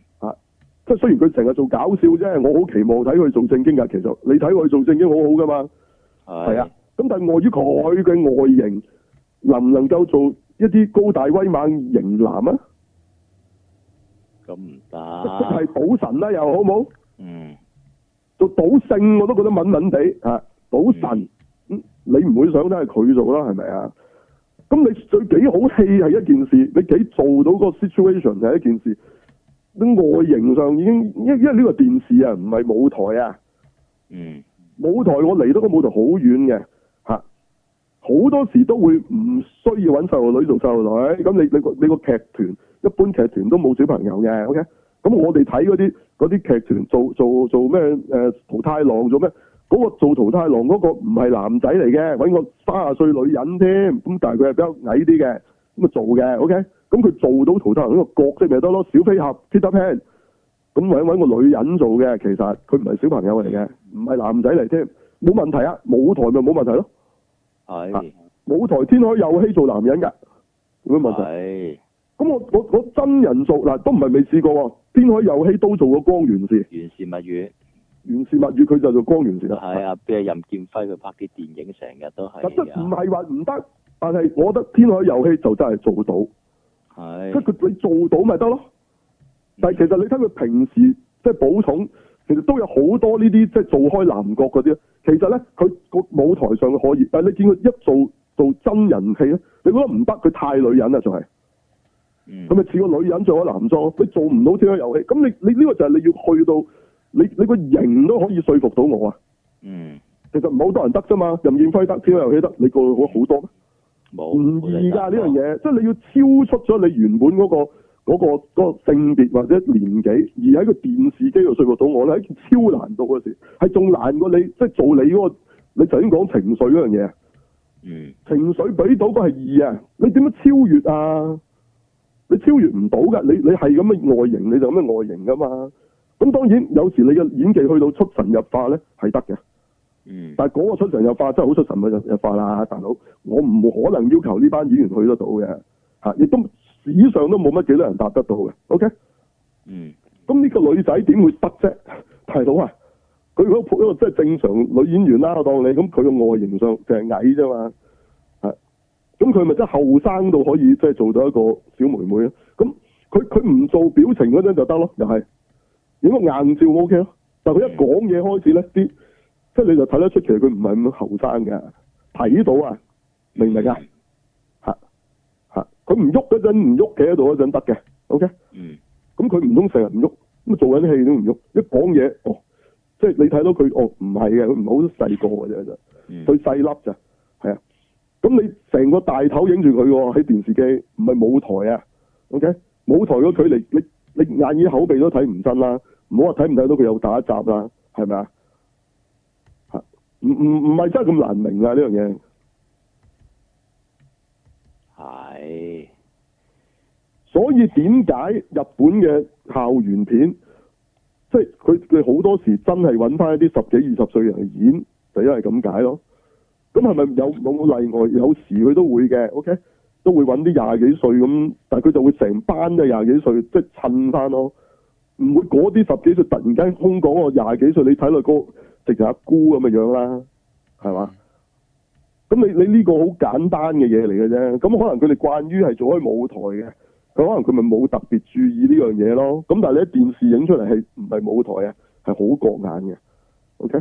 A: 即係雖然佢成日做搞笑啫，我好期望睇佢做正經㗎。其實你睇佢做正經好好㗎嘛，係
B: 係
A: 啊。咁但係礙於佢嘅外形，能唔能夠做一啲高大威猛型男啊？
B: 咁唔
A: 即係
B: 得，
A: 賭神啦，又好冇
B: 嗯
A: 做賭聖我都覺得抿抿地嚇，賭神
B: 嗯，
A: 嗯你唔會想都係佢做啦，係咪啊？咁你最幾好戲係一件事，你幾做到個 situation 係一件事。你外形上已經，因因為呢個電視啊，唔係舞台啊，
B: 嗯
A: 舞台我離得個舞台好遠嘅嚇，好多時都會唔需要揾細路女做細路女。咁你你個你個劇團一般劇團都冇小朋友嘅，OK？咁我哋睇嗰啲嗰啲劇團做做做咩誒、呃淘汰郎做咩？嗰、個做淘汰郎嗰個唔係男仔嚟嘅，揾個三十歲女人添，咁但係佢係比較矮啲嘅，咁啊做嘅，OK？咁佢做到淘汰郎呢個角色咪得咯，小飛俠 Peter Pan，咁揾揾個女人做嘅，其實佢唔係小朋友嚟嘅，唔係男仔嚟添，冇問題啊，舞台咪冇問題咯。
B: 係
A: 啊舞台天海佑希做男人㗎，有咩問題？
B: 係
A: 咁我我我真人做嗱都唔係未試過喎，天海佑希都做過光源氏，
B: 源氏物語
A: 源氏物語佢就做光源氏啦。
B: 係啊，邊係任劍輝佢拍啲電影成日都
A: 實質唔
B: 係啊
A: 係話唔得，但係我覺得天海遊戲就真係做到，
B: 啊，係
A: 即係佢你做到咪得咯。但係其實你睇佢平時即係寶重，其實都有好多呢啲即係做開男角嗰啲。啊其實咧，佢個舞台上可以，啊但係你見佢一做做真人戲咧，你覺得唔得，佢太女人啦，啊仲係
B: 嗯
A: 咁咪啊似個女人做咗男裝，佢做唔到天海遊戲。咁你你呢個就係你要去到你你個型都可以說服到我啊！
B: 嗯
A: 其實唔係好多人得啫嘛，任劍輝得，天海遊戲得，你個好好多咩？
B: 冇
A: 唔
B: 冇
A: 易
B: 得
A: 㗎
B: 講
A: 呢樣嘢，即係你要超出咗你原本嗰、個嗰、個嗰個性別或者年紀，而喺個電視機度說服到我咧，係一件超難度嘅事，係仲難過你即係做你嗰、個你頭先講情緒嗰樣嘢，
B: 嗯
A: 情緒俾到個係易啊，你點樣超越啊？你超越唔到㗎，你你係咁嘅外形，你就咁嘅外形㗎嘛。咁當然有時你嘅演技去到出神入化咧係得嘅，
B: 嗯
A: 但係嗰個出神入化真係好出神入入化啦，大佬，我唔可能要求呢班演員去得到嘅，嚇，亦都史上都冇乜幾多人答得到嘅。OK，
B: 嗯
A: 咁呢個女仔點會得啫？大佬啊，佢嗰個一個即係正常女演員啦，我當你咁，佢個外形上就係矮啫嘛，係，咁佢咪真係後生到可以即係做到一個小妹妹咯？咁佢佢唔做表情嗰陣就得咯，又係影個硬照 O K 咯，但係佢一講嘢開始咧啲。即係你就睇得出，其實佢唔係咁後生嘅，睇到啊，明唔明啊？嚇嚇，佢唔喐嗰陣，唔喐企喺度嗰陣得嘅，OK。
B: 嗯
A: 咁佢唔通成日唔喐，咁做緊戲都唔喐，一講嘢，哦，即係你睇到佢，哦，唔係嘅，佢唔係好細個嘅啫，就
B: 嗯
A: 佢細粒咋，係啊。咁你成個大頭影住佢喎，喺電視機，唔係舞台啊，OK。舞台個距離，你你眼耳口鼻都睇唔真啦，唔好話睇唔睇到佢有打一集啦，係咪啊？嚇唔唔唔係真係咁難明啊呢樣嘢。
B: 係
A: 所以點解日本嘅校園片，即係佢佢好多時真係揾翻一啲十幾二十歲人嚟演，就因為咁解咯。咁係咪有有冇例外？有時佢都會嘅，OK，都會揾啲廿幾歲咁，但係佢就會成班都係廿幾歲，即係襯翻咯。唔會嗰啲十幾歲突然間空講我廿幾歲，你睇落個直情阿姑咁嘅樣啦，係嘛？咁你你呢個好簡單嘅嘢嚟嘅啫，咁可能佢哋慣於係做開舞台嘅，佢可能佢咪冇特別注意呢樣嘢咯。咁但係你喺電視影出嚟係唔係舞台啊？係好過眼嘅，OK？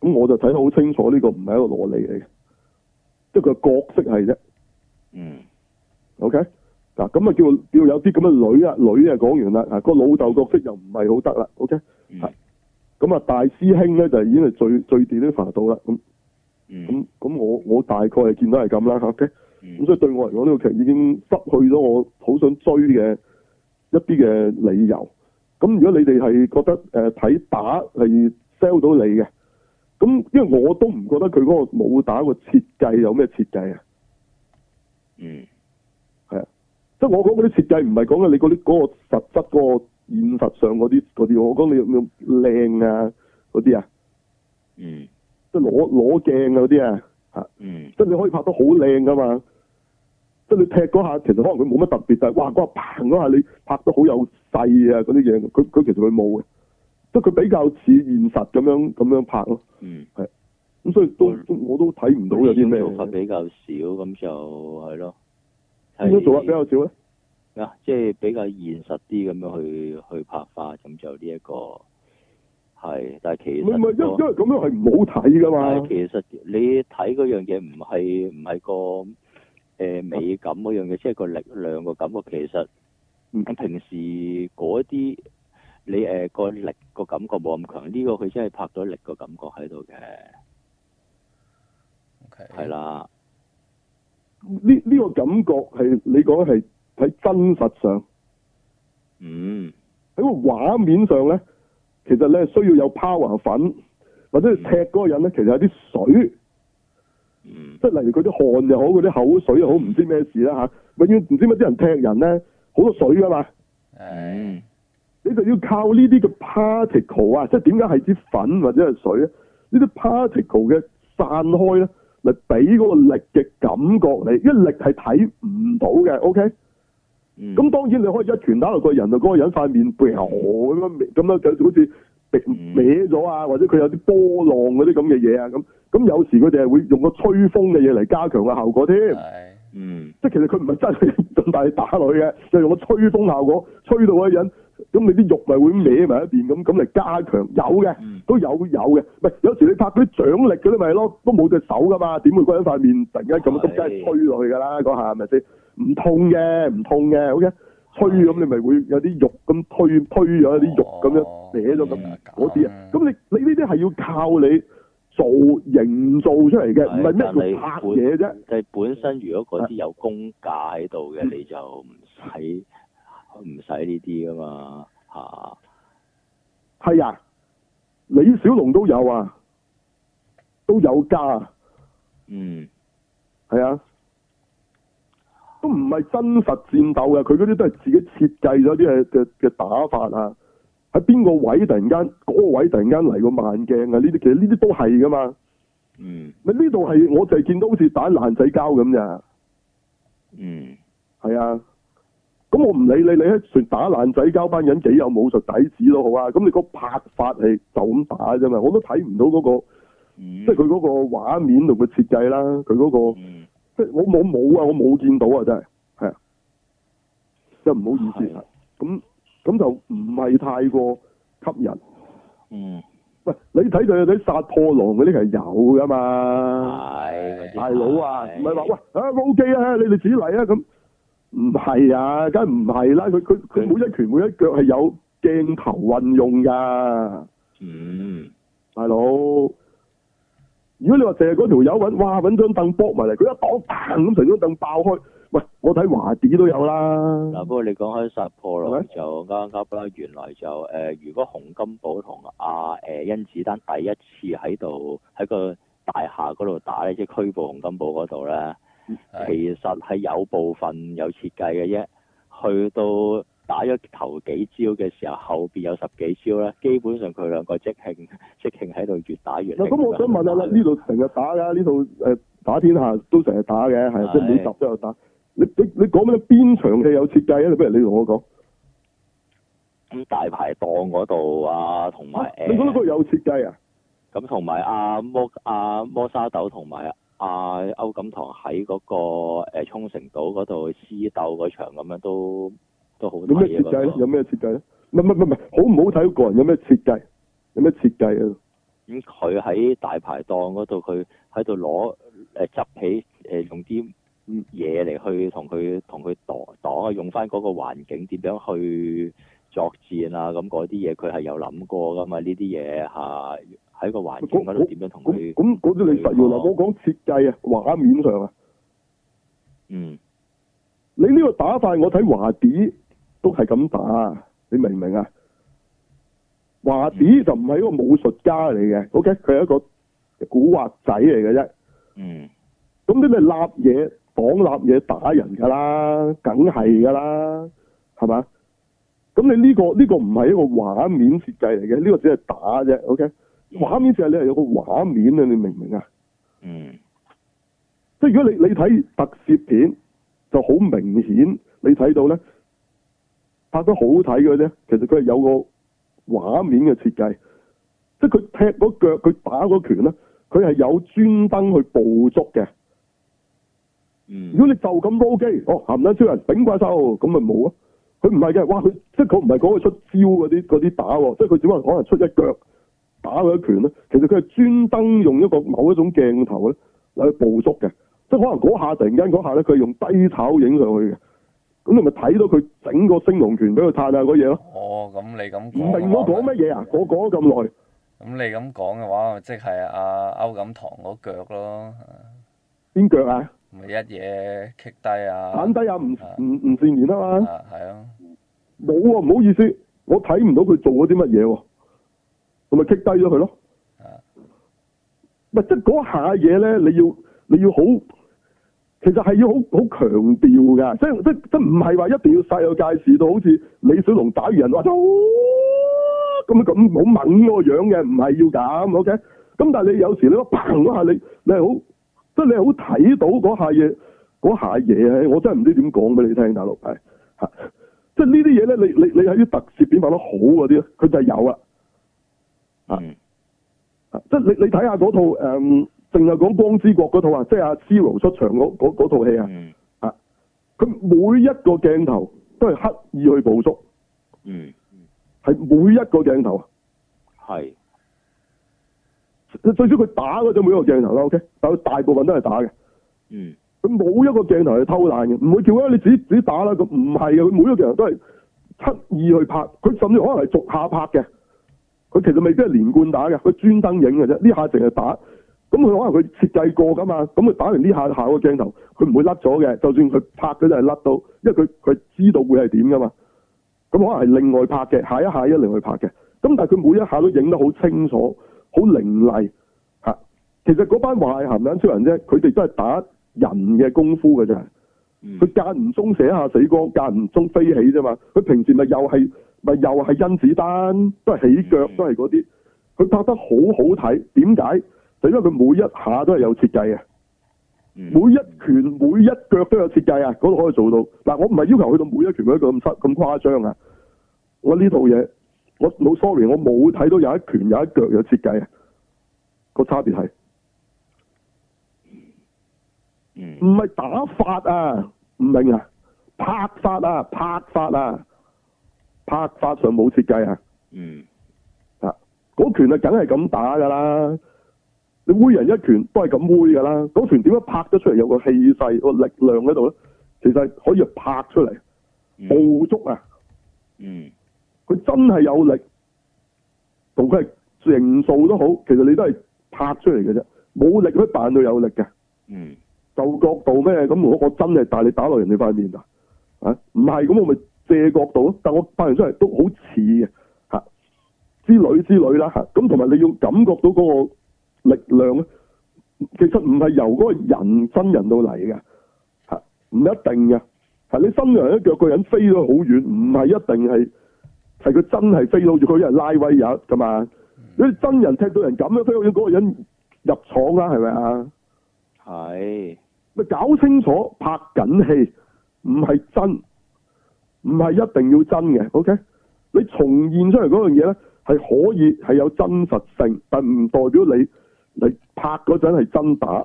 A: 咁我就睇得好清楚呢個唔係一個蘿莉嚟嘅，即係佢個角色係啫
B: 嗯
A: ，OK？嗱咁啊叫叫有啲咁嘅女啊女啊講完啦，啊個老豆角色又唔係好得啦，OK？
B: 嗯
A: 咁啊大師兄咧就已經係最最 deliver 到啦，咁
B: 嗯
A: 咁咁我我大概係見到係咁啦，OK？咁
B: 嗯
A: 所以對我嚟講，呢個劇已經失去咗我好想追嘅一啲嘅理由。咁如果你哋係覺得誒呃睇、打係 sell 到你嘅，咁因為我都唔覺得佢嗰個武打個設計有咩設計啊，
B: 嗯
A: 即係我講嗰啲設計唔係講緊你嗰啲嗰個實質嗰個現實上嗰啲嗰啲，我講你有冇靚啊嗰啲啊，
B: 嗯
A: 即係攞攞鏡啊嗰啲啊，嚇。
B: 嗯
A: 即係你可以拍得好靚噶嘛。即係你踢嗰下，其實可能佢冇乜特別，但係哇嗰下砰嗰下你拍得好有勢啊嗰啲嘢，佢佢其實佢冇嘅，即係佢比較似現實咁樣咁樣拍咯。
B: 嗯。
A: 咁所以都
B: 嗯
A: 都我都睇唔到有啲咩
B: 做法比較少，咁就係咯。
A: 邊種做法比較少咧？
B: 係啊，即係比較現實啲咁樣去去拍法，咁就呢一個係，但係其
A: 唔係唔係，因
B: 實
A: 因
B: 個
A: 為咁樣係唔好睇噶
B: 但係
A: 嘛。
B: 其實你睇嗰樣嘢唔係唔係個誒、美感嗰樣嘢，即係個力量個感覺。其實
A: 嗯
B: 咁平時嗰啲你誒個、力個感覺冇咁強，呢、個佢真係拍到力個感覺喺度嘅，
C: ，OK，
B: 係啦，
A: 呢呢個感覺係你講係喺真實上
B: 嗯
A: 喺個畫面上咧，其實咧需要有 power 粉，或者你踢嗰個人咧，其實有啲水。
B: 嗯
A: 即係例如佢啲汗又好，佢啲口水又好，唔知咩事啦嚇，永遠唔知乜啲人踢人咧，好多水噶嘛，
C: 係
B: 嗯
A: 你就要靠呢啲嘅 particle 啊，即係點解係啲粉或者係水咧？呢啲 particle 嘅散開咧，嚟俾嗰個力嘅感覺你，因為力係睇唔到嘅，OK？
B: 嗯
A: 咁當然你可以一拳打落個人度，嗰、個人塊面咁樣咁樣就好似被
B: 嗯
A: 歪咗啊，或者佢有啲波浪嗰啲咁嘅嘢啊，咁咁有時佢哋係會用個吹風嘅嘢嚟加強個效果添，
C: 係
B: 嗯
A: 即係其實佢唔係真係咁大力打落去嘅，就用個吹風效果吹到嗰個人，咁你啲肉咪會歪埋一邊咁，咁嚟加強有嘅。
B: 嗯
A: 都有有嘅，唔係有時你拍嗰啲掌力嗰啲咪係咯，都冇隻手噶嘛，點會嗰人塊面突然間咁
B: 係
A: 咁梗係吹落去㗎啦？嗰下係咪先？唔痛嘅，唔痛嘅，OK。吹咁你咪會有啲肉咁推推咗啊啲肉咁樣
C: 哦
A: 歪咗咁
B: 嗯
A: 嗰啲啊。
C: 咁
A: 咁你你呢啲係要靠你做營造出嚟嘅，
B: 係
A: 唔係
B: 但
A: 咩
B: 你
A: 叫拍
B: 本
A: 嘢啫。
B: 即係本身如果嗰啲有公價喺度
A: 嗯
B: 嘅，你就唔使唔使呢啲噶嘛嚇。
A: 係啊，李小龍都有啊，都有加啊。
B: 嗯
A: 係啊，都唔係真實戰鬥嘅，佢嗰啲都係自己設計咗啲嘅嘅嘅打法啊。喺邊個位突然間，嗰、個位突然間嚟個慢鏡啊！呢啲其實呢啲都係噶嘛。
B: 嗯
A: 咪呢度係我就係見到好似打爛仔交咁咋，
B: 嗯
A: 係啊。咁我唔理你，你喺算打爛仔交班人幾有武術底子都好啊。咁你個拍法係就咁打啫嘛，我都睇唔到嗰、個，
B: 嗯，
A: 即係佢嗰個畫面同佢設計啦，佢嗰、個。
B: 嗯
A: 即係我冇冇啊，我冇見到啊，真係係啊，真係唔好意思
B: 係
A: 啊。咁咁就唔係太過吸引。
B: 嗯
A: 喂，你睇就係睇殺破狼嗰啲係有噶嘛，
B: 係
A: 大佬啊，唔係話喂啊 O K 啊，你哋自己嚟啊咁，唔係啊，梗係唔係啦，佢佢佢
B: 佢
A: 每一拳每一腳係有鏡頭運用㗎。
B: 嗯
A: 大佬。如果你話淨係嗰條友揾，哇揾張凳搏埋嚟，佢一擋嘭咁成張凳爆開。喂，我睇華啲都有啦
B: 嗱，，不過你講開殺破
A: 嗯係
B: 狼
A: 咪
B: 就啱啱啦，原來就誒、呃如果洪金寶同阿誒甄子丹第一次喺度喺個大廈嗰度打咧，即係拘捕洪金寶嗰度咧，
C: 係
B: 其實係有部分有設計嘅啫。去到打咗頭幾招嘅時候，後邊有十幾招咧，基本上佢兩個即興 即興喺度越打越
A: 嗱
B: 興。啊
A: 咁我想問下啦，呢度成日打㗎，呢度誒打天下都成日打嘅，係即係
B: 係
A: 每集都有打。你你你講咩？邊場戲有設計啊？你不如你同我講。
B: 咁大排檔嗰度啊，同埋
A: 啊你覺得
B: 誒
A: 嗰個有設計啊？
B: 咁同埋阿摩阿摩沙豆同埋阿歐錦棠喺嗰個誒沖繩島嗰度私鬥嗰場咁樣都都好
A: 有咩
B: 睇
A: 設計咧啊
B: 嘅？
A: 有咩設計咧？唔係唔係唔係，好唔好睇？個人有咩設計？有咩設計啊？
B: 咁佢喺大排檔嗰度，佢喺度攞誒執起誒用啲嘢嚟去同佢同佢擋擋啊，用翻嗰個環境點樣去作戰啊，咁嗰啲嘢佢係有諗過噶嘛？呢啲嘢嚇喺個環境嗰度點樣同
A: 咁
B: 佢
A: 咁嗰啲你實要啦。我講設計啊，畫面上啊。
B: 嗯
A: 你呢個打法，我睇華啲都係咁打，你明唔明啊？華啲就唔係一個武術家嚟嘅，OK，佢係一個古惑仔嚟嘅啫。
B: 嗯
A: 咁你咪立嘢、綁立嘢打人㗎啦，梗係㗎啦，係嘛？咁你呢、個呢、個唔係一個畫面設計嚟嘅，呢、個只係打啫，OK。畫面設計你係有個畫面啊，你明唔明啊？
B: 嗯
A: 即係如果你你睇特攝片，就好明顯你睇到咧拍得好睇嘅咧，其實佢係有個畫面嘅設計，即係佢踢嗰腳，佢打嗰拳咧，佢係有專登去捕捉嘅。
B: 嗯
A: 如果你就咁撈機，哦鹹蛋超人頂怪獸，咁咪冇啊！佢唔係嘅，哇！佢即係佢唔係講佢出招嗰啲嗰啲打喎，即係佢只不過可能出一腳打佢一拳咧。其實佢係專登用一個某一種鏡頭咧嚟去捕捉嘅，即係可能嗰下突然間嗰下咧，佢係用低炒影上去嘅。咁你咪睇到佢整個升龍拳俾佢嘆下嗰嘢咯。
C: 哦，咁你咁
A: 唔
C: 講嘅話
A: 明我講乜嘢啊？我講咗咁耐，
C: 咁你咁講嘅話，即係阿歐錦棠嗰腳咯，
A: 邊腳啊？
C: 咪一嘢棘低啊！
A: 反低啊！唔
C: 啊
A: 唔唔善言啊嘛，
C: 啊，係咯，
A: 冇啊！唔好意思，我睇唔到佢做咗啲乜嘢喎，我咪棘低咗佢咯。
C: 啊，
A: 唔係即係嗰下嘢咧，你要你要好，其實係要好好強調㗎，即係即即唔係話一定要細個界市到好似李小龍打完人話走咁咁好猛嗰個樣嘅，唔係要咁，OK？咁但係你有時你一砰嗰下你你係好即即係你好睇到嗰下嘢，嗰下嘢我真係唔知點講俾你聽，大陸係嚇。即係呢啲嘢咧，你你你喺啲特攝片拍得好嗰啲咧，佢就係有啊。
B: 嗯，
A: 啊即係你你睇下嗰套誒，嗯淨係講光之國嗰套啊，即係阿 Zero 出場嗰嗰嗰套戲啊，
B: 嗯，
A: 佢每一個鏡頭都係刻意去捕捉，
B: 嗯，
A: 係每一個鏡頭啊。
B: 係，
A: 最最少佢打嗰陣每一個鏡頭啦，OK，但係佢大部分都係打嘅，
B: 嗯，
A: 佢冇一個鏡頭係偷懶嘅，唔會叫啊你自己自己打啦，咁唔係嘅，佢每一個鏡頭都係刻意去拍，佢甚至可能係逐下拍嘅，佢其實未必係連貫打嘅，佢專登影嘅啫，呢下淨係打，咁佢可能佢設計過噶嘛，咁佢打完呢下下個鏡頭，佢唔會甩咗嘅，就算佢拍嗰陣係甩到，因為佢佢知道會係點噶嘛，咁可能係另外拍嘅，下一下一另外拍嘅，咁但係佢每一下都影得好清楚，好凌厲嚇。其實嗰班壞鹹蛋超人啫，佢哋都係打人嘅功夫嘅啫。
B: 嗯，
A: 佢間唔中寫下死光，間唔中飛起啫嘛。佢平時咪又係咪又係甄子丹，都係起腳
B: 嗯，
A: 都係嗰啲。佢拍得好好睇，點解？就因為佢每一下都係有設計嘅，
B: 嗯
A: 每一拳每一腳都有設計啊！嗰度可以做到。嗱，我唔係要求去到每一拳每一腳咁失咁誇張啊！我呢套嘢，我冇 sorry，我冇睇到有一拳有一腳有設計啊！個差別係。
B: 嗯，
A: 唔係打法啊，唔明啊，拍法啊，拍法啊，拍法上冇設計啊，
B: 嗯，
A: 啊，嗰拳啊梗係咁打噶啦，你揮人一拳都係咁揮噶啦，嗰拳點樣拍得出嚟有個氣勢個力量喺度咧？其實係可以拍出嚟，
B: 嗯，
A: 捕捉啊，
B: 嗯，
A: 佢真係有力，同佢係成數都好，其實你都係拍出嚟嘅啫，冇力可以扮到有力嘅。
B: 嗯，
A: 就角度咩？咁我我真係但你打落人哋塊面啊！啊，唔係咁我咪借角度咯。但我拍完出嚟都好似嘅嚇之類之類啦嚇。咁同埋你要感覺到嗰個力量咧，其實唔係由嗰個人真人到嚟嘅嚇，唔一定嘅。係你伸人一腳，個人飛咗好遠，唔係一定係係佢真係飛到好似佢人拉威有噶嘛。如果你真人踢到人咁樣飛到好遠，嗰、個人入廠啦，係咪啊？
B: 係，
A: 咪搞清楚拍緊戲，唔係真，唔係一定要真嘅。OK，你重現出嚟嗰樣嘢咧，係可以係有真實性，但唔代表你你拍嗰陣係真打。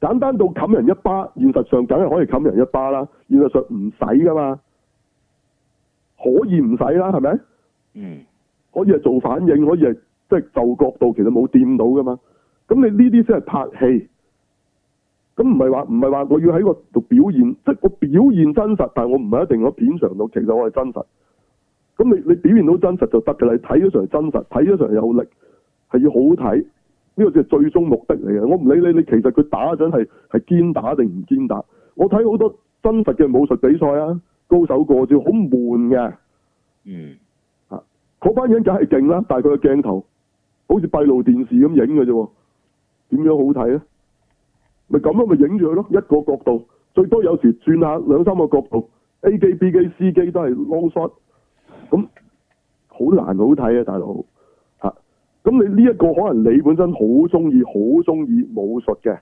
A: 簡單到冚人一巴，現實上梗係可以冚人一巴啦。現實上唔使噶嘛，可以唔使啦，係咪？
B: 嗯，
A: 可以係做反應，可以係即係就角度，其實冇掂到噶嘛。咁你呢啲先係拍戲，咁唔係話唔係話我要喺個度表現，即係我表現真實，但係我唔係一定我片場度，其實我係真實。咁你你表現到真實就得㗎啦，你睇咗場係真實，睇咗場係有力，係要好睇，呢個就係最終目的嚟嘅。我唔理你，你其實佢打嗰陣係係堅打定唔堅打。我睇好多真實嘅武術比賽啊，高手過招好悶嘅。
B: 嗯，
A: 嗰班人梗係勁啦，但係佢嘅鏡頭好似閉路電視咁影嘅啫喎，點樣好睇咧？咪咁咯，咪影住佢咯，一個角度，最多有時轉下兩三個角度，A 機、B 機、C 機都係 long shot，咁好難好睇啊，大佬嚇！咁你呢一個可能你本身好中意、好中意武術嘅，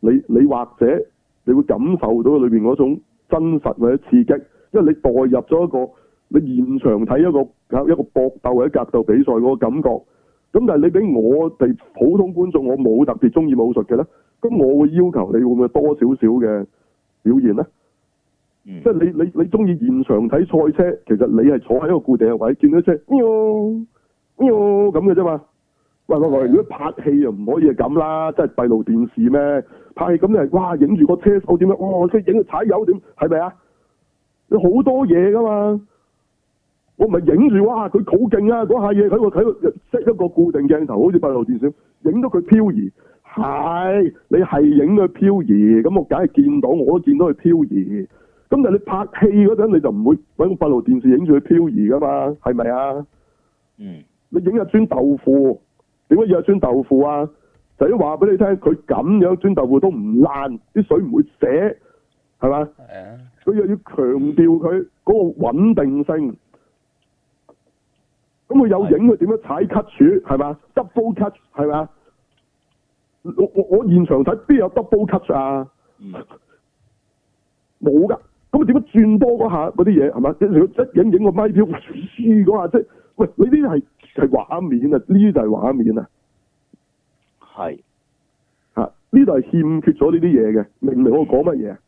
A: 你你或者你會感受到裏邊嗰種真實或者刺激，因為你代入咗一個。你現場睇一個一個搏鬥或者格鬥比賽嗰個感覺，咁但係你俾我哋普通觀眾，我冇特別中意武術嘅咧，咁我會要求你會唔會多少少嘅表現咧？
B: 嗯
A: 即，係你你你中意現場睇賽車，其實你係坐喺一個固定嘅位，見到車喵喵咁嘅啫嘛。喂喂喂，如果拍戲又唔可以係咁啦，即係閉路電視咩？拍戲咁你係哇影住個車手點樣？哇佢影踩油點係咪啊？你好多嘢噶嘛。我唔係影住哇佢好勁啊嗰下嘢，喺個喺個 set 一個固定鏡頭，好似閉路電視咁，影到佢漂移。係你係影佢漂移，咁我梗係見到，我都見到佢漂移。咁但係你拍戲嗰陣，你就唔會揾個閉路電視影住佢漂移噶嘛，係咪啊？
B: 嗯，
A: 你影一磚豆腐，點解要一磚豆腐啊？就係話俾你聽，佢咁樣磚豆腐都唔爛，啲水唔會瀉，係嘛？
C: 係啊，
A: 佢又要強調佢嗰個穩定性。咁佢有影佢點樣踩 cut 柱係嘛？double cut 係嘛？我我我現場睇邊有 double cut 啊？
B: 嗯
A: 冇噶，咁點樣轉波嗰下嗰啲嘢係咪？即係如果一影影個咪表輸嗰下，即係喂你呢啲係係畫面啊，呢啲就係畫面啊。
B: 係
A: 嚇！呢度係欠缺咗呢啲嘢嘅，明唔明我講乜嘢？啊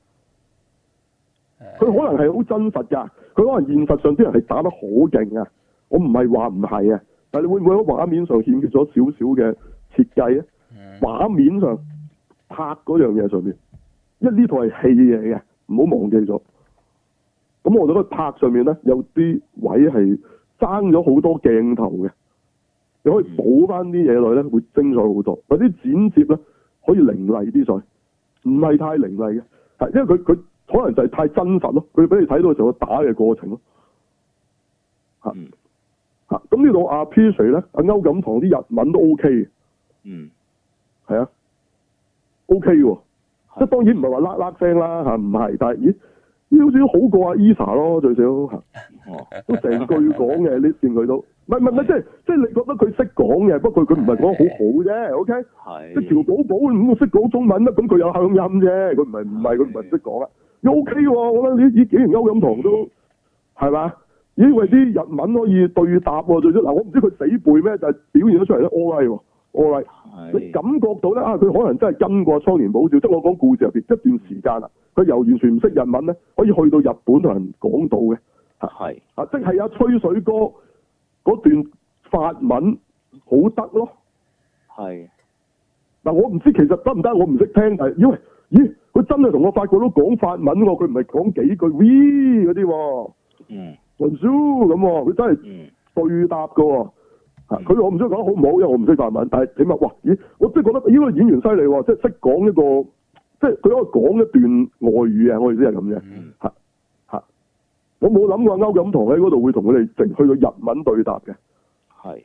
C: 誒
A: 佢可能係好真實㗎，佢可能現實上啲人係打得好勁啊！我唔係話唔係啊，但係你會唔會喺畫面上欠缺咗少少嘅設計啊？
C: 嗯
A: 畫面上拍嗰樣嘢上面，因為呢套係戲嚟嘅，唔好忘記咗。咁我覺得拍上面咧有啲位係爭咗好多鏡頭嘅，你可以補翻啲嘢落去咧，會精彩好多。或者剪接咧可以凌厲啲再，唔係太凌厲嘅，係因為佢佢可能就係太真實咯，佢俾你睇到就個打嘅過程咯。
B: 嗯
A: 嚇！咁呢度阿 p i 咧，阿歐錦棠啲日文都 OK 嘅，
B: 嗯
A: 係啊，OK 喎。即係
B: 係
A: 當然唔係話啦啦聲啦嚇，唔係，但係咦，呢好似都好過阿 Elsa 咯，最少嚇
B: 哦
A: 都成句講嘅，你見佢都唔係唔係唔係，即係即係你覺得佢識講嘅，不過佢唔係講得好好啫，OK？
B: 係
A: 即係喬寶寶咁識講中文啦，咁佢有口音啫，佢唔係唔係佢唔係唔識講啊，又 OK 喎，我覺得呢呢幾年歐飲堂都係嘛？咦喂，啲日文可以對答喎，最少嗱，我唔知佢死背咩，但係表現咗出嚟咧，all right 喎，all right。你感
B: 係
A: 覺到咧啊，佢可能真係跟過《蒼年寶照》，即係我講故事入邊一段時間啊，佢由完全唔識日文咧，可以去到日本同人講到嘅
B: 係
A: 啊，即係阿吹水哥嗰段法文好得咯。
B: 係
A: 嗱，我唔知其實得唔得，我唔識聽，但係因為咦，佢真係同我法國佬講法文喎，佢唔係講幾句 we 嗰啲喎
B: 嗯
A: b o n j o 咁喎，佢真係
B: 嗯
A: 對答嘅喎、啊佢、我唔知講得好唔好，因為我唔識法文，但係起碼哇，咦，我真係覺得呢個演員犀利喎，即係識講一個，即係佢可以講一段外語啊！我哋只係咁啫，
C: 嗯
A: 嚇、嚇、我冇諗過歐錦棠喺嗰度會同佢哋直去到日文對答嘅，
B: 係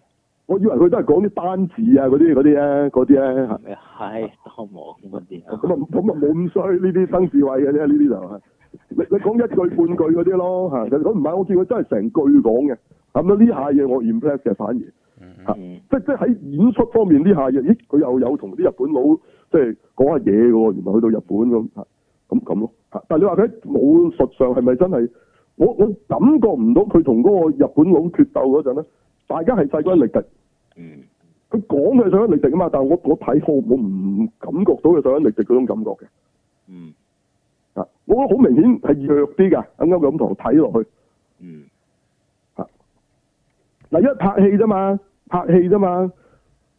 A: 我以為佢都係講啲單字啊嗰啲嗰啲咧，嗰啲咧嚇，
B: 咩係當網嗰啲啊
A: 咁啊咁啊冇咁衰，呢啲生智慧嘅啫，呢啲就係、你你講一句半句嗰啲咯嚇，其實佢唔係我見佢真係成句講嘅，咁啊呢下嘢我 impress 嘅反而。
C: 嗯
B: 嗯
A: 即即喺演出方面呢下嘢，咦佢又有同啲日本佬即係講下嘢嘅喎，原來去到日本咁嚇咁咁咯嚇。但係你話佢喺武術上係咪真係？我我感覺唔到佢同嗰個日本佬決鬥嗰陣咧，大家係勢均力敵。
B: 嗯
A: 佢講佢係勢均力敵啊嘛，但係我我睇我我唔感覺到佢勢均力敵嗰種感覺嘅。
B: 嗯
A: 啊，我覺得好明顯係弱啲㗎。啱啱咁同睇落去，
B: 嗯
A: 嗱一拍戲啫嘛，拍戲啫嘛。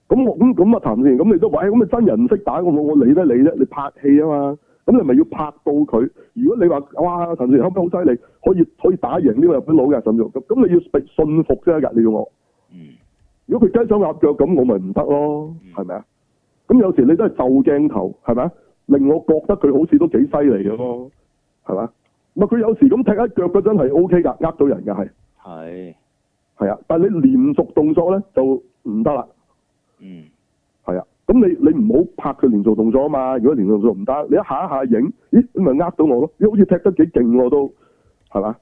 A: 咁我咁咁啊，譚先，咁你都話，哎咁你真人唔識打，我我理得你啫，你拍戲啊嘛。咁你咪要拍到佢。如果你話哇，譚先後尾好犀利，可以可以打贏呢個日本佬嘅，甚至乎咁咁你要被信服先得㗎，你要我。
B: 嗯
A: 如果佢雞手鴨腳咁，我咪唔得咯，係咪啊？咁有時你都係就鏡頭，係咪啊？令我覺得佢好似都幾犀利嘅咯，係咪啊？唔係佢有時咁踢一腳嗰陣係 O K 㗎，呃到人㗎係
B: 係
A: 係啊，但係你連續動作咧就唔得啦。
B: 嗯
A: 係啊，咁你你唔好拍佢連續動作啊嘛，如果連續動作唔得，你一下一下影，咦，咁咪呃到我咯，咦，好似踢得幾勁喎都，係嘛？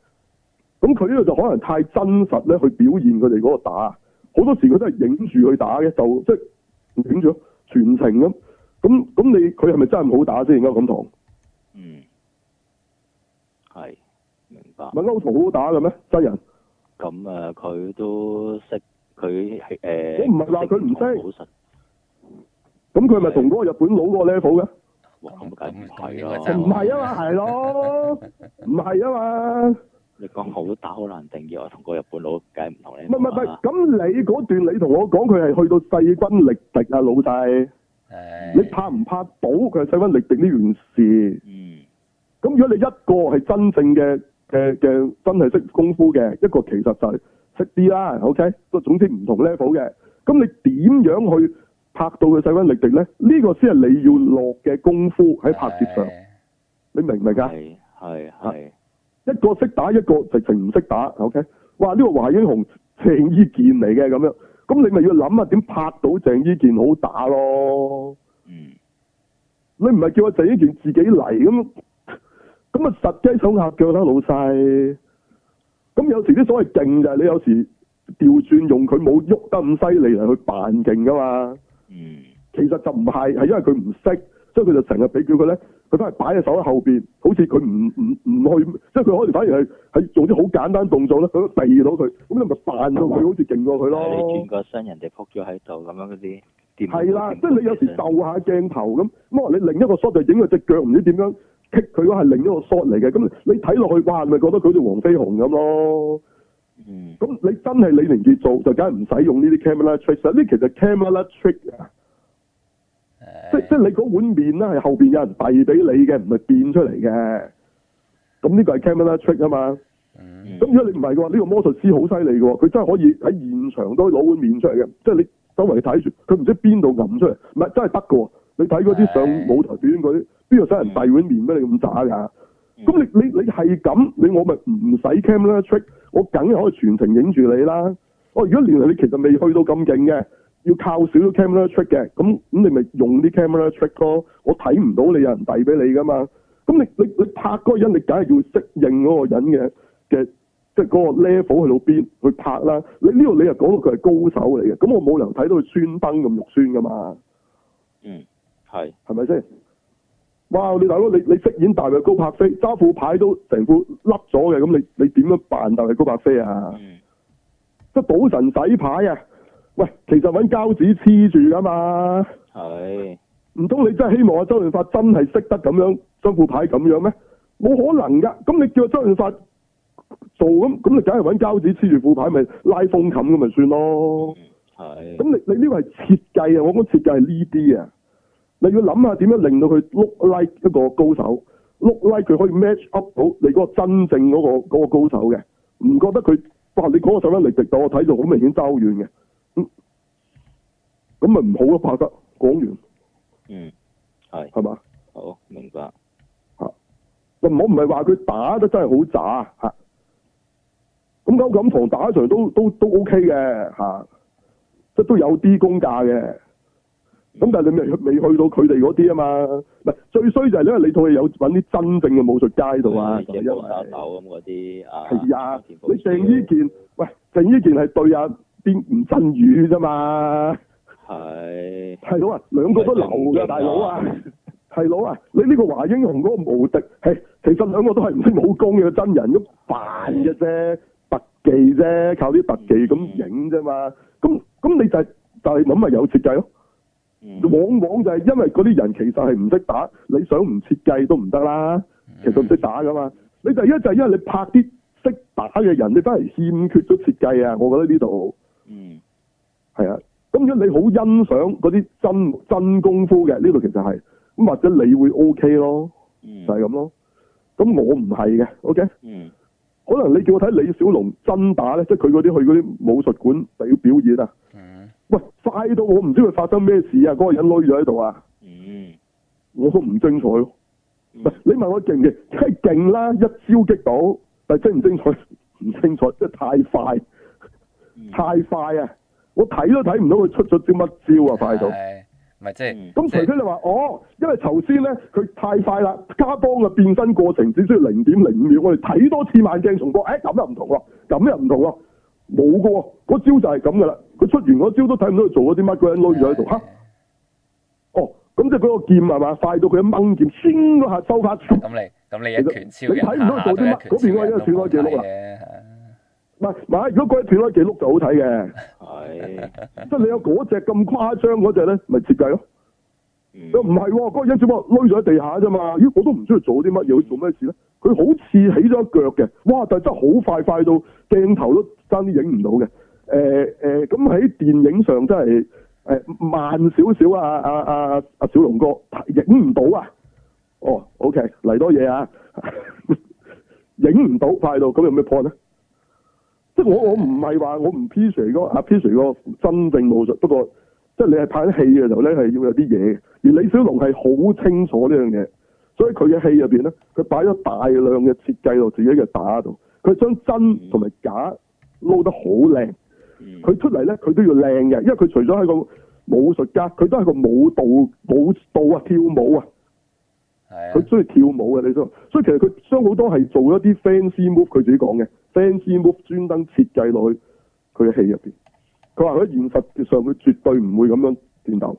A: 咁佢呢度就可能太真實咧，去表現佢哋嗰個打，好多時佢都係影住去打嘅，就即係影住咯全程咁，咁咁你佢係咪真係唔好打先？歐錦棠，唔
B: 嗯係明白。
A: 係歐棠好好打嘅咩？真人，
B: 咁啊，呃佢都識佢係誒，
A: 我唔係話佢唔
B: 好實，
A: 咁佢係咪同嗰個日本佬嗰個 level 嘅？
B: 哇
C: 咁
B: 咁梗唔
C: 咁
B: 係
C: 應該
B: 啦，
C: 真
A: 唔係啊嘛，係咯，唔係啊嘛。
B: 你講好打好難定義，我同個日本佬梗係唔同你
A: 唔係唔係唔係
B: 啦，
A: 咁你嗰段你同我講佢係去到勢均力敵啊，老細，
C: 誒
A: 你拍唔拍到佢係勢均力敵呢件事？
B: 嗯
A: 咁如果你一個係真正嘅嘅嘅真係識功夫嘅，一個其實就係識啲啦，OK，都總之唔同 level 嘅。咁你點樣去拍到佢勢均力敵咧？呢、個先係你要落嘅功夫喺拍攝上，
C: 係
A: 你明唔明啊？
B: 係係係
A: 一個識打，一個直情唔識打。OK，哇！呢、個華英雄鄭伊健嚟嘅咁樣，咁你咪要諗下點拍到鄭伊健好打咯？
B: 嗯
A: 你唔係叫阿鄭伊健自己嚟咁，咁啊實雞手鴨腳啦，老細。咁有時啲所謂勁就係你有時調轉用佢冇喐得咁犀利嚟去扮勁噶嘛，
B: 嗯
A: 其實就唔係，係因為佢唔識，所以佢就成日俾叫佢咧，佢都係擺喺手喺後邊，好似佢唔唔唔去，即係佢可能反而係係做啲好簡單動作咧，佢都避到佢，咁你咪扮到佢好似勁過佢咯。
B: 你轉個身，人哋撲咗喺度咁樣嗰啲，掂唔到
A: 係啦，
B: 掂唔
A: 即
B: 到
A: 係你有時就下鏡頭咁，咁可能你另一個 shot 就影佢只腳唔知點樣棘佢嗰係另一個 shot 嚟嘅，咁你睇落去哇，咪覺得佢好似黃飛鴻咁咯。
B: 嗯，
A: 咁你真係李連杰做就梗係唔使用呢啲 camera trick 啦，呢其實 camera trick 啊，即即
C: 誒
A: 係你嗰碗麵咧係後邊有人遞俾你嘅，唔係變出嚟嘅。咁呢個係 camera trick 啊嘛。
C: 嗯
A: 咁如果你唔係嘅話，呢、個魔術師好犀利嘅喎，佢真係可以喺現場都攞碗面出嚟嘅，即係你周圍睇住，佢唔知邊度揞出嚟，唔係真係得嘅喎。你睇嗰啲上舞台表演嗰啲，邊度使人遞碗面俾你咁渣㗎？
B: 嗯
A: 咁你你你係咁，你我咪唔使 camera trick，我梗係可以全程影住你啦。哦，如果原來你其實未去到咁勁嘅，要靠少少 camera trick 嘅，咁咁你咪用啲 camera trick 咯。我睇唔到你有人遞俾你噶嘛。咁你你你拍嗰個人，你梗係要適應嗰個人嘅嘅，即係嗰個 level 去到邊去拍啦。你呢度你又講到佢係高手嚟嘅，咁我冇理由睇到佢穿崩咁肉酸噶嘛。
B: 嗯係
A: 係咪先？哇！你大佬，你你飾演大衛高柏飛，揸副牌都成副甩咗嘅，咁你你點樣扮大衛高柏飛啊？
B: 嗯
A: 即係賭神洗牌啊！喂，其實揾膠紙黐住噶嘛，
B: 係
A: 唔通你真係希望阿周潤發真係識得咁樣將副牌咁樣咩？冇可能噶！咁你叫阿周潤發做咁，咁你梗係揾膠紙黐住副牌，咪拉風冚咁咪算咯。
B: 嗯係
A: 咁你你呢個係設計啊！我講設計係呢啲啊，你要諗下點樣令到佢 look like 一個高手，look like 佢可以 match up 到你嗰個真正嗰、個嗰個高手嘅，唔覺得佢哇你嗰個手一力直到我睇到好明顯爭好遠嘅，咁咁咪唔好咯拍得講完
B: 嗯係
A: 係嘛？
B: 好明白
A: 我唔係話佢打得真係好渣嚇，咁歐錦棠打一場都都都 OK 嘅嚇，即係都有啲功架嘅。咁但係你未未去到佢哋嗰啲啊嘛，唔係最衰就係因為你套戲有揾啲真正嘅武術家喺度啊，
B: 即
A: 就係
B: 係
A: 因為
B: 幫手手咁嗰啲啊
A: 係啊，
B: 田馥
A: 你
B: 甄
A: 鄭伊健，喂鄭伊健係對啊邊吳鎮宇啫嘛，
B: 係
A: 係佬啊，兩個都流㗎大佬啊！係佬啊！你呢個華英雄嗰個無敵，係其實兩個都係唔識武功嘅真人咁扮嘅啫，特技啫，靠啲特技咁影啫嘛。咁咁你就係、就係諗咪有設計咯。
B: 嗯
A: 往往就係因為嗰啲人其實係唔識打，你想唔設計都唔得啦。其實唔識打噶嘛。你第一就係因為你拍啲識打嘅人，你反而欠缺咗設計啊！我覺得呢度。
B: 嗯
A: 係啊，咁如果你好欣賞嗰啲真真功夫嘅，呢度其實係咁，或者你會 O、k 咯，
B: 嗯
A: 就係咁咯。咁我唔係嘅，OK？
B: 嗯
A: 可能你叫我睇李小龍真打咧，即係佢嗰啲去嗰啲武術館表表演啊，
C: 嗯
A: 喂，快到我唔知佢發生咩事啊！嗰、個人攞咗喺度啊，
B: 嗯
A: 我都唔精彩咯。
B: 嗯
A: 唔係你問我勁唔勁？梗係勁啦，一招擊到，但係精唔精彩？ 唔精彩，即係太快，
B: 嗯
A: 太快啊！我睇都睇唔到佢出咗招乜招啊，快到！
C: 係咪即係
B: 嗯
A: 咁除
C: 即係
A: 非你話哦，因為頭先咧佢太快啦，加邦嘅變身過程只需要零點零五秒，我哋睇多次慢鏡重播，誒、咁又唔同喎，咁又唔同喎，冇嘅喎，嗰招就係咁嘅啦。佢出完嗰招都睇唔到佢做咗啲乜，個人攞咗喺度嚇。哦，咁即係嗰個劍係嘛，快到佢一掹劍，先嗰下收翻。
C: 咁你咁你一拳超人
A: 你睇唔到佢做啲乜
C: 下下都
A: 嗰
C: 一拳超人
A: 邊嗰個一拳攞記錄啊
C: 啦，
A: 唔係唔係，如果嗰一斷開記錄就好睇 嘅，
B: 係
A: 即係你有嗰只咁誇張嗰只咧，咪設計咯。
B: 嗯
A: 又唔係喎，嗰、個人只不過攞咗喺地下啫嘛。咦，我都唔知佢做啲乜嘢，佢做咩事咧？佢好似起咗一腳嘅，哇！但係真係好快，快到鏡頭都爭啲影唔到嘅。誒、誒，咁、喺電影上真係誒、慢少少啊啊啊啊！小龍哥影唔到啊！哦，OK，嚟多嘢啊！ 影唔到快到，咁有咩 point 咧？即係我我唔係話我唔 P Sir 嗰阿 P Sir 個真正武術，不過即係你係拍啲戲嘅時候咧係要有啲嘢嘅，而李小龍係好清楚呢樣嘢，所以佢嘅戲入邊咧，佢擺咗大量嘅設計落自己嘅打度，佢將真同埋假撈得好靚。
B: 嗯
A: 佢出嚟咧，佢都要靚嘅，因為佢除咗係個武術家，佢都係個舞蹈舞蹈啊，跳舞啊，
C: 係啊，
A: 佢中意跳舞嘅，你想，所以其實佢將好多係做一啲 fancy move，佢自己講嘅 fancy move 專登設計落去佢嘅戲入邊。佢話佢喺現實上佢絕對唔會咁樣戰鬥，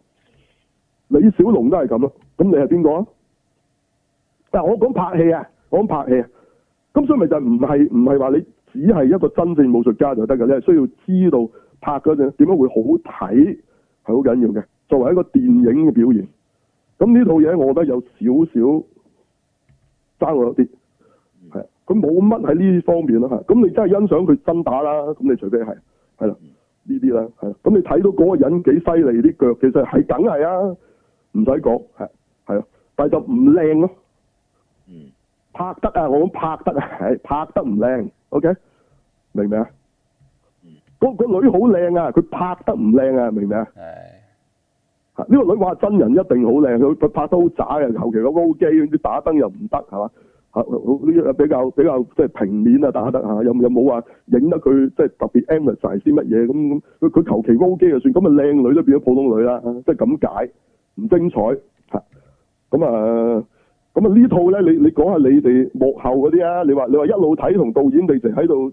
A: 李小龍都係咁咯。咁你係邊個啊？但係我講拍戲啊，我講拍戲啊。咁所以咪就唔係唔係話你只係一個真正武術家就得㗎，你係需要知道拍嗰陣點樣會好睇係好緊要嘅。作為一個電影嘅表現，咁呢套嘢我覺得有少少爭我有啲係啊佢冇乜喺呢方面啦嚇。咁你真係欣賞佢真打啦，咁你除非係係啦呢啲啦，係啦。咁你睇到嗰個人幾犀利啲腳，其實係梗係啊，唔使講係係啊，但係就唔靚咯。
B: 嗯，
A: 拍得啊，我講拍得啊，係拍得唔靚，OK，明唔明啊
B: 嗯？
A: 嗰、個女好靚啊，佢拍得唔靚啊，明唔明啊？
C: 係
A: 嚇啊呢、個女話真人一定好靚，佢佢拍得好渣嘅，後期個 O 機啲打燈又唔得係嘛？嚇好呢比較比較即係平面啊打得嚇，有有冇話影得佢即係特別 emphasize 啲乜嘢咁咁？佢佢求其 O 機就算，咁啊靚女都變咗普通女啦，啊即係咁解，唔精彩嚇。咁啊咁啊呢套咧，你你講下你哋幕後嗰啲啊？你話你話一路睇同導演你哋喺度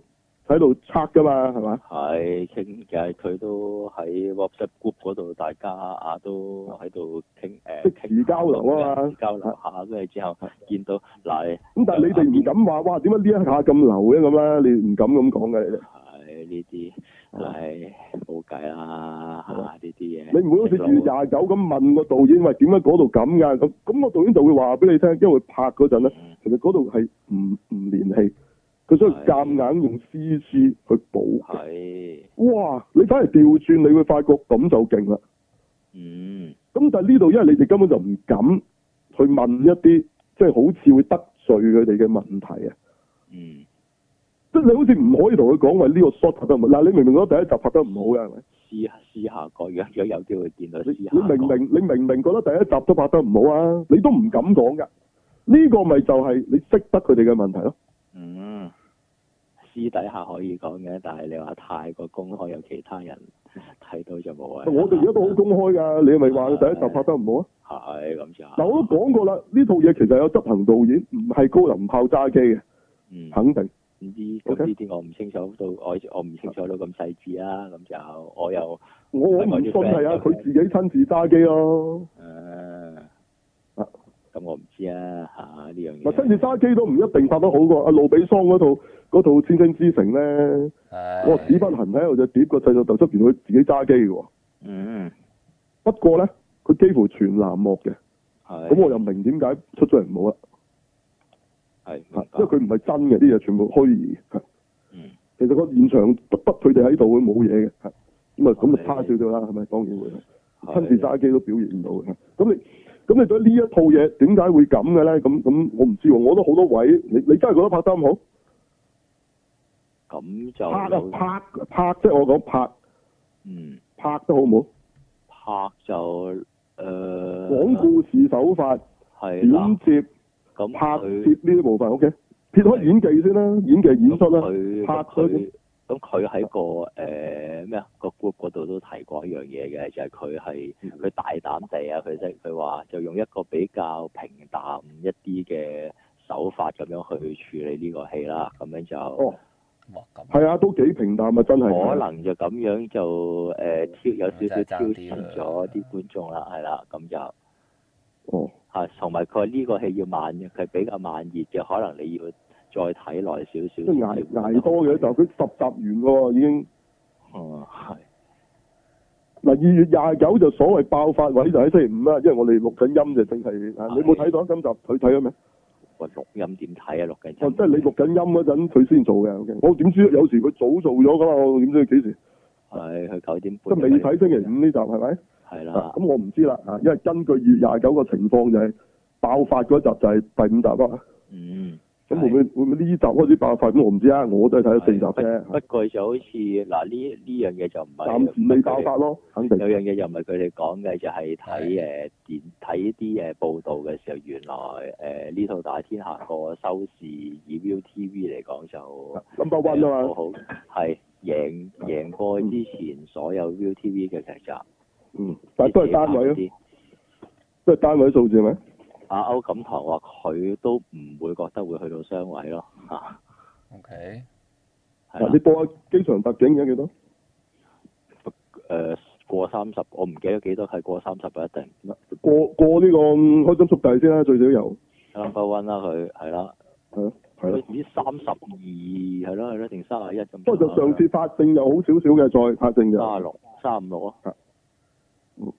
A: 喺度測㗎嘛係嘛？
B: 係傾嘅，佢都喺 WhatsApp group 嗰度，大家啊都喺度傾誒，
A: 即時
B: 傾
A: 交流啊嘛
B: 即時交流下，跟住之後見到嗱，
A: 咁但係你哋唔敢話哇點解呢一下咁流嘅咁啦？你唔敢咁講嘅你哋。
B: 係呢啲係冇計啦嚇，呢啲嘢
A: 啊你唔會好似二月廿九咁問個導演，喂點解嗰度咁㗎？咁咁個導演就會話俾你聽，因為拍嗰陣咧，
B: 嗯
A: 其實嗰度係唔唔連戲，佢所以
B: 係
A: 夾硬用 C G 去補。
B: 係
A: 哇！你反而調轉，你會發覺咁就勁啦。
B: 嗯
A: 咁但係呢度，因為你哋根本就唔敢去問一啲即係好似會得罪佢哋嘅問題啊！
B: 嗯
A: 即係你好似唔可以同佢講喂呢個 shot 拍得唔好，嗱你明唔明嗰第一集拍得唔好嘅係咪？
B: 私私下講，若若有機會見到
A: 你
B: 私
A: 你
B: 下
A: 明
B: 講
A: 明你明明覺得第一集都拍得唔好啊，你都唔敢講噶。呢、個咪就係你識得佢哋嘅問題咯。
B: 嗯，私底下可以講嘅，但係你話太過公開，有其他人睇到就冇謂啦。
A: 我哋而家都好公開噶，你咪話佢第一集拍得唔好啊？
B: 好係咁就
A: 嗱，我都講過啦，呢套嘢其實有執行導演，唔係高林炮揸機嘅，
B: 嗯
A: 肯定。
B: 呢啲
A: OK
B: 咁呢啲我唔清楚到我我唔清楚到咁細緻啦，咁就我又
A: 我我唔信係啊，佢自己親自揸機咯。
B: 誒
A: 啊
B: 咁我唔知啊嚇呢樣
A: 嗱，親自
B: 嘢。
A: 揸機都唔一定拍得好過阿路比桑嗰套嗰套《千星之城》咧，
C: 係。
A: 嗰個史不痕喺度就碟個製作特輯原來佢自己揸機嘅喎。
B: 嗯，
A: 不過咧，佢幾乎全藍幕嘅，
B: 嗯係
A: 咁我又明點解出咗嚟唔好啦。
B: 係
A: 嚇
B: 明白
A: 啊因為佢唔係真嘅，啲嘢全部虛擬嘅。嚇
B: 嗯
A: 其實個現場得得佢哋喺度會冇嘢嘅，嚇咁啊咁啊差少少啦，係咪？當然會
B: 哦係
A: 親自揸機都表現唔到嘅。嚇咁你咁你對呢一套嘢點解會咁嘅咧？咁咁我唔知喎，我覺得好多位你你真係覺得拍得咁
B: 咁就
A: 好？拍啊
B: 有
A: 拍拍即係我講拍
B: 嗯
A: 拍得好唔好？
B: 拍就誒
A: 講故事手法、剪
B: 係啦，
A: 接、
B: 咁
A: 拍
B: 嗯佢
A: 攝呢啲部分，OK。撇開演技先啦，演技演出啦，
B: 咁佢
A: 拍嗰
B: 咁佢
A: 啲
B: 咁佢喺個誒咩啊個 group 嗰度都提過一樣嘢嘅，就係佢係
A: 嗯
B: 佢大膽地啊，佢即係佢話就用一個比較平淡一啲嘅手法咁樣去處理呢個戲啦，咁樣就。
A: 哦，
C: 哇咁
A: 係啊，都幾平淡啊，真係。
B: 可能就咁樣就誒、呃挑有少少
C: 咁就
B: 挑
C: 爭啲啦
B: 戰咗啲觀眾啦，係啦，咁就
A: 哦，
B: 係同埋佢話呢個戲要慢嘅，佢比較慢熱嘅，可能你要再睇耐少少
A: 即
B: 先至
A: 係
B: 會覺得好
A: 捱
B: 睇。
A: 捱多嘅就佢十集完喎已經。
B: 嗯，係。
A: 嗱，二月廿九就所謂爆發位就喺星期五啦，因為我哋錄緊音就正係啊，
B: 係
A: 你冇睇到今集佢睇咗未？
B: 喂，錄音點睇啊？錄緊音。
A: 哦，即係你錄緊音嗰陣佢先做嘅，OK。我點知有時佢早做咗噶嘛？我點知佢幾時？
B: 係佢九點
A: 即
B: 半。
A: 係未睇星期五呢集係咪？
B: 係
A: 啊
B: 啦，
A: 咁我唔知啦啊，因為根據二月廿九個情況就係爆發嗰集就係第五集啦。
B: 嗯。
A: 咁會唔會會唔會呢集開始爆發？咁我唔知啊，我都係睇咗四集啫
B: 係不，不過就好似嗱呢呢樣嘢就唔係
A: 暫時未爆發咯，肯定
B: 有。樣嘢又唔係佢哋講嘅，就係睇誒電睇啲誒報道嘅時候，原來誒呢套《打天下》個收視以 ViuTV 嚟講就
A: number one 啊
B: 好
A: 嘛，
B: 好係贏贏過之前所有 ViuTV 嘅劇集，
A: 嗯，但係都係單位
B: 咯
A: 咯，。都係單位數字係咪？
B: 阿歐錦棠話佢都唔會覺得會去到雙位咯， 嚇
C: ，OK，
B: 係
A: 嗱
B: 啦
A: 你播下機場特警而家幾多？
B: 誒過三十，我唔記得幾多係過三十啊，一定
A: 過過呢個開心速遞先啦，最少有
B: number one 啦佢係啦，
A: 係咯係
B: 佢
A: 咯。
B: 唔知三十二係咯係咯定三十一咁上下。
A: 不過就上次法證就好少少嘅，再法證就
B: 三十六、三十五六啊
A: 嗯。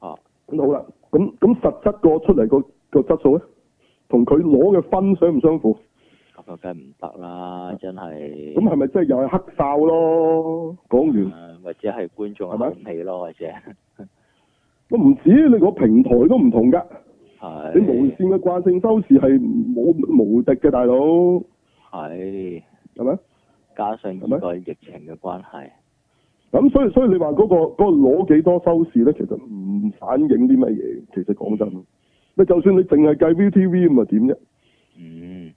B: 啊，
A: 咁好啦。咁咁實質個出嚟個個質素咧，同佢攞嘅分相唔相符？
B: 咁啊就梗係唔得啦，真係。
A: 啊咁係咪即係又係黑哨咯？講完。
B: 誒啊或者係觀眾
A: 係
B: 嘅
A: 咪
B: 口味咯，或者
A: 我唔止你個平台都唔同噶，
B: 係
A: 你無線嘅慣性收視係冇無敵嘅，大佬
B: 係
A: 係咪？
B: 加上
A: 係咪
B: 呢個疫情嘅關係，
A: 咁所以所以你話嗰、個嗰、個攞幾多收視咧，其實唔反映啲乜嘢。其實講真，你就算你淨係計 VTV 咁啊點啫？
B: 嗯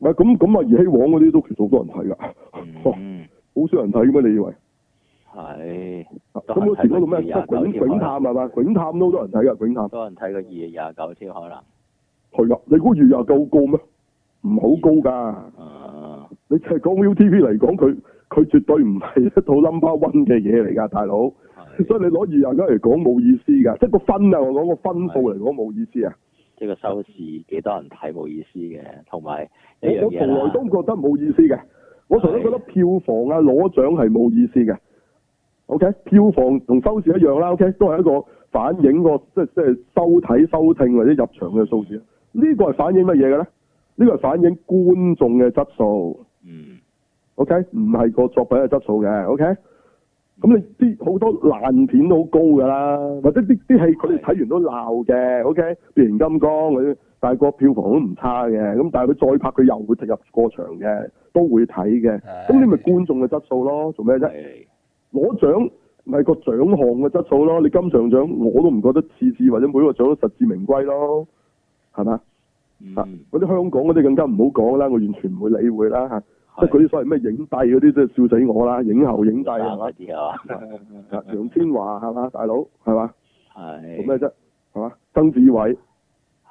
A: 唔係咁咁啊，兒戲王嗰啲都其實好多人睇噶，好、
B: 嗯
A: 少人睇嘅咩？你以為？啊
B: 係
A: 咁
B: 都係
A: 嗰時嗰度咩？即
B: 睇
A: 係
B: 過
A: 囧
B: 啲
A: 囧探係嘛？囧探都好多人睇噶，囧探
B: 多人睇過二月廿九添可能，
A: 係噶。你估月廿夠高咩？唔好高㗎。
B: 嗯
A: 你淨係講 ViuTV 嚟講，佢佢絕對唔係一套 number one 嘅嘢嚟㗎，大佬。所以
B: 係
A: 你攞二廿九嚟講冇意思㗎，即係個分啊！我講個分數嚟講冇意思啊！
B: 即係個收視幾多人睇冇意思嘅，同埋一
A: 我
B: 樣
A: 我
B: 嘢
A: 從來都
B: 啦，
A: 覺得冇意思嘅，我從來都覺得票房啊攞獎係冇意思嘅。OK，票房同收視一樣啦。OK，都係一個反映個即係即係收睇、收聽或者入場嘅數字。呢、個係反映乜嘢嘅咧？呢、個係反映觀眾嘅質素。
B: 嗯
A: OK，唔係個作品嘅質素嘅，OK。咁你啲好多爛片都好高㗎啦，或者啲啲戲佢哋睇完都鬧嘅，OK。變形金剛嗰啲，但係個票房都唔差嘅，咁但係佢再拍佢又會入過場嘅，都會睇嘅。
C: 係
A: 咁你咪觀眾嘅質素咯，做咩啫？
B: 係
A: 攞獎咪個獎項嘅質素咯，你金像獎我都唔覺得次次或者每個獎都實至名歸咯，係咪？啊
B: 嗯
A: 嗰啲香港嗰啲更加唔好講啦，我完全唔會理會啦嚇。即係
B: 係
A: 嗰啲所謂咩影帝嗰啲，真係笑死我啦！影后影帝係嘛
B: 嗰？啲係嘛，
A: 啊楊千嬅係嘛？大佬係嘛？做咩
B: 係
A: 啫？係嘛？曾志偉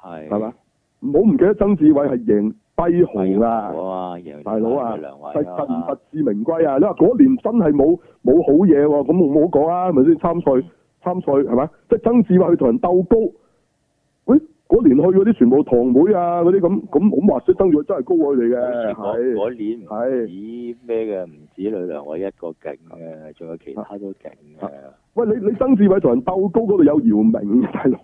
B: 係
A: 係嘛？？唔好唔記得曾志偉係贏跛豪啊！
B: 哇！贏
A: 大佬啊，
B: 兩位
A: 實實唔實
B: 啊，
A: 至名歸啊！你話嗰年真係冇冇好嘢喎，咁我冇好講啊，係咪先參賽參賽係咪？即係曾志偉去同人鬥高，喂嗰年去嗰啲全部堂妹啊嗰啲咁咁，咁話説曾志偉真係高過佢哋
B: 好
A: 嘅，係
B: 似嗰嗰年唔
A: 係。
B: 止咩嘅，唔止呂良偉一個勁
A: 啊
B: 嘅，仲有其他都勁嘅。
A: 喂，你你曾志偉同人鬥高嗰度有姚明， 大佬，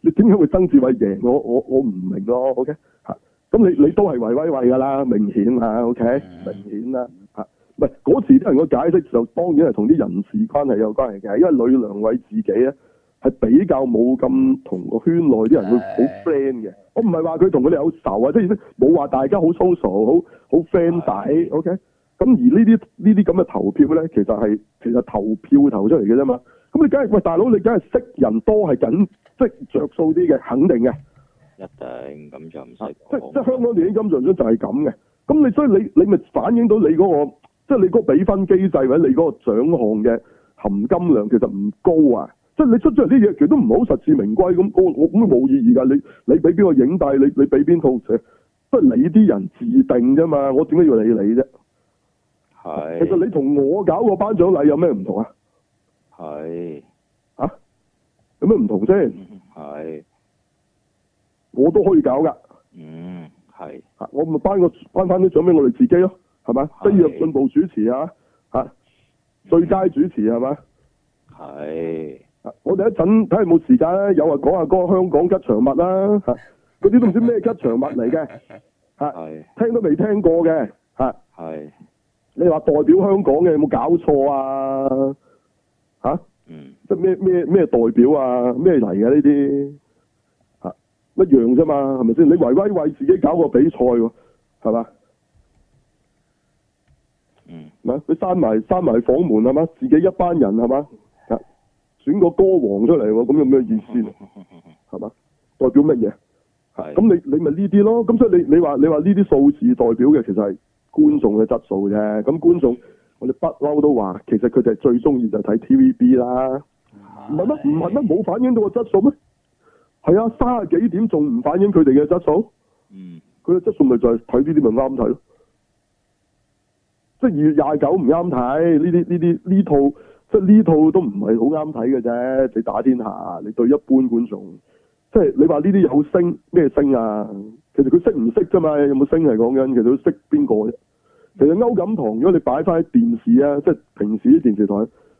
A: 你點解會曾志偉贏？我我我唔明咯，OK 嚇。咁你你都係維威慧㗎啦，明顯啊，OK，明顯啦嚇。唔係嗰時啲人個解釋就當然係同啲人事關係有關係嘅，因為呂良偉自己咧係比較冇咁同個圈內啲人會好
C: 係
A: friend 嘅。我唔係話佢同佢哋有仇啊，即係意思冇話大家好 social，好好 friend 底，OK。咁而呢啲呢啲咁嘅投票咧，其實係其實投票投出嚟嘅啫嘛。咁你梗係喂大佬，你梗係識人多係緊，即係着數啲嘅，肯定嘅。
B: 一定咁就唔使
A: 啊即
B: 講
A: 即香港電影金像獎就係咁嘅。咁你所以你你咪反映到你嗰、個，即係你嗰個比分機制或者你嗰個獎項嘅含金量其實唔高啊。即係你出咗嚟啲嘢，其實都唔係好實至名歸咁，我我咁都冇意義㗎。你你俾邊個影帝，你你俾邊套，即係你啲人自定啫嘛。我點解要理你啫？其實
B: 係
A: 你同我搞個頒獎禮有咩唔同啊？
B: 係嗯
A: 嚇、有咩唔同先？
B: 係
A: 我都可以搞㗎。
B: 嗯係
A: 啊我咪頒個頒翻啲獎俾我哋自己咯，係咪？
B: 係
A: 職業進步主持啊，嚇、最佳主持係咪？
B: 係
A: 啊我哋一陣睇下有冇時間咧，有話講下嗰個香港吉祥物啦，嚇、嗰啲都唔知咩吉祥物嚟嘅，嚇、
B: 係
A: 聽都未聽過嘅，嚇、
B: 係
A: 你話代表香港嘅有冇搞錯啊？嚇、
B: 嗯
A: 即係咩咩咩代表啊？咩嚟嘅呢啲？嚇、一樣啫嘛，係咪先？你維威為自己搞個比賽喎，係嘛？
B: 嗯
A: 咪佢閂埋閂埋房門係嘛，自己一班人係嘛，啊選個歌王出嚟喎，咁有咩意思呢係嘛？代表乜嘢？
B: 係
A: 咁你你咪呢啲咯，咁所以你你話你話呢啲數字代表嘅其實係觀眾嘅質素啫，咁觀眾我哋不嬲都話，其實佢哋最中意就係睇 TVB 啦，唔係咩？唔係咩？冇反映到個質素咩？係啊，三十幾點仲唔反映佢哋嘅質素？
B: 嗯
A: 佢嘅質素咪就係睇呢啲咪啱睇咯。即係二月廿九唔啱睇，呢啲呢啲呢套即係呢套都唔係好啱睇嘅啫。你打天下，你對一般觀眾，即係你話呢啲有星咩星啊？其實佢識唔識啫嘛？有冇星係講緊，其實佢識邊個啫？其實歐錦棠，如果你擺翻喺電視啊，即係平時啲電視台，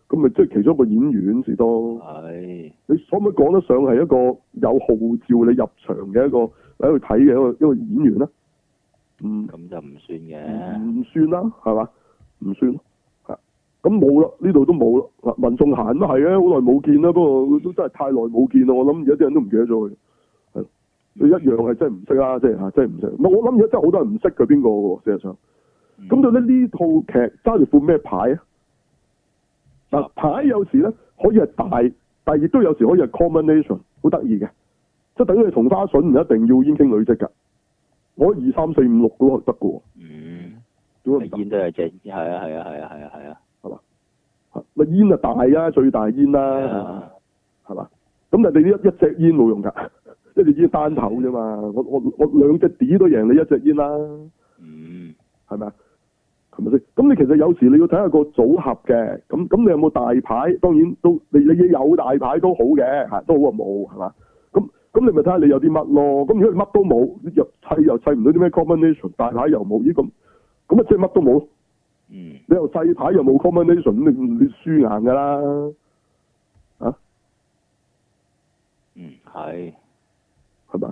A: 咁咪即係其中一個演員時多。
B: 係
A: 你可唔可以講得上係一個有號召你入場嘅一個喺度睇嘅一個一個演員咧？唔
B: 咁就唔算嘅。
A: 唔算啦，係嘛？唔算咯，係咁冇啦，呢度都冇啦。嗱，文仲賢都係嘅，好耐冇見啦，不過都真係太耐冇見啦。我諗而家啲人都唔記得咗佢，係佢一樣係真係唔識啦，即係嚇，啊真係唔識。唔係我諗而家真係好多人唔識佢邊個喎，事實上。咁到底呢套劇揸住副咩牌啊？嗱，牌有時咧可以係大，但係亦都有時可以係 combination，好得意嘅。即係等於你同花順唔一定要煙傾女積㗎，我一二三四五六都得㗎喎，
B: 嗯，
A: 點解唔得？
B: 煙都係正，係啊係啊係啊係啊係啊
A: 咪煙啊大啊，最大煙
B: 係
A: 啦，
B: 啊，
A: 係嘛？咁但係你呢一一隻煙冇用㗎，一隻煙單頭啫嘛。我我我兩隻碟都贏你一隻煙啦，
B: 嗯，
A: 係咪啊？係咪先？咁你其實有時你要睇下個組合嘅，咁咁你有冇大牌？當然都你你有大牌都好嘅，嚇都好過冇係嘛？咁咁你咪睇下你有啲乜咯？咁如果你乜都冇，又砌又砌唔到啲咩 combination，大牌又冇，咦咁咁啊即係乜都冇咯。
B: 嗯，
A: 你又細牌又冇 combination，你你輸硬㗎啦。
B: 嗯，係，
A: 係咪？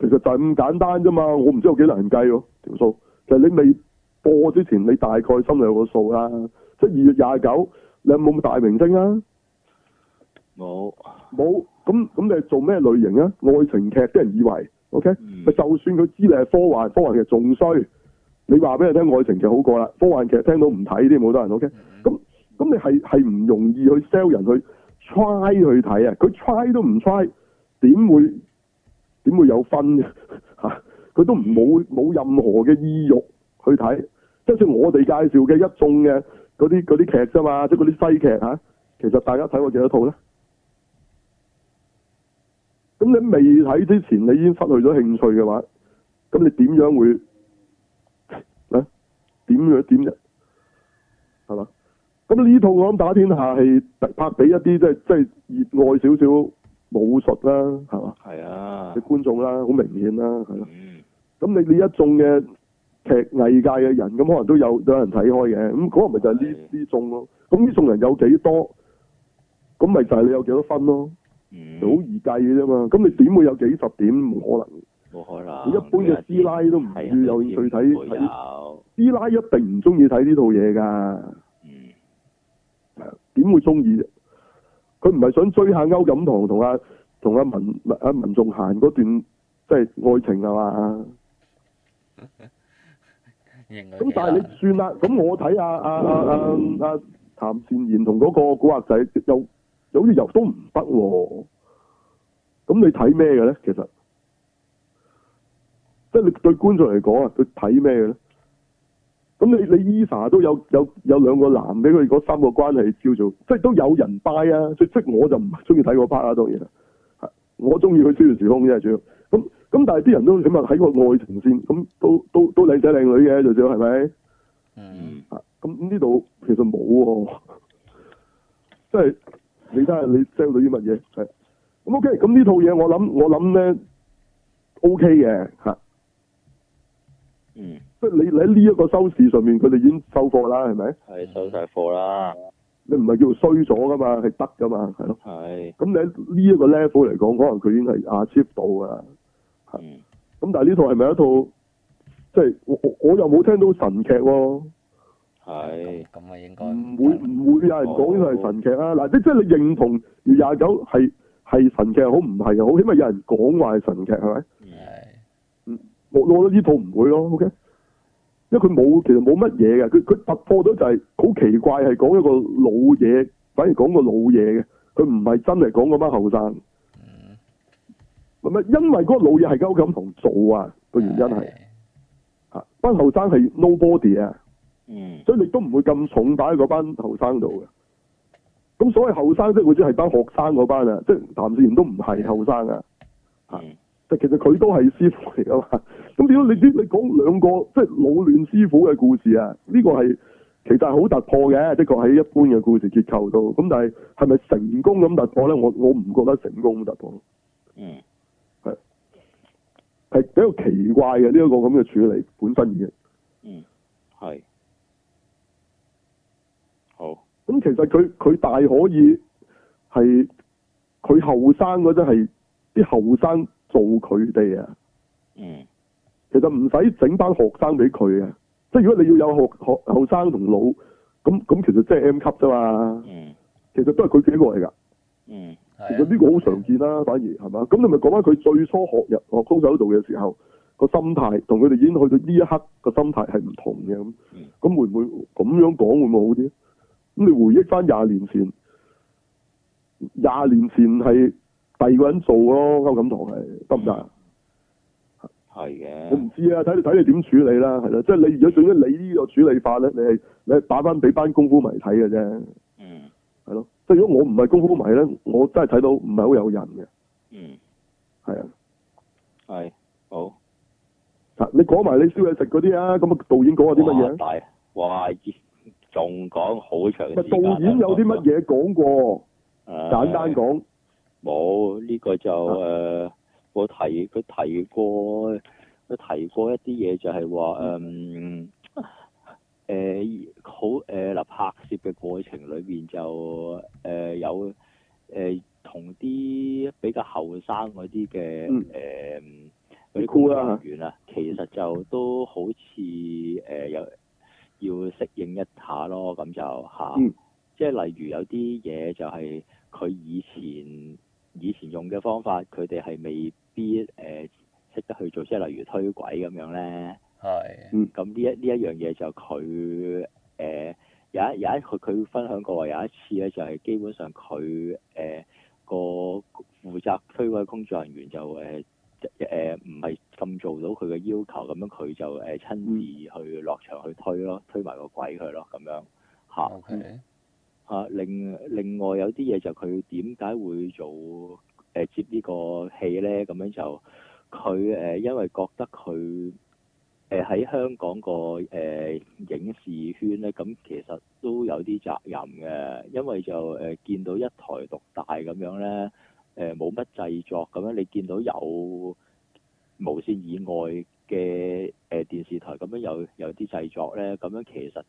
A: 其實就係咁簡單啫嘛，我唔知有幾難計喎條數。其實你未播之前，你大概心裏有個數啦。即係二月廿九，你有冇大明星啊？
B: 冇，
A: 冇。咁咁你係做咩類型啊？愛情劇啲人以為，OK？咪、
B: 嗯
A: 就算佢知你係科幻，科幻劇仲衰。你話俾佢聽愛情劇好過啦，科幻劇聽到唔睇添，好多人 OK？咁咁你係係唔容易去 sell 人去 try 去睇啊？佢 try 都唔 try，點會點會有分嘅 嚇？佢都唔冇冇任何嘅意欲去睇，即係好似我哋介紹嘅一眾嘅嗰啲嗰啲劇啫嘛，即係嗰啲西劇嚇、其實大家睇過幾多套咧？咁你未睇之前，你已經失去咗興趣嘅話，咁你點樣會咧？點樣點啫？係嘛？咁呢套我諗打天下係拍俾一啲即係即係熱愛少少武術啦，係嘛？
B: 係啊
A: 嘅，觀眾啦，好明顯啦，係咯。
B: 嗯，
A: 咁你你一眾嘅劇藝界嘅人，咁可能都有有人睇開嘅，咁嗰個咪就係呢
B: 係
A: 呢眾咯。咁呢眾人有幾多？咁咪就係你有幾多分咯，
B: 嗯，
A: 好易計嘅啫嘛。咁你點會有幾十點？冇可能。
B: 冇可能。
A: 你一般嘅師奶都唔
B: 係
A: 會有興趣睇
B: 會
A: 睇
B: 有，
A: 師奶一定唔中意睇呢套嘢㗎。
B: 嗯，
A: 點會中意啫？佢唔係想追下歐錦棠同阿同阿文阿文仲賢嗰段即係愛情係嘛？
C: 認佢
A: 咁
C: 幾
A: 但係
C: 難
A: 你算啦，咁我睇啊阿阿阿阿阿啊譚善賢同嗰個古惑仔又又好似又都唔得喎。咁你睇咩嘅咧？其實即係你對觀眾嚟講啊，佢睇咩嘅咧？咁你你 Esa 都有有有兩個男俾佢嗰三個關係叫做，即係都有人 buy 啊！即即我就唔係中意睇嗰 part 啦，當然係我中意佢穿越時空啫，主要咁咁，但係啲人都起碼睇過愛情線，咁都都都靚仔靚女嘅，最少係咪？
C: 嗯
B: 嗯，
A: 啊，咁呢度其實冇喎、 即係你睇下你 sell 到啲乜嘢係。咁 OK，咁呢套嘢我諗我諗咧 OK 嘅嚇，
B: 嗯，
A: 即係你你喺呢一個收視上面，佢哋已經收貨啦，係咪？
B: 係收晒貨啦，
A: 你唔係叫做衰咗噶嘛，係得噶嘛，係咯。
B: 係，
A: 咁你喺呢一個 level 嚟講，可能佢已經係 achieve 到㗎啦。
B: 嗯，
A: 咁但係呢套係咪一套即係我我我又冇聽到神劇喎、
B: 係，
C: 咁啊應該
A: 唔會唔會有人講呢個係神劇啊！嗱，即即係你認同月廿九係係神劇好唔係又好，起碼有人講話係神劇係咪？
B: 嗯，
C: 係
A: 我我覺得呢套唔會咯，OK？因為佢冇其實冇乜嘢嘅，佢佢突破到就係好奇怪，係講一個老嘢，反而講個老嘢嘅，佢唔係真係講嗰班後生，
C: 嗯
A: 唔係因為嗰個老嘢係歐錦同做啊個原因係
C: 係
A: 嚇班後生係 nobody 啊。
B: 嗯，
A: 所以你都唔會咁重擺喺嗰班後生度嘅。咁所謂後生即係會知係班學生嗰班啊，即係譚志源都唔係後生啊，
B: 嗯，
A: 即係其實佢都係師傅 嚟噶嘛。咁點解你啲你講兩個即係老嫩師傅嘅故事啊？呢、個係其實係好突破嘅，的確喺一般嘅故事結構度。咁但係係咪成功咁突破咧？我我唔覺得成功咁突破，
B: 嗯，
A: 係比較奇怪嘅呢一個咁嘅處理本身已經。
B: 嗯，係，好，
A: 咁其實佢佢大可以係佢後生嗰陣係啲後生做佢哋啊，
B: 嗯，
A: 其實唔使整班學生俾佢啊。即係如果你要有學學後生同老，咁咁其實即係 M 級啫嘛。
B: 嗯，
A: 其實都係佢幾個嚟㗎。
B: 嗯，
C: 係啊
A: 其實呢個好常見啦，反而係嘛？咁你咪講翻佢最初學日學高手道嘅時候個心態，同佢哋已經去到呢一刻個心態係唔同嘅咁
B: 嗯。
A: 咁會唔會咁樣講會唔會好啲？咁你回憶翻廿年前，廿年前係第二個人做咯，歐錦棠係得唔得啊？
B: 嗯係
C: 嗯
B: 嘅，
A: 我唔知啊，睇你睇你點處理啦，係啦，即係你而家最緊你呢個處理法咧，你係你係打翻俾班功夫迷睇嘅啫，
B: 嗯，
A: 係咯。即係如果我唔係功夫迷咧，我真係睇到唔係好有人嘅，
B: 嗯，
A: 係啊。
B: 係，好，
A: 啊你講埋你燒嘢食嗰啲啊，咁啊導演講咗啲乜嘢啊？
B: 哇大，哇， 仲講好長
A: 咪
B: 時間啊，
A: 導演有啲乜嘢講過？
B: 啊？
A: 簡單講，啊
B: 冇呢、個就誒、呃我提佢提過，佢提過一啲嘢就係話
A: 嗯
B: 誒誒好誒嗱、拍攝嘅過程裏邊就誒、呃有誒同啲比較後生嗰啲嘅
A: 嗯
B: 誒嗰
A: 你
B: 啲
A: 估
B: 工
A: 啦
B: 作人員啊，其實就都好似誒、呃有要適應一下咯，咁就嚇。
A: 嗯
B: 即係例如有啲嘢就係佢以前以前用嘅方法，佢哋係未必誒識、得去做，即係例如推軌咁樣咧。
C: 係
B: 咁呢一呢一樣嘢就佢誒、呃有一有一佢佢分享過話有一次咧，就係、基本上佢誒個負責推軌工作人員就誒誒唔係咁做到佢嘅要求，咁樣佢就誒、呃、親自去落場去推咯，推埋個軌佢咯，咁樣嚇。
C: ，OK，
B: 啊，另另外有啲嘢就佢點解會做誒、呃接呢個戲咧？咁樣就佢誒、呃因為覺得佢誒喺香港個誒、呃影視圈咧，咁其實都有啲責任嘅，因為就誒、呃、見到一台獨大咁樣咧，誒冇乜製作咁樣，你見到有無線以外嘅誒、呃、電視台咁樣有有啲製作咧，咁樣其實誒。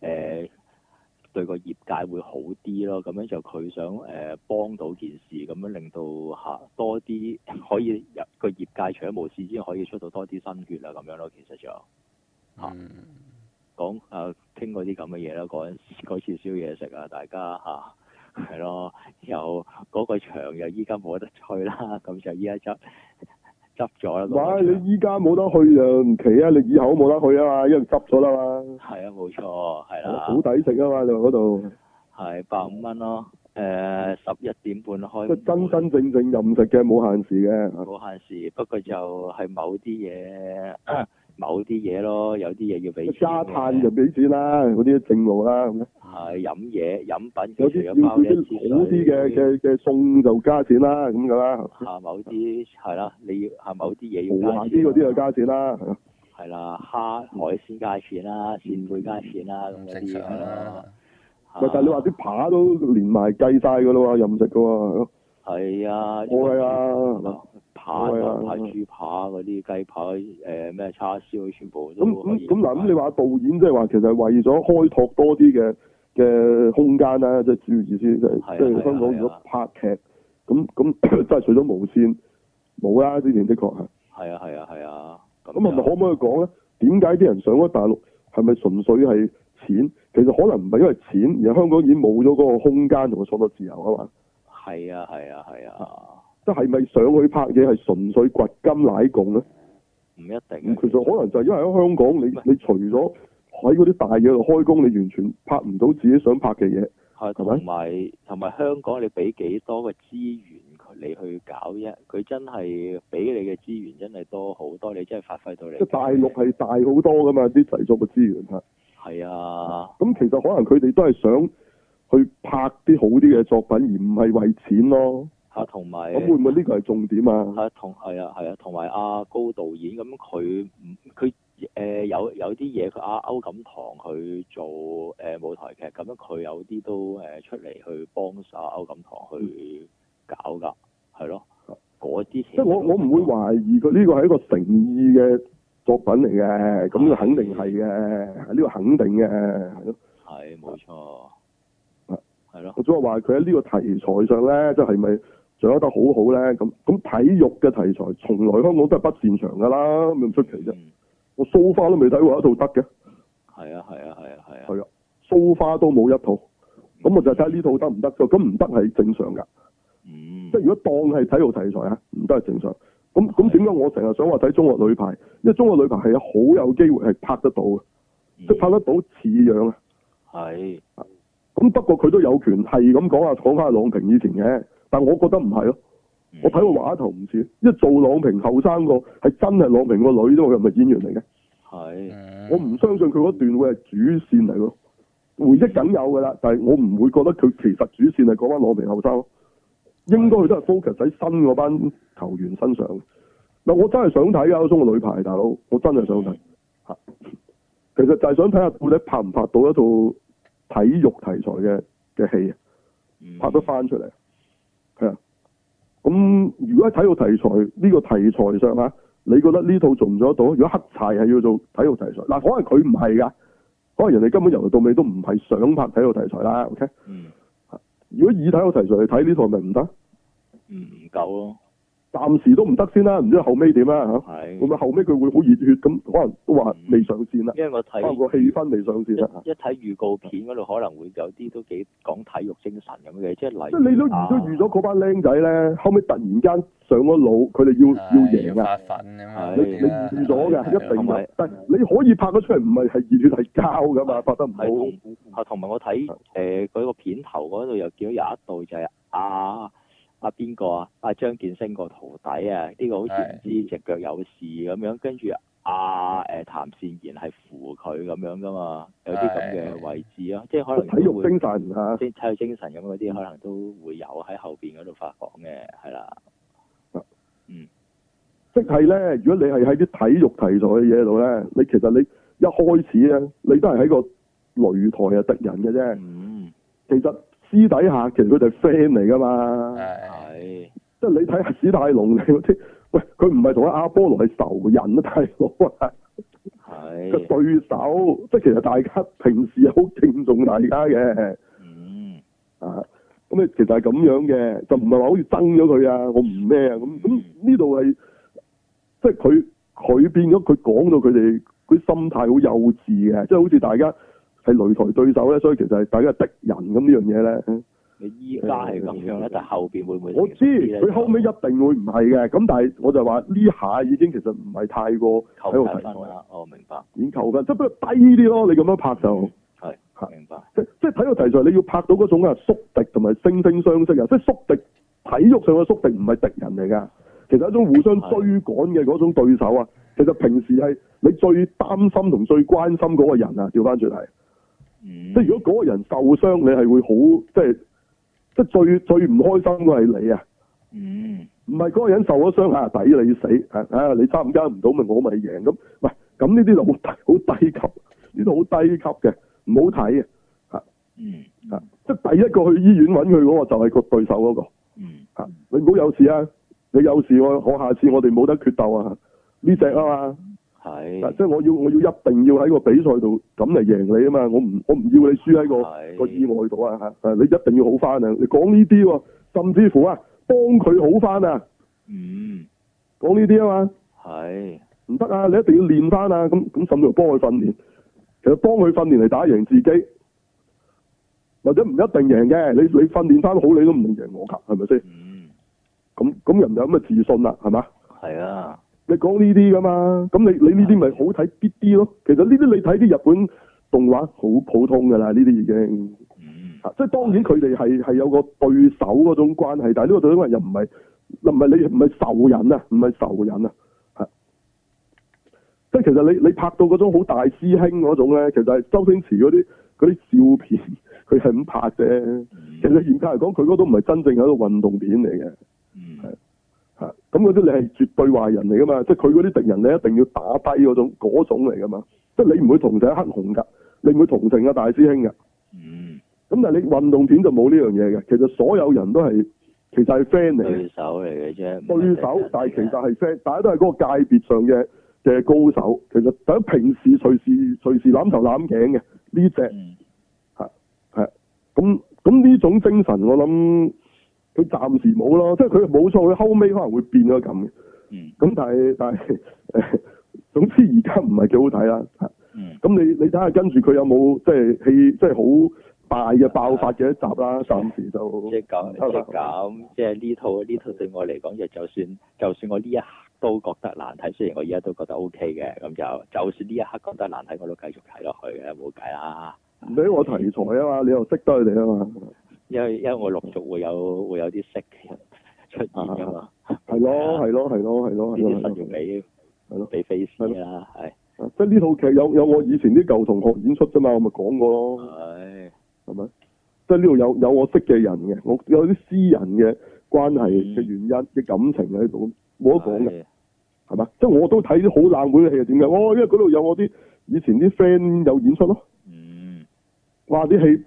B: 呃對個業界會好啲咯，咁樣就佢想誒、呃、幫到件事，咁樣令到嚇、多啲可以入個業界除咗無線之外，可以出到多啲新血啊，咁樣咯，其實就
A: 啊
C: 嗯，
B: 講誒傾嗰啲咁嘅嘢啦，嗰陣時嗰次燒嘢食啊，大家嚇係、咯，又嗰、個場又依家冇得 去啦，咁就依家執執咗啦，嗰個
A: 哇！
B: 場
A: 你依家冇得去就唔奇啊，你以後都冇得去啊嘛，因為執咗啦嘛，
B: 係啊冇錯係啦，
A: 好抵食啊嘛，你話嗰度，
B: 係百五蚊咯，誒十一點半開
A: 即係真
B: 門
A: 真正正任食嘅，冇限時嘅。
B: 冇限時，不過就係某啲嘢，某啲嘢咯，有啲嘢要俾錢嘅
A: 啊
B: 啊
A: 加炭就俾錢啦，嗰啲正路啦咁樣。
B: 係啊飲嘢飲品，
A: 有
B: 佢除
A: 啲要
B: 啊咗包
A: 要
B: 你一
A: 啲
B: 支
A: 好啲嘅
B: 水
A: 嘅嘅餸就加錢啦，咁噶啦。
B: 嚇某啲係啦，你要嚇某啲嘢
A: 豪華
B: 要加
A: 啲
B: 錢啊
A: 嗰啲就
B: 啦
A: 加錢啦，係啊
B: 係啦，蝦海鮮加錢啦，扇貝加錢啦，
A: 啊
B: 咁
C: 咁
B: 嗰
C: 嗯正
B: 啲
C: 常啊
B: 係啦
C: 啦。。
B: 啊
A: 喂但係你話啲扒都連埋計晒㗎咯喎，任食㗎喎。係咯
B: 係啊，
A: 我係啊，
B: 啊，扒
A: 我係啊
B: 扒豬扒嗰啲雞扒誒咩叉燒，全部都
A: 咁
B: 可
A: 咁
B: 以
A: 咁嗱，咁
B: 買
A: 你話導演即係話其實係為咗開拓多啲嘅嘅空間啦，即係主要意思即
B: 係啊
A: 係即係香
B: 係
A: 港
B: 啊
A: 如果拍劇咁咁 即係除咗無線冇啦，之前的確係。
B: 係啊係啊係啊，咁
A: 咁係咪
B: 就
A: 可唔可以講咧？點解啲人上咗大陸係咪純粹係錢？其實可能唔係因為錢，而係香港已經冇咗嗰個空間同個創作自由啊嘛。
B: 係啊係啊係啊，
A: 即係咪上去拍嘢係純粹掘金奶共咧？
B: 唔一
A: 咁
B: 定啊。
A: 其實可能就係因為喺香港，
B: 唔係
A: 你你除咗喺嗰啲大嘢度開工，你完全拍唔到自己想拍嘅嘢。
B: 係
A: 係咪
B: 同埋同埋香港，你俾幾多嘅資源佢你去搞啫？佢真係俾你嘅資源真係多好多，你真係發揮到你。
A: 即係大陸係大好多噶嘛，啲製作嘅資源嚇。
B: 係啊，
A: 咁其實可能佢哋都係想去拍啲好啲嘅作品，而唔係為錢咯。
B: 嚇同埋
A: 咁會唔會呢個係重點啊？
B: 嚇同係啊係啊，同埋阿高導演咁佢唔佢誒有有啲嘢佢阿歐錦棠去做誒、舞台劇，咁樣佢有啲都誒、出嚟去幫手歐錦棠去搞㗎，係咯，
A: 嗯
B: 嗰啲
A: 即係我我唔會懷疑佢呢個係一個誠意嘅作品嚟嘅，咁就肯定係嘅，呢個肯定嘅，係咯。
B: 係冇錯，
A: 啊
B: 係咯，
A: 我只係話佢喺呢個題材上咧，即係咪掌握得好好咧？咁咁體育嘅題材從來香港都係不擅長㗎啦，咁有唔出奇啫。
B: 嗯，
A: 我 so far 都未睇過一套得嘅，
B: 係啊係啊係啊係啊，
A: 係啊，so far 都冇一套。咁我就睇下呢套得唔得啫，咁唔得係正常㗎。
B: 嗯
A: 即係，如果當係體育題材啊，唔得係正常。咁咁點解我成日想話睇中國女排？因為中國女排係好有機會係拍得到嘅，
B: 嗯
A: 即係拍得到似樣啊。
B: 係
A: 咁不過佢都有權係咁講啊，講翻郎平以前嘅，但我覺得唔係咯。
B: 嗯
A: 我睇個畫頭唔似，因為做郎平後生個係真係郎平個女啫嘛，佢唔係演員嚟嘅。
B: 係
C: 嗯
A: 我唔相信佢嗰段會係主線嚟咯。回憶梗有㗎啦，但係我唔會覺得佢其實主線係講翻郎平後生咯。應該佢都係 focus 喺新嗰班球員身上。嗱，我真係想睇啊，中國女排大佬，我真係想睇。嚇其實就係想睇下到底拍唔拍到一套體育題材嘅嘅戲，啊
B: 嗯
A: 拍得翻出嚟。係啊。咁如果喺體育題材呢、個題材上嚇，你覺得呢套做唔做得到？如果黑柴係要做體育題材，嗱，可能佢唔係㗎，可能人哋根本由頭到尾都唔係想拍體育題材啦。OK，
B: 嗯
A: 如果以體育題材嚟睇呢套，咪唔得，
B: 嗯唔夠咯，
A: 暫時都唔得先啦，唔知後尾點啦嚇。
B: 係
A: 會唔會後尾佢會好熱血咁？可能都
B: 嗯
A: 話未上線啦，
B: 因為我
A: 可
B: 睇
A: 能個氣氛未上
B: 一
A: 線啦。
B: 一睇預告片嗰度可能會有啲都幾講體育精神咁嘅，即係例
A: 即係你都
B: 如
A: 預
B: 啊
A: 都預咗嗰班僆仔咧，後尾突然間上咗腦，佢哋要要
C: 唉
A: 贏啊！
C: 發奮咁
B: 係
C: 啊！
A: 你
B: 係
A: 你預咗嘅，一定
B: 同
A: 嘅
B: 埋。
A: 但係你可以拍得出嚟，唔係係熱血係膠噶嘛，拍得唔好。
B: 係同啊，同埋我睇誒嗰個片頭嗰度又見到有一度就係阿阿邊個啊，阿張建升個徒弟啊，呢、個好似唔知只腳有事咁樣，跟住阿誒譚善言係扶佢咁樣噶嘛，有啲咁嘅位置啊，即係可能
A: 體
B: 都
A: 育
B: 會
A: 精神啊，
B: 精體育精神咁嗰啲，可能都會有喺後邊嗰度發講嘅，係啦，
A: 即係咧，如果你係喺啲體育題材嘅嘢度咧，你其實你一開始咧，你都係喺個擂台啊敵人嘅啫。
B: 嗯，
A: 其實私底下其實佢哋係 friend 嚟噶嘛。
C: 係
B: 係
A: 即係你睇下史泰龍你嗰啲，喂，佢唔係同阿波羅係仇人啊，大佬啊，個
B: 係，
A: 對手，即係其實大家平時好敬重大家嘅，
B: 嗯，
A: 啊，咁你其實係咁樣嘅，就唔係話好似憎咗佢啊，我唔咩啊，咁咁呢度係，即係佢佢變咗佢講到佢哋佢心態好幼稚嘅，即係好似大家係擂台對手咧，所以其實係大家係敵人咁呢樣嘢咧。
B: 你依家係咁樣咧，但係後邊會唔會
A: 嗯我知
B: 啊
A: 佢後尾一定會唔係嘅，咁但係我就話呢下已經其實唔係太過
B: 扣
A: 喺度
B: 緊
A: 題
B: 分
A: 材
B: 啦，我明白。
A: 演球分，即係不過低啲咯。你咁樣拍就
B: 係
A: 嚇
B: 明白，
A: 即即係體育題材，你要拍到嗰種啊宿敵同埋惺惺相惜啊，即係宿敵體育上嘅宿敵唔係敵人嚟㗎，其實係一種互相追趕嘅嗰種對手啊。其實平時係你最擔心同最關心嗰個人啊，調翻轉嚟。
B: 嗯，
A: 即係如果嗰個人受傷，你係會好即係即係最最唔開心嘅係你啊。
B: 嗯
A: 唔係嗰個人受咗傷啊，抵你死啊！啊，你參加唔到咪我咪贏咁，喂，咁呢啲就好低好低級，呢度好低級嘅，唔好睇嘅
B: 嗯
A: 啊！即係第一個去醫院揾佢嗰個就係個對手嗰、個
B: 嗯
A: 啊！你唔好有事啊！你有事我我下次我哋冇得決鬥啊！呢只啊嘛，啊
B: 係
A: 即係我要我要一定要喺個比賽度咁嚟贏你啊嘛！我唔我唔要你輸喺個
B: 係
A: 個意外度啊嚇！啊你一定要好翻啊！你講呢啲喎，甚至乎啊幫佢好翻啊！
B: 嗯
A: 講呢啲啊嘛〜
B: 係
A: 唔得啊！你一定要練翻啊！咁咁甚至乎幫佢訓練，其實幫佢訓練嚟打贏自己，或者唔一定贏嘅。你你訓練翻好，你都唔定贏我㗎，係咪先？
B: 嗯
A: 咁咁人有咁嘅自信啦，係嘛？
B: 係啊
A: 你講呢啲㗎嘛？咁你你呢啲咪好睇啲啲咯？其實呢啲你睇啲日本動畫好普通㗎啦，呢啲已經
B: 嗯
A: 啊即係當然佢哋係係有個對手嗰種關係，但係呢個對手關係又唔係唔係你唔係仇人啊，唔係仇人啊，係即係其實你你拍到嗰種好大師兄嗰種咧，其實係周星馳嗰啲嗰啲笑片，佢係咁拍啫。
B: 嗯
A: 其實嚴格嚟講，佢嗰都唔係真正係一個運動片嚟嘅，
B: 嗯
A: 係啊咁嗰啲你係絕對壞人嚟噶嘛，即係佢嗰啲敵人你一定要打低嗰種嗰種嚟噶嘛，即係你唔會同情黑熊㗎，你唔會同情啊大師兄㗎。
B: 嗯，
A: 咁但係你運動片就冇呢樣嘢嘅，其實所有人都係其實係 friend 嚟嘅
B: 對，手嚟嘅啫，
A: 對手，但係其實係 friend，大家都係嗰個界別上嘅嘅高手。其實大家平時隨時隨時攬頭攬頸嘅呢只。
B: 嗯
A: 咁咁呢種精神，我諗佢暫時冇咯，即係佢冇錯，佢後尾可能會變咗咁嘅。
B: 嗯
A: 咁但係 但係誒、總之而家唔係幾好睇啦。嚇
B: 嗯，
A: 咁你你睇下跟住佢有冇即係戲，即係好大嘅爆發嘅一集啦。暫時就
B: 即係咁，即係咁，即係呢套呢套對我嚟講，就就算就算我呢一刻都覺得難睇，雖然我而家都覺得 O K 嘅，咁就就算呢一刻覺得難睇，我都繼續睇落去嘅，冇計啦。
A: 唔俾我題材啊嘛，你又識得佢哋啊嘛，
B: 因為因為我陸續會有會有啲識出現噶嘛，
A: 係咯係咯係咯啊係咯
B: 啊呢
A: 係咯
B: 啲實
A: 係
B: 用俾
A: 係咯
B: 俾 face 啦，係，
A: 咯，即係呢套劇有有我以前啲舊同學演出啫嘛，我咪講過咯。
B: 唉，
A: 係咪？即係呢度有有我識嘅人嘅，我有啲私人嘅關係嘅
B: 嗯
A: 原因嘅感情喺度，冇得講嘅，
B: 嘅，
A: 係嘛？即係我都睇啲好冷門嘅戲係點嘅，哦，因為嗰度有我啲以前啲 friend 有演出咯，
B: 嗯
A: 哇！啲戲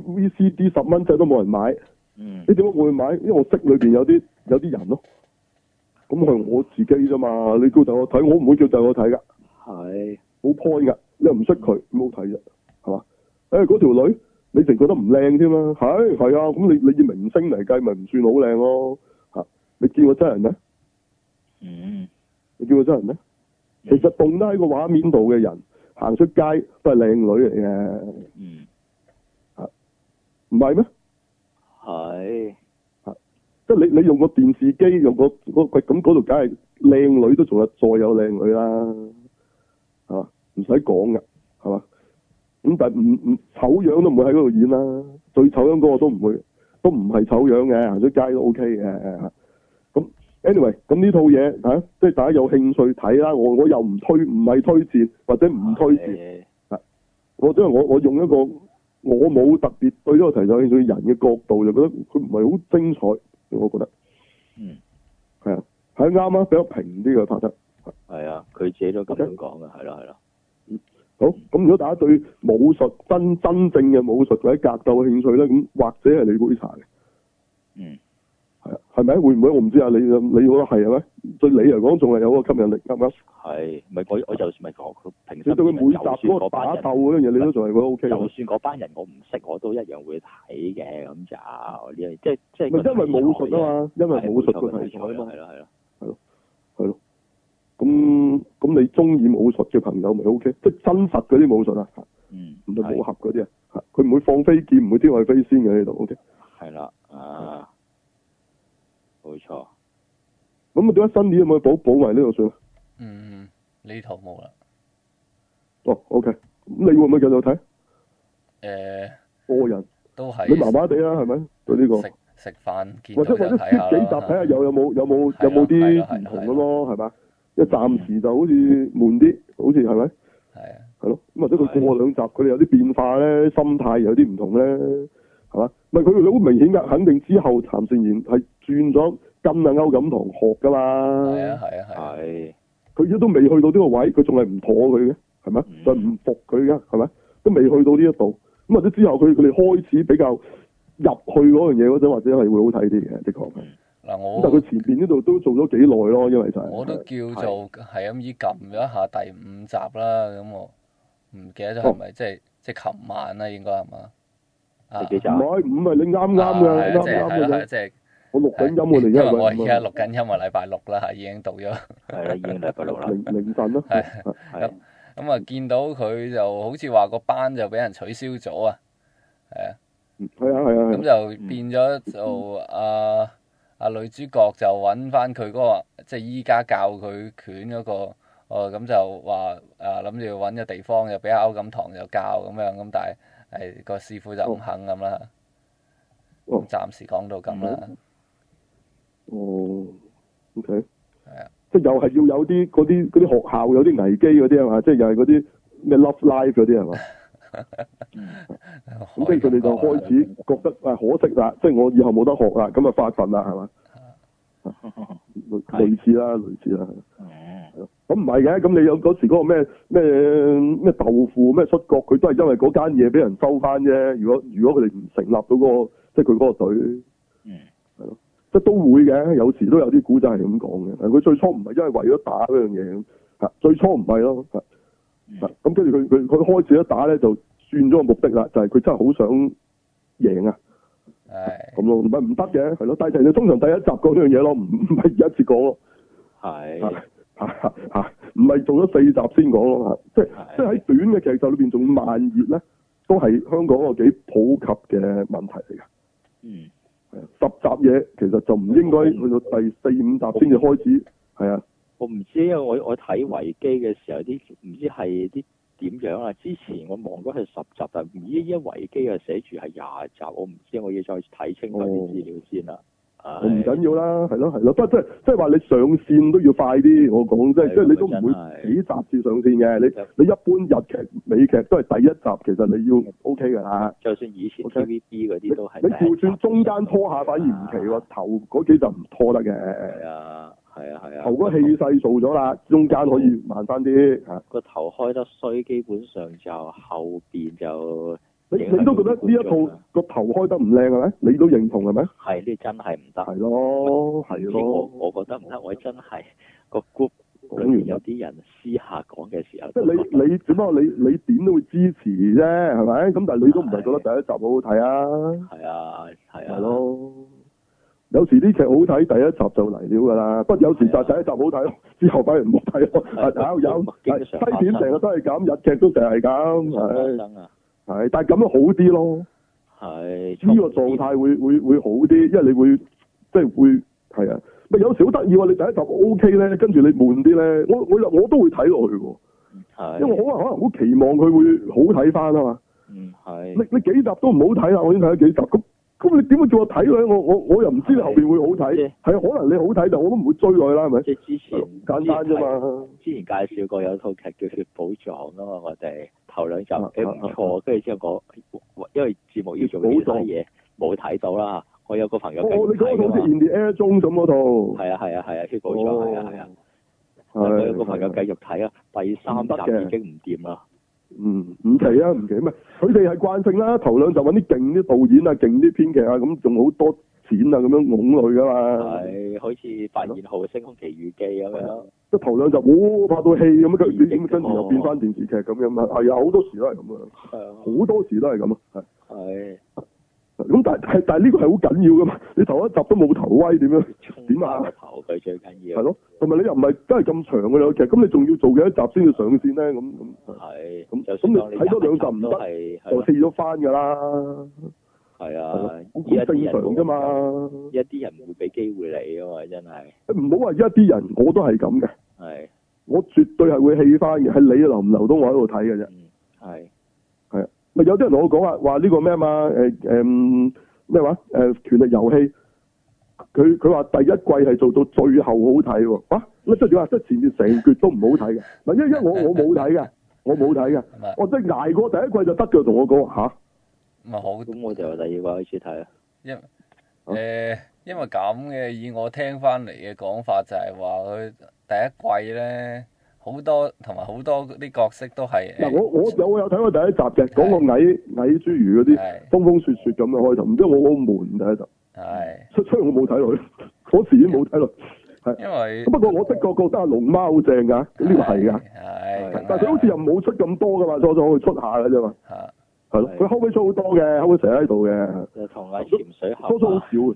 A: VCD 十蚊仔都冇人買，
B: 嗯
A: 你點解我會買？因為我識裏邊有啲有啲人咯，咁係我自己啫嘛。你叫就我睇，我唔會叫就我睇㗎。
B: 係，
A: 冇 point 噶，你又唔識佢，咁好睇啫，係嘛？誒、嗰條女，你淨覺得唔靚添啦，係係啊，咁你你以明星嚟計，咪唔算好靚咯嚇？你見過真人咩？
B: 嗯
A: 你見過真人咩？其實動得喺個畫面度嘅人，行出街都係靚女嚟嘅，
B: 嗯
A: 唔係咩？
B: 係，
A: 即係你你用個電視機，用個個個咁嗰度，梗係靚女都仲有再有靚女啦，係嘛？唔使講噶，係嘛？咁但係唔唔醜樣都唔會喺嗰度演啦，最醜樣嗰個都唔會，都唔係醜樣嘅，行出街都 OK 嘅。啊咁 anyway，咁呢套嘢嚇、啊即係大家有興趣睇啦。我我又唔推，唔係推薦或者唔推薦。
B: 係
A: 我因為我我用一個我冇特別對呢個題材興趣嘅人嘅角度，就覺得佢唔係好精彩，我覺得。
B: 嗯
A: 係啊，係啱啊，比較平啲嘅拍得。
B: 係啊，佢自己都咁樣講嘅，係啦係啦，
A: 好，咁如果大家對武術真真正嘅武術或者格鬥嘅興趣咧，咁或者係你杯茶嘅，
B: 嗯
A: 係啊，係咪？會唔會？我唔知啊，你你覺得係係咪？對你嚟講仲係有個吸引力，啱唔啱？
B: 係，咪我我就算咪講佢平
A: 你
B: 時
A: 對佢每集嗰個打鬥嗰樣嘢，你都仲係覺得 O K
B: 就
A: 嘅。
B: 算嗰班人我唔識，我都一樣會睇嘅，咁就啊呢樣即係即係
A: 咪因為武術啊嘛，因
B: 係，
A: 為武術
B: 冇錯
A: 個題材啊
B: 冇錯
A: 嘛，
B: 係啦係啦，
A: 係咯。咁咁你中意武術嘅朋友咪 O K，即係真實嗰啲武術啊，
B: 嗯，
A: 唔係武俠嗰啲啊，嚇佢唔會放飛劍，唔會天外飛仙嘅呢度 O K。
B: 係啦，啊，冇錯，
A: 咁啊，點解新年有冇補補埋呢度算啊？
C: 嗯，呢套冇啦。
A: 哦，OK，咁你會唔會繼續睇？
C: 誒、
A: 個人
C: 都係
A: 你麻麻地啊啦，係咪？對呢個，
C: 食食飯見
A: 或
C: 到
A: 者
C: 就
A: 或者
C: 睇下啊
A: 幾集睇下有有冇有冇有冇
C: 係啊
A: 啲
C: 啦係啦
A: 唔同嘅咯，係嘛？因為暫時就好似悶啲，好似係咪？
C: 係啊，
A: 係咯，咁或者佢過兩集佢哋有啲變化咧，心態有啲唔同咧，係嘛？唔係佢哋好明顯㗎，肯定之後譚善言係轉咗跟阿歐錦棠學㗎
C: 係啊，
A: 嘛。
C: 係啊，係啊，
B: 係，
A: 佢而家都未去到呢個位，佢仲係唔妥佢嘅，係咪？
B: 嗯
A: 就唔服佢嘅，係咪？都未去到呢一度，咁或者之後佢佢哋開始比較入去嗰樣嘢嗰陣，或者係會好睇啲嘅，的確係。咁
C: 嗱
A: 但係佢
C: 我
A: 前邊呢度都做咗幾耐咯，因為就係、
C: 哦我都叫做係咁依撳咗一下第五集啦，咁我唔記得咗係咪即係即係琴晚啦，應該係嘛？啊
B: 第幾集
A: 唔哦係唔係，你啱啱
C: 啊
A: 嘅，
C: 係啊
A: 啱
C: 即係
A: 啱嘅
C: 係啦，係啊
A: 啫。
C: 即係
A: 我錄緊音
C: 係
A: 我哋而
C: 因
A: 家
C: 為我而家
A: 係
C: 錄緊音，我禮拜六啦，係已經到咗。
B: 係啦，已經禮拜六啦，
A: 凌凌晨啦，
C: 係
A: 係
B: 係
C: 咁啊，見到佢就好似話個班就俾人取消咗啊，係啊，
A: 係啊係啊
C: 咁
A: 係啊，
C: 就變咗就啊啊女主角就揾翻佢嗰個即係依家教佢拳嗰個，哦咁就話啊諗住揾個地方就俾阿歐錦棠就教咁樣，咁但係係個師傅就唔肯咁啦。
A: 哦
C: 咁暫時講到咁啦，
A: 哦，OK，
C: 係啊，
A: 即係又係要有啲嗰啲嗰啲學校有啲危機嗰啲係嘛，即係又係嗰啲咩 love life 嗰啲係嘛？咁跟住佢哋就開始覺得啊可惜啦，即係我以後冇得學啦，咁啊發奮啦，係嘛？類類似啦，類似啦。
B: 嗯
D: 哦，
A: 咁唔係嘅，咁你有嗰時嗰個咩咩咩豆腐咩出國，佢都係因為嗰間嘢俾人收翻啫。如果如果佢哋唔成立到嗰、個，即係佢嗰個隊，
D: 嗯，
A: 即係都會嘅。有時都有啲古仔係咁講嘅。但啊佢最初唔係因為為咗打嗰樣嘢咁，嚇最初唔係咯。嚇
D: 嗯
A: 嚇咁跟住佢佢佢開始一打咧，就轉咗個目的啦，就係、佢真係好想贏啊！
C: 係
A: 咁咯，唔係唔得嘅，係咯。但係就通常第一集講呢樣嘢咯，唔唔係而家先講咯。
B: 係
A: 嚇嚇嚇唔係做咗四集先講咯，啊嚇即係
B: 係
A: 即係喺短嘅劇集裏邊仲慢熱咧，都係香港個幾普及嘅問題嚟嘅。
D: 嗯，
A: 係啊十集嘢其實就唔應該去到第四五集先至開始，係啊，
B: 我唔知，因為我我睇維基嘅時候啲唔知係啲點樣啊。之前我望嗰係十集，但唔知一維基啊寫住係廿集，我唔知，我要再睇清楚啲資料先啦。
A: 哦唔
B: 係
A: 緊要啦，係咯係咯，不過即係即係話你上線都要快啲，我講即係
B: 係
A: 即係你都唔
B: 真係
A: 會幾集至上線嘅，
B: 係
A: 你你一般日劇美劇都係第一集，其實你要 O K 㗎啦。
B: 就算以前
A: OK
B: TVB 嗰
A: 你
B: 啲都係
A: 你就算中間拖下反而唔奇喎，頭嗰幾集唔拖得嘅。
B: 係啊，係啊，係啊。
A: 頭嗰氣勢做咗啦，中間可以慢翻啲嚇。
B: 個頭開得衰，基本上就後邊就
A: 你你都覺得呢一套個頭開得唔靚係咪？你都認同係咪？
B: 係呢真係唔得。
A: 係咯，係
B: 知我
A: 咯。
B: 我覺得唔得，我真係個 group
A: 講
B: 裏
A: 完啦
B: 面有啲人私下講嘅時候
A: 啊即
B: 都
A: 係
B: 覺得，
A: 你你只不過你你點都會支持啫，係咪？咁但係你都唔係覺得第一集好好睇啊？
B: 係啊係啊，
A: 係咯。有時啲劇好睇，第一集就嚟料㗎啦。不過有時就係第一集好睇咯，之後反而唔好睇咯。
B: 啊係
A: 啊有有，
B: 經常發生
A: 西片成日都係咁，日劇都成日係咁，
B: 發
A: 係
B: 生啊，
A: 係，但係咁樣好啲咯。
B: 係
A: 呢個狀態會會會好啲，因為你會即係會係啊，咪有時好得意喎！你第一集 O K 咧，跟住你悶啲咧，我我又我都會睇落去喎，
B: 係，
A: 因為我可能可能好期望佢會好睇翻啊嘛。
B: 嗯
A: 你
B: 係
A: 你幾集都唔好睇啦，我已經睇咗幾集，咁咁你點會叫我睇咧？我我我又唔知你後邊會好
B: 係
A: 睇，係啊可能你好睇，但我都唔會追佢啦，係咪？
B: 即係之前
A: 簡單啫。嘛。
B: 之前介紹過有套劇叫《血寶藏》啊嘛，我哋頭兩集誒
A: 啊啊
B: 唔錯，跟住之後我因為節目要
A: 血
B: 做其
A: 寶
B: 他
A: 藏
B: 嘢，冇睇到啦。我有個朋友
A: 我
B: 繼
A: 我
B: 續
A: 你講
B: 睇
A: 到
B: 㗎
A: 好似
B: 嘛，
A: 《In the Air》中咁嗰度，
B: 係啊係啊係啊，《血寶藏》係啊係啊。
A: 哦
B: 我有個朋友
A: 係
B: 繼續睇啊，第三集已經唔掂啦。
A: 嗯，唔奇啊，唔奇咩？佢哋係慣性啦，頭兩集揾啲勁啲導演啊，勁啲編劇啊，咁仲好多錢啊，咁樣拱佢噶嘛。
B: 係，好似發現號《星空奇遇記》咁樣。啊
A: 即係頭兩集，哇、拍到戲咁樣，跟住
B: 電視劇
A: 跟住又變翻電視劇咁樣嘛。係啊，好多時都係咁啊，
B: 係
A: 好多時都係咁啊。係
B: 係。
A: 咁但係但係呢個係好緊要噶嘛。你頭一集都冇頭威點樣？
B: 衝
A: 點啊
B: 爆個頭佢最緊
A: 係
B: 要。
A: 咯，同埋你又唔係真係咁長嘅兩個劇，咁你仲要做幾多集先至上線咧？咁咁
B: 係。
A: 咁
B: 就算當
A: 咁你睇多兩集唔得
B: 都係係
A: 就
B: 咯
A: 棄咗翻㗎啦。
B: 係
A: 係
B: 啊
A: 咯，
B: 依
A: 好
B: 家
A: 正
B: 啲人
A: 常㗎嘛。
B: 一啲人唔會俾機會你㗎嘛，真係
A: 唔好話而家啲人，我都係咁嘅。
B: 係
A: 我絕對係會氣翻嘅，係你留唔留到我喺度睇嘅啫。
B: 嗯係
A: 咪有啲人同我講話話呢個咩嘛？誒誒咩話？誒、權力遊戲，佢佢話第一季係做到最後好睇喎。哇！咁即係點啊？即係前面成橛都唔好睇嘅。嗱，因因為我我冇睇嘅，我冇睇嘅，
C: 咁啊，
A: 我即係捱過第一季就得嘅。同我講吓，
C: 咪啊好
B: 咁我就由第二季開始睇啦。
C: 因
A: 好
C: 誒，因為咁嘅，以我聽翻嚟嘅講法就係話佢第一季咧好多同埋好多啲角色都係
A: 嗱、
C: 誒
A: 我我有我有睇過第一集嘅，講個矮矮侏儒嗰啲
C: 係
A: 風風雪雪咁嘅開頭，唔知我好悶第一集，
C: 係，
A: 所以所以我冇睇落去， 嗰時已經冇睇落去。
C: 因為
A: 不過我的確覺得阿龍貓好正啊㗎，呢個係㗎。
C: 係，
A: 但係佢好似又冇出咁多㗎嘛，初初佢出下㗎啫嘛，
C: 嚇
A: 係咯
B: 係。
A: 佢後尾出好多嘅，後尾成日喺度嘅，
B: 就同阿潛水
A: 初初好
B: 俠
A: 少
B: 啊，
A: 嘅。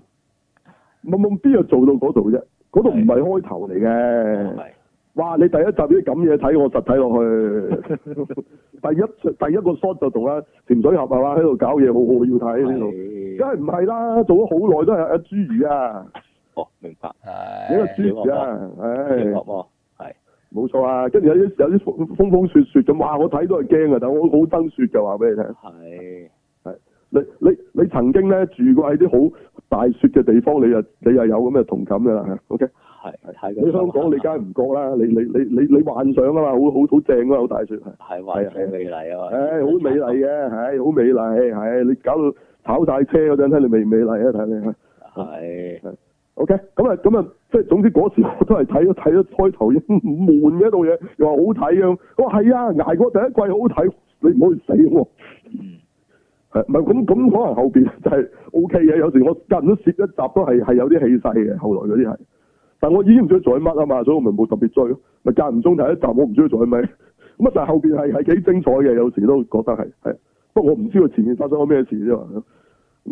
A: 冇冇邊度做到嗰度啫？嗰度唔係開頭嚟嘅。
B: 係
A: 哇！你第一集啲咁嘢睇，我實睇落去。 第一第一個 shot 就同阿潛水俠係啊嘛喺度搞嘢，好好要睇呢度。
B: 係
A: 梗係唔係啦？做咗好耐都係阿朱魚啊，
B: 哦，明白。
A: 你個
C: 係
A: 朱魚啊，唉。
B: 小惡魔係
A: 冇錯啊，跟住有啲有啲風風風雪雪咁，哇！我睇都係驚啊，但我好憎雪就話俾你聽，
B: 係
A: 你你你曾經咧住過喺啲好大雪嘅地方，你就你又有咁嘅同感㗎啦嚇，OK？
B: 係睇
A: 你香
B: 啊
A: 港你梗係唔覺啦，你你你你你幻想啊嘛，好好好正啊，好大雪係，
B: 係幻想美麗啊嘛，
A: 唉，好美麗嘅，係好美麗，係你搞到炒晒車嗰陣，睇你美唔美麗啊，睇你係
B: 係
A: ，OK？咁啊咁啊，即係總之嗰時我都係睇咗睇咗開頭已經悶嘅一套嘢，又話好睇啊！我話係啊，捱過第一季好睇，你唔好去死喎、
B: 嗯
A: 係唔係咁咁可能後邊就係 O K 嘅，有時我近咗攝一集都係係有啲氣勢嘅，後來嗰啲係。但我已經唔知佢做緊乜啊嘛，所以我咪冇特別追咯。咪間唔中睇一集，我唔知佢做緊咩。咁啊，但係後邊係係幾精彩嘅，有時都覺得係係。不過我唔知佢前面發生咗咩事啫嘛。咁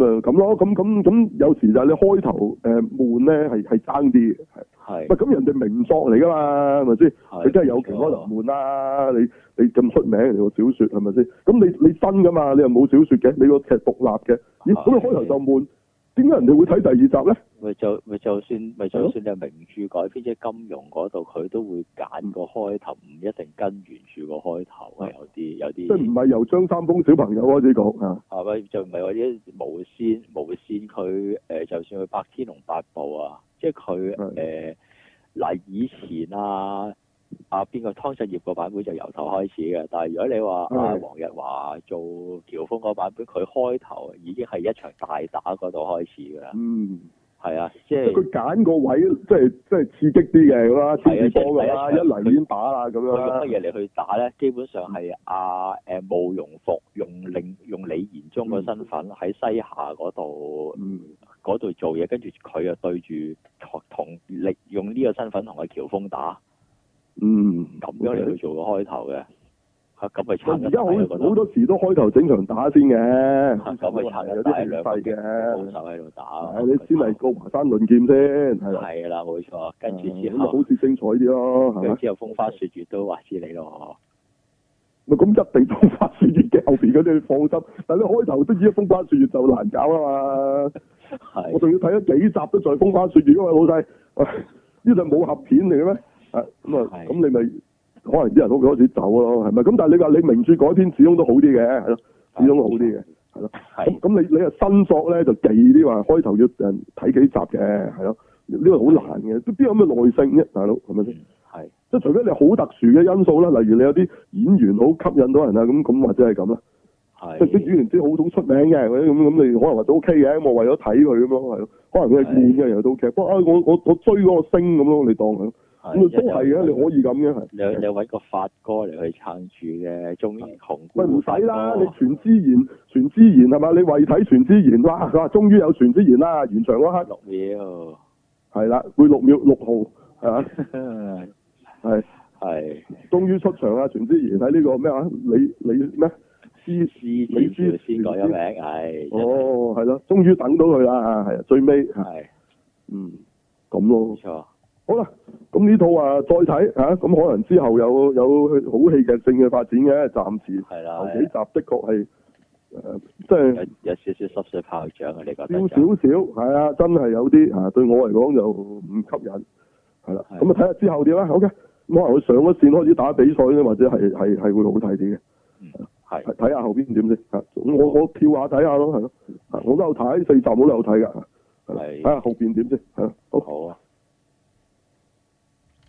A: 啊咁咯，咁咁咁有時就係你開頭誒悶咧係係爭啲嘅，係。
B: 係
A: 喂，咁人哋名作嚟噶嘛，係咪先？
B: 係
A: 佢真係有權可能換啦。你你咁出名，你個小説係咪先？咁你你真噶嘛？你又冇小説嘅，你個劇獨立嘅。咦，
B: 係
A: 咁你開頭就悶，點解人哋會睇第二集咧？
B: 咪就咪就算咪
A: 係咯
B: 就算你係名著改編，即係金庸嗰度，佢都會揀個開頭，唔一定跟原著個開頭嘅，有啲有
A: 即係啊唔
B: 啲
A: 係由張三豐小朋友開始講啊？
B: 係咪就唔係或者無線無線佢誒、呃就算佢拍《天龍八部》啊，即係佢
A: 係
B: 誒嗱以前啊啊邊個湯鎮業個版本就由頭開始嘅，但係如果你話啊
A: 係
B: 黃日華做喬峰嗰版本，佢開頭已經係一場大打嗰度開始㗎啦，
A: 嗯，
B: 係啊，
A: 即
B: 即
A: 係。
B: 係
A: 佢揀個位，即係即係刺激啲嘅咁啦，天
B: 係啊
A: 字幫㗎啦，
B: 即
A: 一
B: 係第一場
A: 嚟已經打啦咁樣
B: 佢用乜
A: 啦。
B: 嘢嚟去打咧？基本上係阿誒慕容復用令用李延忠個身份喺西夏嗰度
A: 嗯，
B: 嗰度做嘢，跟住佢又對住同同力用呢個身份同阿喬峰打，
A: 嗯，
B: 咁樣嚟去做個開頭嘅。嚇咁
A: 我
B: 咪撐
A: 而
B: 得
A: 家
B: 大
A: 好
B: 咯嗰
A: 好
B: 度，
A: 多時都開頭整場打先嘅，
B: 嚇咁咪撐
A: 有
B: 得大
A: 啲氣
B: 兩個
A: 勢
B: 高
A: 嘅。
B: 手喺度打。
A: 係你先嚟個華山論劍先，係啦。
B: 係啦，冇錯。跟住之
A: 哦咁咪
B: 後
A: 好，似精彩啲咯，係
B: 跟住
A: 咪？
B: 之後風花雪月都話知你咯。
A: 咪咁一定風花雪月嘅後邊嗰啲你放心，但係你開頭都已經風花雪月就難搞啊嘛！我
B: 係
A: 仲要睇咗幾集都再風花雪月，因為老細， 喂呢套武俠片嚟嘅咩？啊咁啊，
B: 係
A: 咁你咪可能啲人會開始走咯，係咪？咁但係你話你名著改編始終都好啲嘅，係咯，始終都好啲嘅。咁
B: 係
A: 咁你你啊新作咧就忌啲話開頭要誒睇幾集嘅，係咯，呢個好難嘅，都邊有咁嘅耐性啫，大佬係咪先？
B: 嗯係
A: 即係除非你好特殊嘅因素啦，例如你有啲演員好吸引到人啊，咁咁或者係咁啦。即係啲
B: 係
A: 演員啲好好出名嘅，或者咁咁，你可能話都 OK 嘅，我為咗睇佢咁咯，係咯。可能佢係面嘅，又都 OK。不過啊，我我我追嗰個星咁咯，你當佢
B: 係
A: 咁啊都係嘅，
B: 一
A: 你
B: 有
A: 可以咁嘅係。
B: 你你揾個發哥嚟去撐住嘅中紅
A: 喂，唔
B: 古
A: 使啦，
B: 發哥
A: 你全之言，全之言係嘛？你為睇全之言，哇！佢話終於有全之言啦，完場嗰刻
B: 六秒，
A: 係啦，每六秒六號係嘛？ 係
B: 係
A: 終於出場啦，全之言喺呢個咩話？李李咩？
B: 獅獅
A: 你
B: 子
A: 知
B: 條先改咗名，係
A: 哦，係咯，終於等到佢啦，係啊，最尾係
B: 係
A: 嗯咁咯
B: 冇。錯，
A: 好啦，咁呢套啊再睇吓，咁、可能之後有有好戲劇性嘅發展嘅，暫時
B: 係
A: 頭
B: 啦，
A: 啊幾集的確係誒，即係
B: 有有少少濕水炮仗啊！你覺
A: 少
B: 得
A: 少少，係啊，真係有啲啊，對我嚟講就唔吸引，係啦，
B: 係
A: 咁啊睇下之後點啦，OK，咁可能佢上咗線開始打比賽咧，或者係係係會好睇啲嘅，
B: 係
A: 睇睇下後邊點先嚇，咁我我跳下睇下咯，係咯，啊我都有睇四集我都有睇㗎，係啦
B: 係
A: 睇下後邊點先，係啦好。
B: 好啊，